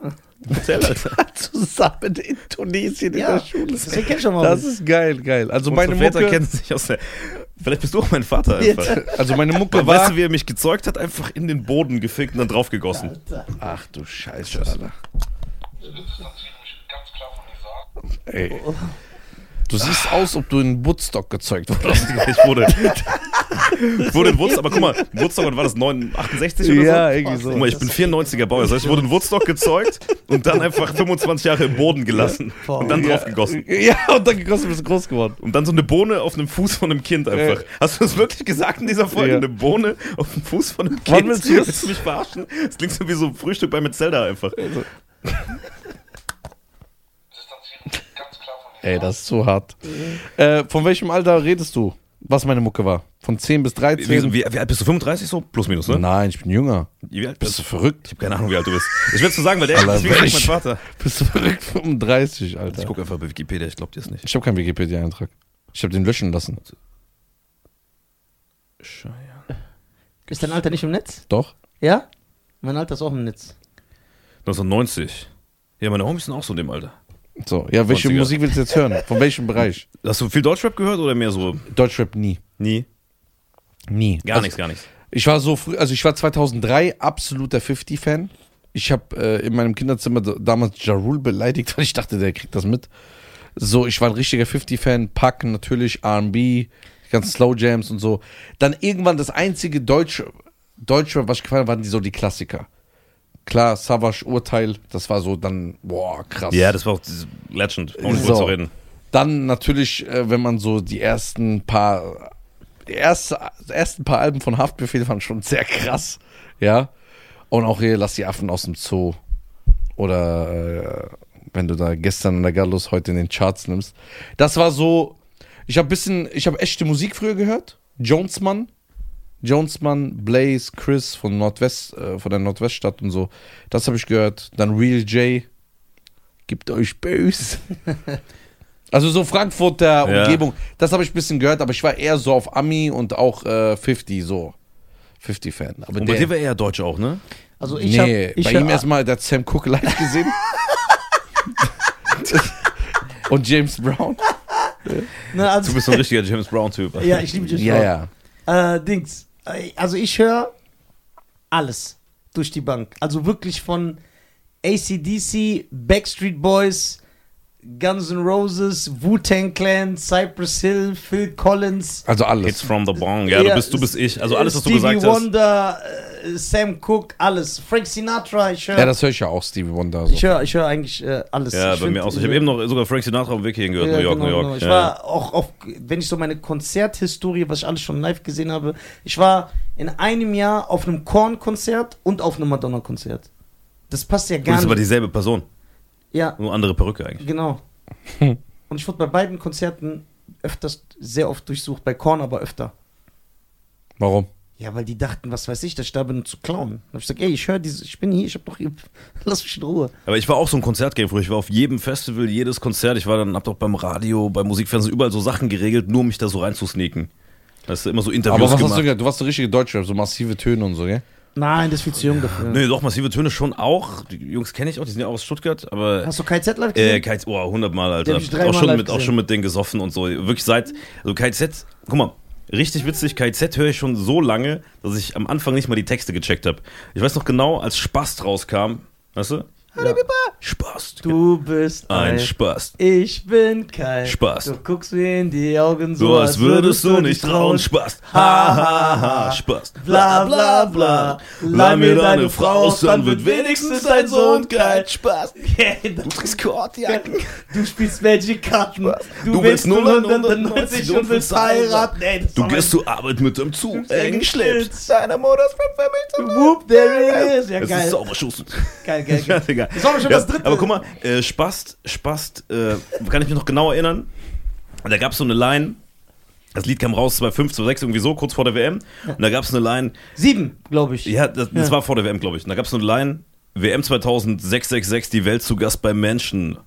Speaker 3: Erzähl, Alter.
Speaker 1: Zusammen in Tunesien
Speaker 4: Ja, deswegen kenn ich schon mal.
Speaker 1: Das ist geil, geil. Also meine
Speaker 3: Unsere Väter
Speaker 1: Mucke,
Speaker 3: kennen sich aus der. Vielleicht bist du auch mein Vater
Speaker 4: Jetzt.
Speaker 3: einfach.
Speaker 1: also meine Mucke
Speaker 3: Aber
Speaker 1: war...
Speaker 3: weißt du, wie er mich gezeugt hat? Einfach in den Boden gefickt und dann draufgegossen.
Speaker 1: Ach du Scheiße, Alter.
Speaker 8: distanziere mich ganz klar von dieser
Speaker 1: Ey. Du siehst aus, ob du in Woodstock gezeugt wurdest.
Speaker 3: Ich wurde. Ich wurde in Woodstock, aber guck mal, Woodstock, wann war das? 9, 68 oder
Speaker 1: Ja,
Speaker 3: so?
Speaker 1: irgendwie so.
Speaker 3: Guck mal, ich bin 94er Bauer. Das heißt, ich wurde in Woodstock gezeugt und dann einfach 25 Jahre im Boden gelassen. Und dann draufgegossen.
Speaker 1: ja, und dann gekostet bist du groß geworden.
Speaker 3: Und dann so eine Bohne auf einem Fuß von einem Kind einfach.
Speaker 1: Äh.
Speaker 3: Hast du das wirklich gesagt in dieser Folge?
Speaker 1: Ja.
Speaker 3: Eine Bohne auf dem Fuß von einem Kind?
Speaker 1: Wann willst du das-
Speaker 3: Willst du mich verarschen? Das klingt so wie so ein Frühstück bei Metzelda einfach.
Speaker 8: distanziere mich ganz klar von dieser
Speaker 1: Ey, das ist zu hart. Äh, von welchem Alter redest du? Was meine Mucke war? Von 10 bis 13?
Speaker 3: Wie, wie, wie alt bist du? 35 so? Plus minus, ne?
Speaker 1: Nein, ich bin jünger.
Speaker 3: Wie alt
Speaker 1: Bist
Speaker 3: bist
Speaker 1: du
Speaker 3: du?
Speaker 1: verrückt?
Speaker 3: Ich hab keine Ahnung, wie alt du bist. Ich will zu sagen, weil der
Speaker 1: Alter,
Speaker 3: ist wie gesagt mein
Speaker 1: welch-
Speaker 3: Vater.
Speaker 1: Bist du verrückt? 35,
Speaker 3: Ich
Speaker 1: Alter.
Speaker 3: guck einfach bei Wikipedia, ich glaub dir es nicht.
Speaker 1: Ich habe keinen Wikipedia-Eintrag. Ich habe den löschen lassen.
Speaker 4: Ist dein Alter nicht im Netz?
Speaker 1: Doch?
Speaker 4: Ja? Mein Alter ist auch im Netz.
Speaker 3: 1990. Ja, meine Homies sind auch so in dem Alter.
Speaker 1: So, ja, welche
Speaker 3: 20er.
Speaker 1: Musik willst du jetzt hören? Von welchem Bereich?
Speaker 3: Hast du viel Deutschrap gehört oder mehr so?
Speaker 1: Deutschrap nie.
Speaker 3: Nie.
Speaker 1: Nie.
Speaker 3: Gar
Speaker 1: Also,
Speaker 3: nichts, gar nichts.
Speaker 1: Ich war so früh, also ich war 2003 absoluter 50-Fan. Ich habe äh, in meinem Kinderzimmer d- damals Ja Rule beleidigt, weil ich dachte, der kriegt das mit. So, ich war ein richtiger 50-Fan. Pack natürlich, RB, die ganzen Slow Jams und so. Dann irgendwann das einzige deutsche, deutsche was ich gefallen hat, waren die, so die Klassiker. Klar, Savage Urteil, das war so dann, boah, krass.
Speaker 3: Ja, das war auch dieses Legend. Ohne
Speaker 1: So.
Speaker 3: so. zu reden.
Speaker 1: Dann natürlich, äh, wenn man so die ersten paar, die erste, die ersten paar Alben von Haftbefehl fand ich schon sehr krass, ja. Und auch hier lass die Affen aus dem Zoo oder äh, wenn du da gestern in der Gallus heute in den Charts nimmst. Das war so, ich habe bisschen, ich habe echte Musik früher gehört, Jonesmann. Jonesmann, Blaze, Chris von Nordwest, äh, von der Nordweststadt und so. Das habe ich gehört. Dann Real J. Gibt euch böse. Also so Frankfurter
Speaker 3: Ja.
Speaker 1: Umgebung, das habe ich ein bisschen gehört, aber ich war eher so auf Ami und auch äh, 50 so. 50-Fan. Aber
Speaker 3: Und bei
Speaker 1: der-
Speaker 3: dir war er ja Deutsch auch, ne?
Speaker 4: Also ich hab,
Speaker 1: nee,
Speaker 4: ich
Speaker 1: bei
Speaker 4: hab-
Speaker 1: ihm erstmal, der hat Sam Cooke live gesehen. und James Brown.
Speaker 4: Ne, also,
Speaker 3: Du bist so ein richtiger James Brown-Typ.
Speaker 4: Ja, ich liebe James
Speaker 1: Ja, ja.
Speaker 4: Äh, Dings. Äh, Also ich höre alles durch die Bank. Also wirklich von ACDC, Backstreet Boys, Guns N' Roses, Wu-Tang Clan, Cypress Hill, Phil Collins,
Speaker 1: Also alles.
Speaker 3: Hits from the Bong. Ja, du
Speaker 4: Ja,
Speaker 3: bist, du bist ich. Also alles, was du
Speaker 4: Stevie
Speaker 3: gesagt hast.
Speaker 4: Wonder, äh, Sam Cooke, alles. Frank Sinatra, ich höre
Speaker 1: Ja, das höre ich ja auch, Stevie Wonder. So.
Speaker 4: ich hör, ich hör eigentlich äh, alles.
Speaker 3: Ja,
Speaker 4: ich
Speaker 3: bei
Speaker 4: find-
Speaker 3: mir auch so. Ich habe eben noch sogar Frank Sinatra am Weg hierhin gehört.
Speaker 4: Ja,
Speaker 3: New York,
Speaker 4: genau,
Speaker 3: New
Speaker 4: genau.
Speaker 3: York.
Speaker 4: Ich
Speaker 3: Ja, ja.
Speaker 4: war auch auf, wenn ich so meine Konzerthistorie, was ich alles schon live gesehen habe, ich war in einem Jahr auf einem Korn-Konzert und auf einem Madonna-Konzert. Das passt ja
Speaker 3: Du
Speaker 4: gar
Speaker 3: bist aber
Speaker 4: nicht.
Speaker 3: dieselbe Person.
Speaker 4: Ja,
Speaker 3: Nur andere Perücke eigentlich.
Speaker 4: genau. Und ich wurde bei beiden Konzerten öfters, sehr oft durchsucht, bei Korn aber öfter.
Speaker 1: Warum?
Speaker 4: Ja, weil die dachten, was weiß ich, dass ich da bin, um zu klauen. Dann hab ich gesagt, ey, ich höre diese, ich bin hier, ich hab doch hier, lass mich in Ruhe.
Speaker 3: Aber ich war auch so ein Konzertgame früher. Ich war auf jedem Festival, jedes Konzert. Ich war dann, hab doch beim Radio, beim Musikfernsehen überall so Sachen geregelt, nur um mich da so reinzusneaken. Weißt du, immer so Interviews
Speaker 1: Aber was hast
Speaker 3: gemacht.
Speaker 1: du gehört? Du warst der richtige Deutschrap, so massive Töne und so, gell?
Speaker 4: Nein, das ist viel zu jung dafür.
Speaker 3: Nee, doch, massive Töne schon auch. Die Jungs kenne ich auch, die sind ja auch aus Stuttgart, aber.
Speaker 4: Hast du KZ live
Speaker 3: Äh,
Speaker 4: gesehen?
Speaker 3: KZ, oh, 100 Mal,
Speaker 4: Den
Speaker 3: Alter.
Speaker 4: hab ich dreimal
Speaker 3: Auch schon,
Speaker 4: live
Speaker 3: mit, auch
Speaker 4: gesehen.
Speaker 3: schon mit denen gesoffen und so. Wirklich seit, also KZ, guck mal, richtig witzig, KZ höre ich schon so lange, dass ich am Anfang nicht mal die Texte gecheckt habe. Ich weiß noch genau, als Spaß rauskam, weißt du? Ja. genau. Spaß.
Speaker 4: du bist
Speaker 3: Ein Spaß.
Speaker 4: Ich bin kein
Speaker 3: Spaß.
Speaker 4: Du guckst mir in die Augen so,
Speaker 3: So, als würdest du nicht trauen, Spaß. Ha, ha, ha, Spaß.
Speaker 4: Bla bla bla.
Speaker 3: Leih mir deine Frau aus, dann wird wenigstens ein Sohn geil.
Speaker 6: Spaß.
Speaker 4: du
Speaker 6: Trinkst Kordjacken.
Speaker 4: du spielst Magic-Karten.
Speaker 3: Du willst
Speaker 4: 0,99 und willst heiraten. Ey, das
Speaker 3: Du
Speaker 4: war mein
Speaker 3: gehst zur Arbeit mit dem Zug.
Speaker 4: engen Schlitz.
Speaker 6: Deiner Modus verfällt.
Speaker 4: Whoop, there it is. Ja,
Speaker 3: Es
Speaker 4: geil.
Speaker 3: ist sauber Schuss.
Speaker 4: geil, geil, geil.
Speaker 3: Egal.
Speaker 4: Das war aber schon das dritte.
Speaker 3: Aber guck mal, äh, Spast, Spast, äh, kann ich mich noch genau erinnern. Da gab es so eine Line. Das Lied kam raus 2005, 2006, irgendwie so, kurz vor der WM. Und da gab es eine Line,
Speaker 4: Sieben, glaube ich.
Speaker 3: ja, das, das
Speaker 4: Ja.
Speaker 3: war vor der WM, glaube ich. Und da gab es eine Line, WM 2666, die Welt zu Gast bei Menschen.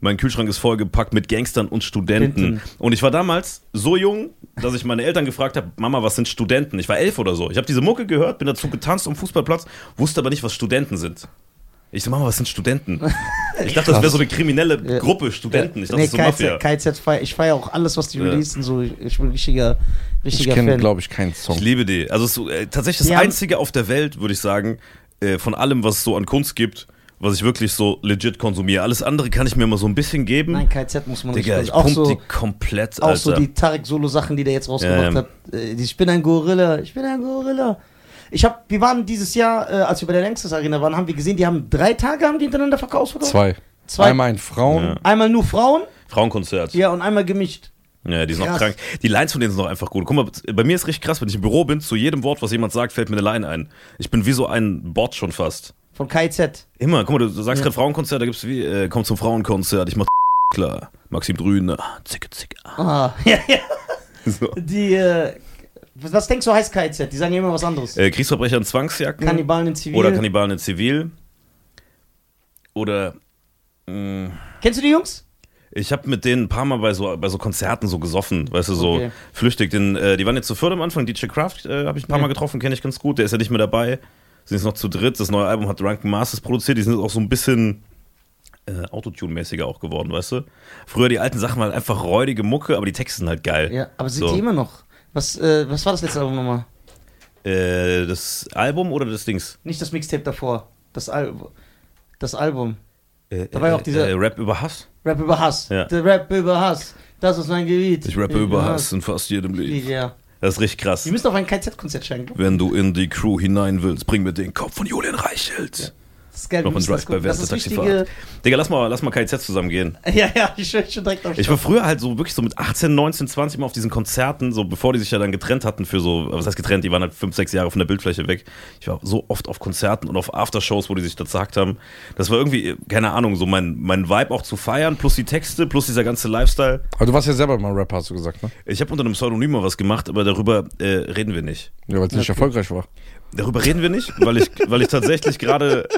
Speaker 3: Mein Kühlschrank ist vollgepackt mit Gangstern und Studenten. Und ich war damals so jung, dass ich meine Eltern gefragt habe, Mama, was sind Studenten? Ich war elf oder so. Ich habe diese Mucke gehört, bin dazu getanzt am Fußballplatz, wusste aber nicht, was Studenten sind. Ich so, Mama, was sind Studenten? Ich dachte, das wäre so eine kriminelle
Speaker 4: Ja.
Speaker 3: Gruppe Studenten. Ich dachte,
Speaker 4: nee,
Speaker 3: das ist so Mafia.
Speaker 4: KZ, KZ feier, ich feiere auch alles, was die
Speaker 3: Ja.
Speaker 4: releasen. So, ich bin richtiger,
Speaker 1: Ich
Speaker 4: richtiger
Speaker 1: kenne,
Speaker 4: Fan.
Speaker 1: glaube ich, keinen Song.
Speaker 3: Ich liebe die. Also es ist so, äh, tatsächlich das
Speaker 4: Ja.
Speaker 3: Einzige auf der Welt, würde ich sagen, äh, von allem, was es so an Kunst gibt, was ich wirklich so legit konsumiere. Alles andere kann ich mir mal so ein bisschen geben.
Speaker 4: Nein, KZ muss man
Speaker 3: Digga,
Speaker 4: nicht.
Speaker 3: ich
Speaker 4: auch
Speaker 3: pump
Speaker 4: so,
Speaker 3: die komplett,
Speaker 4: Auch
Speaker 3: Alter.
Speaker 4: so die Tarek-Solo-Sachen, die der jetzt rausgebracht
Speaker 3: Ähm.
Speaker 4: hat. Äh, die Ich bin ein Gorilla, ich bin ein Gorilla. Ich hab, wir waren dieses Jahr, äh, als wir bei der Längstes Arena waren, haben wir gesehen, die haben drei Tage haben die hintereinander verkauft. Oder?
Speaker 1: Zwei.
Speaker 4: Zwei.
Speaker 1: Einmal ein Frauen.
Speaker 3: Ja.
Speaker 4: Einmal nur Frauen,
Speaker 3: Frauenkonzert. Ja.
Speaker 4: ja, und einmal gemischt.
Speaker 3: die sind auch
Speaker 4: Krass.
Speaker 3: krank. Die Lines von denen sind auch einfach gut. Guck mal, bei mir ist richtig krass, wenn ich im Büro bin, zu jedem Wort, was jemand sagt, fällt mir eine Line ein. Ich bin wie so ein Bot schon fast.
Speaker 4: Von KZ.
Speaker 3: Immer, guck mal, du, du sagst gerade Frauenkonzert, da gibt's wie, äh, komm zum Frauenkonzert, ich mach klar. Maxim Drüne, zicke, zicke.
Speaker 4: Ah, ja, ja.
Speaker 3: So.
Speaker 4: Die, äh, was was denkst du heißt KZ? Die sagen ja immer was anderes.
Speaker 3: Äh, Kriegsverbrecher in Zwangsjacken.
Speaker 4: Kannibalen in Zivil.
Speaker 3: Oder Kannibalen in Zivil. Oder mh,
Speaker 4: Kennst du die Jungs?
Speaker 3: ich habe mit denen ein paar Mal bei so, bei so Konzerten so gesoffen, weißt du, so
Speaker 4: Okay.
Speaker 3: flüchtig. Den, äh, die waren jetzt zu viert am Anfang. DJ Kraft äh, habe ich ein paar Mal getroffen, kenne ich ganz gut. Der ist ja nicht mehr dabei. Sind jetzt noch zu dritt. Das neue Album hat Drunken Masters produziert. Die sind jetzt auch so ein bisschen äh, Autotune-mäßiger auch geworden, weißt du? Früher die alten Sachen waren einfach räudige Mucke, aber die Texte sind halt geil.
Speaker 4: Ja, aber sind
Speaker 3: so.
Speaker 4: die immer noch? Was, äh, was war das letzte Album nochmal?
Speaker 3: äh, Das Album oder das Dings?
Speaker 4: Nicht das Mixtape davor. Das, Al das Album.
Speaker 3: Äh,
Speaker 4: Da war ja auch dieser-
Speaker 3: äh, Rap über Hass.
Speaker 4: Rap über Hass.
Speaker 3: Ja.
Speaker 4: Der Rap über Hass. Das ist mein Gebiet.
Speaker 3: Ich rappe über Hass in fast jedem Lied.
Speaker 4: Ja.
Speaker 3: Das ist richtig krass.
Speaker 4: Wir müssen auf ein KZ-Konzert scheinen. glaub ich.
Speaker 3: Wenn du in die Crew hinein willst, bring mir den Kopf von Julian Reichelt.
Speaker 4: Das ist geil. wir
Speaker 3: Noch ein
Speaker 4: müssen
Speaker 3: Drive
Speaker 4: das
Speaker 3: bei
Speaker 4: gucken. Das ist
Speaker 3: Taxi
Speaker 4: wichtige.
Speaker 3: Digga, lass mal, lass mal KZ zusammengehen.
Speaker 4: Ja, ja, ich höre schon direkt auf.
Speaker 3: Ich war früher halt so wirklich so mit 18, 19, 20 mal auf diesen Konzerten, so bevor die sich ja dann getrennt hatten für so, was heißt getrennt, die waren halt 5, 6 Jahre von der Bildfläche weg. Ich war so oft auf Konzerten und auf Aftershows, wo die sich da zagt haben. Das war irgendwie, keine Ahnung, so mein, mein Vibe auch zu feiern, plus die Texte, plus dieser ganze Lifestyle.
Speaker 1: Aber du warst ja selber mal Rapper, hast du gesagt, ne?
Speaker 3: Ich habe unter einem Pseudonym mal was gemacht, aber darüber äh, reden wir nicht.
Speaker 1: Ja, weil es nicht erfolgreich war.
Speaker 3: Darüber reden wir nicht, weil ich, weil ich tatsächlich gerade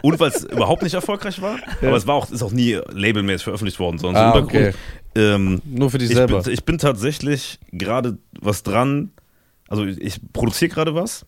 Speaker 3: und weil es überhaupt nicht erfolgreich war. Aber es war auch, ist auch nie labelmäßig veröffentlicht worden, sondern
Speaker 1: Ah,
Speaker 3: so im Hintergrund. Ähm,
Speaker 1: Nur für dich
Speaker 3: ich,
Speaker 1: selber.
Speaker 3: bin, ich bin tatsächlich gerade was dran. Also ich, ich produziere gerade was.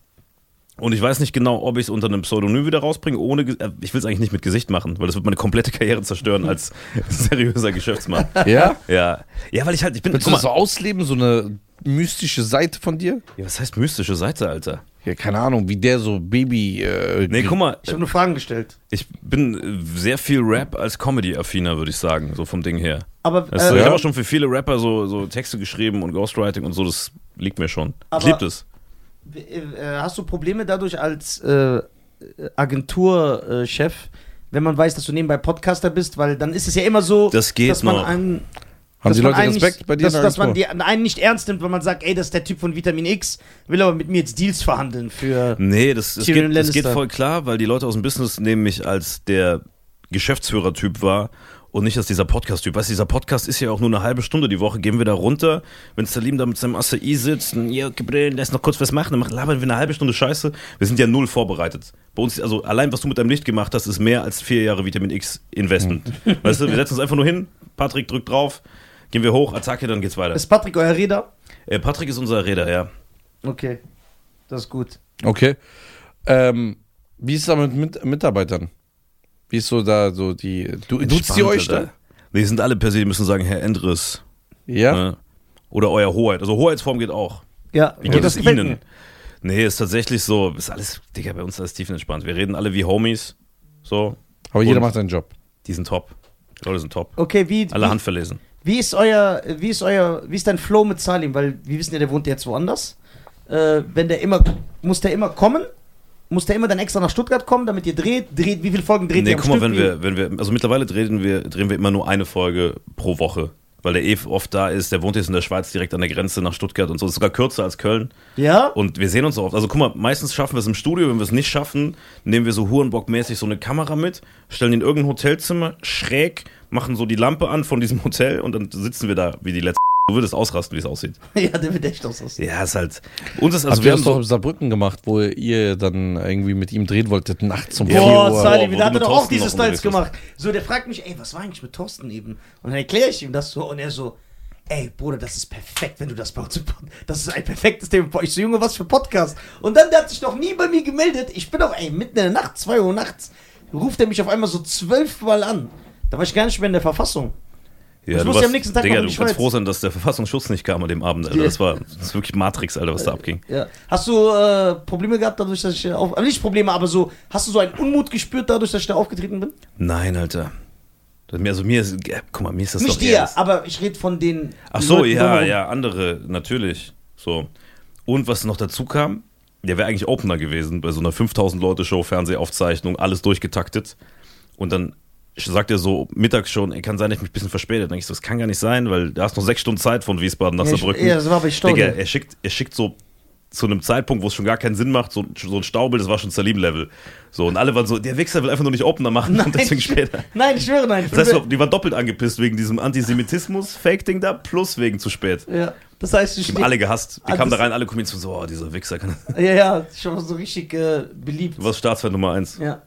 Speaker 3: Und ich weiß nicht genau, ob ich es unter einem Pseudonym wieder rausbringe, ohne. Ge- äh, Ich will es eigentlich nicht mit Gesicht machen, weil das wird meine komplette Karriere zerstören als seriöser Geschäftsmann.
Speaker 1: Ja?
Speaker 3: Ja. Ja, weil ich halt, ich bin.
Speaker 1: Willst du das
Speaker 3: Guck mal,
Speaker 1: so ausleben, so eine mystische Seite von dir?
Speaker 3: ja, was heißt mystische Seite, Alter?
Speaker 1: ja, keine Ahnung, wie der so Baby. Äh,
Speaker 3: Nee, guck mal,
Speaker 4: Ich habe nur Fragen gestellt.
Speaker 3: ich bin äh, sehr viel Rap als Comedy-affiner, würde ich sagen, so vom Ding her.
Speaker 4: Aber,
Speaker 3: Also,
Speaker 4: äh,
Speaker 3: Ich
Speaker 1: ja.
Speaker 3: habe auch schon für viele Rapper so, so Texte geschrieben und Ghostwriting und so, das liegt mir schon.
Speaker 4: Aber-
Speaker 3: ich liebe das.
Speaker 4: äh, hast du Probleme dadurch als äh, Agenturchef, wenn man weiß, dass du nebenbei Podcaster bist? Weil dann ist es ja immer so,
Speaker 3: Das geht
Speaker 4: dass man
Speaker 3: noch.
Speaker 4: einen
Speaker 1: haben
Speaker 4: dass
Speaker 1: die
Speaker 4: man
Speaker 1: Leute
Speaker 4: einen nicht-
Speaker 1: Respekt bei dir? in
Speaker 4: Dass,
Speaker 1: der
Speaker 4: dass man
Speaker 1: Agentur?
Speaker 4: die einen nicht ernst nimmt, wenn man sagt, ey, das ist der Typ von Vitamin X, will aber mit mir jetzt Deals verhandeln für.
Speaker 3: Nee, das, das,
Speaker 4: Tyrion
Speaker 3: geht, das geht
Speaker 4: Lannister.
Speaker 3: voll klar, weil die Leute aus dem Business nehmen mich als der Geschäftsführer-Typ war und nicht als dieser Podcast-Typ. Weißt du, dieser Podcast ist ja auch nur eine halbe Stunde die Woche. Gehen wir da runter, wenn Salim da mit seinem Acai sitzt und ja, Gabriel, lass noch kurz was machen, dann machen- labern wir eine halbe Stunde Scheiße. Wir sind ja null vorbereitet. Bei uns, also allein was du mit deinem Licht gemacht hast, ist mehr als vier Jahre Vitamin X Investment.
Speaker 1: Mhm.
Speaker 3: Weißt du, wir setzen uns einfach nur hin, Patrick drückt drauf, gehen wir hoch, Attacke, dann geht's weiter.
Speaker 4: Ist Patrick euer Reder?
Speaker 3: Äh, Patrick ist unser Räder, ja.
Speaker 4: Okay, das ist gut.
Speaker 1: Okay. Ähm, wie ist es aber mit, mit Mitarbeitern? Wie ist so da so die. Du, duzt ihr
Speaker 3: Entspannt,
Speaker 1: euch da?
Speaker 3: Alter. Wir sind alle per se, die müssen sagen, Herr Endres.
Speaker 1: Ja.
Speaker 3: Ne? Oder euer Hoheit. Also Hoheitsform geht auch.
Speaker 4: Ja,
Speaker 3: Wie
Speaker 4: ja,
Speaker 3: geht es
Speaker 4: gefällt
Speaker 3: Ihnen?
Speaker 4: mir.
Speaker 3: Nee, ist tatsächlich so, ist alles, Digga, bei uns alles tiefenentspannt. Wir reden alle wie Homies. So,
Speaker 1: Aber jeder
Speaker 3: Und-
Speaker 1: macht seinen Job.
Speaker 3: die sind top. Die Leute sind top.
Speaker 4: Okay, wie,
Speaker 3: Alle
Speaker 4: wie,
Speaker 3: handverlesen.
Speaker 4: wie ist euer, wie ist euer, wie ist dein Flow mit Salim? Weil wir wissen ja, der wohnt jetzt woanders. Äh, wenn der immer, muss der immer kommen? Muss der immer dann extra nach Stuttgart kommen, damit ihr dreht? Dreht, wie viele Folgen dreht
Speaker 3: Nee,
Speaker 4: ihr am
Speaker 3: guck mal,
Speaker 4: Stück?
Speaker 3: wenn wir, wenn wir, also mittlerweile drehen wir, drehen wir immer nur eine Folge pro Woche. Weil der eh oft da ist, der wohnt jetzt in der Schweiz direkt an der Grenze nach Stuttgart und so. Ist sogar kürzer als Köln.
Speaker 4: Wie- Ja?
Speaker 3: Und wir sehen uns auch oft. Also guck mal, meistens schaffen wir es im Studio. Wenn wir es nicht schaffen, nehmen wir so Hurenbock-mäßig so eine Kamera mit, stellen die in irgendein Hotelzimmer schräg, machen so die Lampe an von diesem Hotel und dann sitzen wir da wie die letzten. Du würdest ausrasten, wie es aussieht.
Speaker 4: Ja, der wird echt aus. aus-
Speaker 3: Ja, ist halt. Uns ist,
Speaker 1: Also
Speaker 3: also
Speaker 1: wir
Speaker 3: wir
Speaker 1: haben
Speaker 3: haben
Speaker 1: es doch
Speaker 3: so.
Speaker 1: in Saarbrücken gemacht, wo ihr dann irgendwie mit ihm drehen wolltet, nachts um 4
Speaker 4: Boah,
Speaker 1: Uhr.
Speaker 4: Salim,
Speaker 3: Boah,
Speaker 4: da hat
Speaker 3: wo
Speaker 4: er
Speaker 3: du
Speaker 4: doch
Speaker 3: mit
Speaker 4: auch diese
Speaker 3: Thorsten noch
Speaker 4: Styles gemacht. So, der fragt mich, ey, was war eigentlich mit Thorsten eben? Und dann erkläre ich ihm das so und er so, ey, Bruder, das ist perfekt, wenn du das bei uns im Pod- Das ist ein perfektes Thema. Boah, Ich so, Junge, was für Podcast. Und dann, der hat sich noch nie bei mir gemeldet. Ich bin auch, ey, mitten in der Nacht, 2 Uhr nachts, ruft er mich auf einmal so zwölfmal an. Da war ich gar nicht mehr in der Verfassung.
Speaker 3: Ja,
Speaker 4: ich
Speaker 3: du
Speaker 4: muss ja am nächsten Tag noch
Speaker 3: Digga,
Speaker 4: in
Speaker 3: du
Speaker 4: die
Speaker 3: kannst
Speaker 4: Schweiz.
Speaker 3: froh sein, dass der Verfassungsschutz nicht kam an dem Abend, Alter.
Speaker 4: Ja.
Speaker 3: Das war, das ist wirklich Matrix, Alter, was da abging.
Speaker 4: Ja. Hast du äh, Probleme gehabt, dadurch, dass ich äh, auf. Nicht Probleme, aber so, hast du so einen Unmut gespürt, dadurch, dass ich da aufgetreten bin?
Speaker 3: Nein, Alter. Das- mir- Also mir ist, äh, guck mal, mir ist das
Speaker 4: nicht
Speaker 3: doch
Speaker 4: dir,
Speaker 3: ernst.
Speaker 4: aber ich rede von den.
Speaker 3: Ach so,
Speaker 4: Leuten
Speaker 3: ja,
Speaker 4: drumherum.
Speaker 3: ja, andere, natürlich. So. Und was noch dazu kam, der wäre eigentlich Opener gewesen bei so einer 5000-Leute-Show, Fernsehaufzeichnung, alles durchgetaktet. Und dann sagt er so mittags schon, ey, kann sein, dass ich mich ein bisschen verspätet. Dann denk ich so, das kann gar nicht sein, weil da hast noch sechs Stunden Zeit von Wiesbaden nach
Speaker 4: Ja, ich-
Speaker 3: Saarbrücken.
Speaker 4: ja, das war aber ich staune.
Speaker 3: Digga, er schickt, er schickt so zu einem Zeitpunkt, wo es schon gar keinen Sinn macht, so, so ein Staubel, das war schon Salim-Level. So, und alle waren so, der Wichser will einfach nur nicht Opener machen und deswegen
Speaker 4: ich-
Speaker 3: später.
Speaker 4: Nein, ich schwöre, nein.
Speaker 3: Das heißt, die waren doppelt angepisst wegen diesem Antisemitismus, Fake-Ding da, plus wegen zu spät.
Speaker 4: ja, das heißt, ich
Speaker 3: Die haben alle gehasst. Die
Speaker 4: Ah,
Speaker 3: kamen da
Speaker 4: das-
Speaker 3: rein, alle Comedians und so, oh, dieser Wichser kann.
Speaker 4: Ja, ja, ich war so richtig äh, beliebt.
Speaker 3: Du warst Staatsfeind Nummer eins.
Speaker 4: Ja.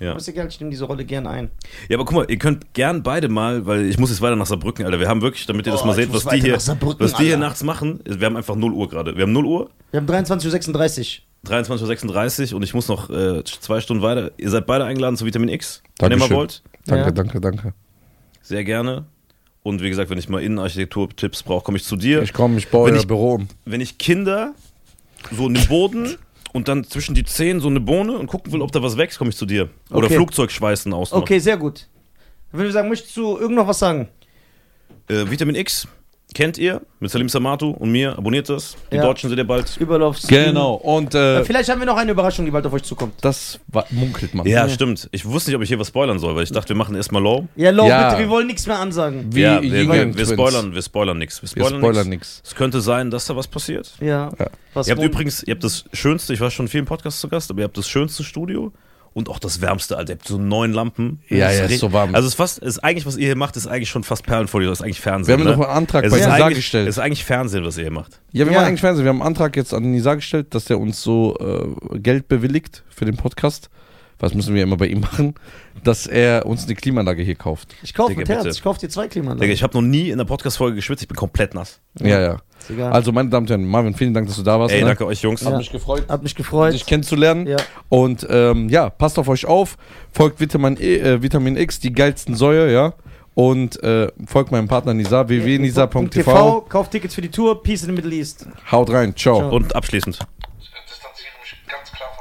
Speaker 3: Ja.
Speaker 4: Aber ist egal, ich nehme diese Rolle gern ein.
Speaker 3: ja, aber guck mal, ihr könnt gern beide mal, weil ich muss jetzt weiter nach Saarbrücken, Alter. Wir haben wirklich, damit ihr das
Speaker 4: Oh,
Speaker 3: mal
Speaker 4: ich
Speaker 3: seht,
Speaker 4: muss
Speaker 3: was die
Speaker 4: weiter
Speaker 3: hier,
Speaker 4: nach Saarbrücken,
Speaker 3: was die hier
Speaker 4: Alter.
Speaker 3: nachts machen. Wir haben einfach 0 Uhr gerade. Wir haben 0 Uhr,
Speaker 4: Wir haben 23.36 Uhr.
Speaker 3: 23.36 Uhr und ich muss noch äh, zwei Stunden weiter. Ihr seid beide eingeladen zu Vitamin X, wenn ihr
Speaker 1: Dankeschön.
Speaker 3: mal wollt.
Speaker 1: Danke,
Speaker 4: Ja.
Speaker 1: danke, danke.
Speaker 3: Sehr gerne. Und wie gesagt, wenn ich mal Innenarchitektur-Tipps brauche, komme ich zu dir.
Speaker 1: Ich komme, ich baue
Speaker 3: Wenn
Speaker 1: euer
Speaker 3: ich-
Speaker 1: Büro um.
Speaker 3: wenn ich Kinder so in den Boden und dann zwischen die Zehen so eine Bohne und gucken will, ob da was wächst, komme ich zu dir. Oder
Speaker 4: Okay.
Speaker 3: Flugzeugschweißen ausmachen.
Speaker 4: Okay, sehr gut. Dann würde ich sagen, möchtest du irgend noch was sagen?
Speaker 3: Äh, Vitamin X kennt ihr mit Salim Samatu und mir. Abonniert das. Die
Speaker 4: Ja.
Speaker 3: Deutschen seht ihr bald.
Speaker 4: Überlaufs.
Speaker 1: Genau, und äh,
Speaker 4: Vielleicht haben wir noch eine Überraschung, die bald auf euch zukommt.
Speaker 1: das wa- munkelt man. ne?
Speaker 3: Ja, stimmt. Ich wusste nicht, ob ich hier was spoilern soll, weil ich dachte, wir machen erstmal low.
Speaker 4: Ja, Low,
Speaker 1: Ja.
Speaker 4: bitte, wir wollen nichts mehr ansagen.
Speaker 1: Wie
Speaker 3: ja, wir,
Speaker 1: Yin
Speaker 3: wir,
Speaker 1: und
Speaker 3: wir
Speaker 1: Twins.
Speaker 3: spoilern, wir spoilern nichts. Wir
Speaker 1: Wir
Speaker 3: spoilern,
Speaker 1: spoilern
Speaker 3: nix.
Speaker 1: nichts.
Speaker 3: Es könnte sein, dass da was passiert.
Speaker 4: Ja.
Speaker 1: Ja.
Speaker 4: Was
Speaker 3: ihr habt
Speaker 4: wollen-
Speaker 3: übrigens, ihr habt das schönste, ich war schon in vielen Podcasts zu Gast, aber ihr habt das schönste Studio und auch das wärmste, Alter. Ihr habt so neun Lampen.
Speaker 1: Ja,
Speaker 3: Das
Speaker 1: ja, ist
Speaker 3: ri-
Speaker 1: so warm.
Speaker 3: Also es ist fast, es ist eigentlich, was ihr hier macht, ist eigentlich schon fast Perlenfolie, das ist eigentlich
Speaker 1: Wir
Speaker 3: Fernsehen.
Speaker 1: haben
Speaker 3: ne?
Speaker 1: noch einen Antrag
Speaker 3: es
Speaker 1: bei
Speaker 3: ist
Speaker 1: Nisa
Speaker 3: eigentlich-
Speaker 1: gestellt.
Speaker 3: Es ist eigentlich Fernsehen, was ihr hier macht.
Speaker 1: Ja, wir
Speaker 4: Ja.
Speaker 1: machen eigentlich Fernsehen. Wir haben einen Antrag jetzt an Nisa gestellt, dass der uns so äh, Geld bewilligt für den Podcast. Was müssen wir immer bei ihm machen? Dass er uns eine Klimaanlage hier kauft.
Speaker 4: Ich kaufe
Speaker 3: Digga,
Speaker 4: mit Herz,
Speaker 3: bitte.
Speaker 4: ich kaufe dir zwei
Speaker 3: Digga,
Speaker 4: Klimaanlagen.
Speaker 3: ich habe noch nie in einer Podcast-Folge geschwitzt, ich bin komplett nass.
Speaker 1: Ja, ja.
Speaker 4: Ist egal.
Speaker 1: Also, meine Damen und Herren, Marvin, vielen Dank, dass du da warst.
Speaker 3: Ey,
Speaker 1: ne?
Speaker 3: danke euch, Jungs.
Speaker 4: Ja.
Speaker 3: Hat mich-
Speaker 1: gefreut,
Speaker 4: Hat mich gefreut.
Speaker 1: dich kennenzulernen.
Speaker 4: Ja.
Speaker 1: Und ähm, ja, passt auf euch auf. Folgt Vitamin, E- äh, Vitamin X, die geilsten Säue, ja. Und äh, folgt meinem Partner Nisa, www.nisa.tv.
Speaker 4: Kauf Tickets für die Tour, Peace in the Middle East.
Speaker 1: Haut rein, ciao.
Speaker 3: Und abschließend.
Speaker 8: distanzieren.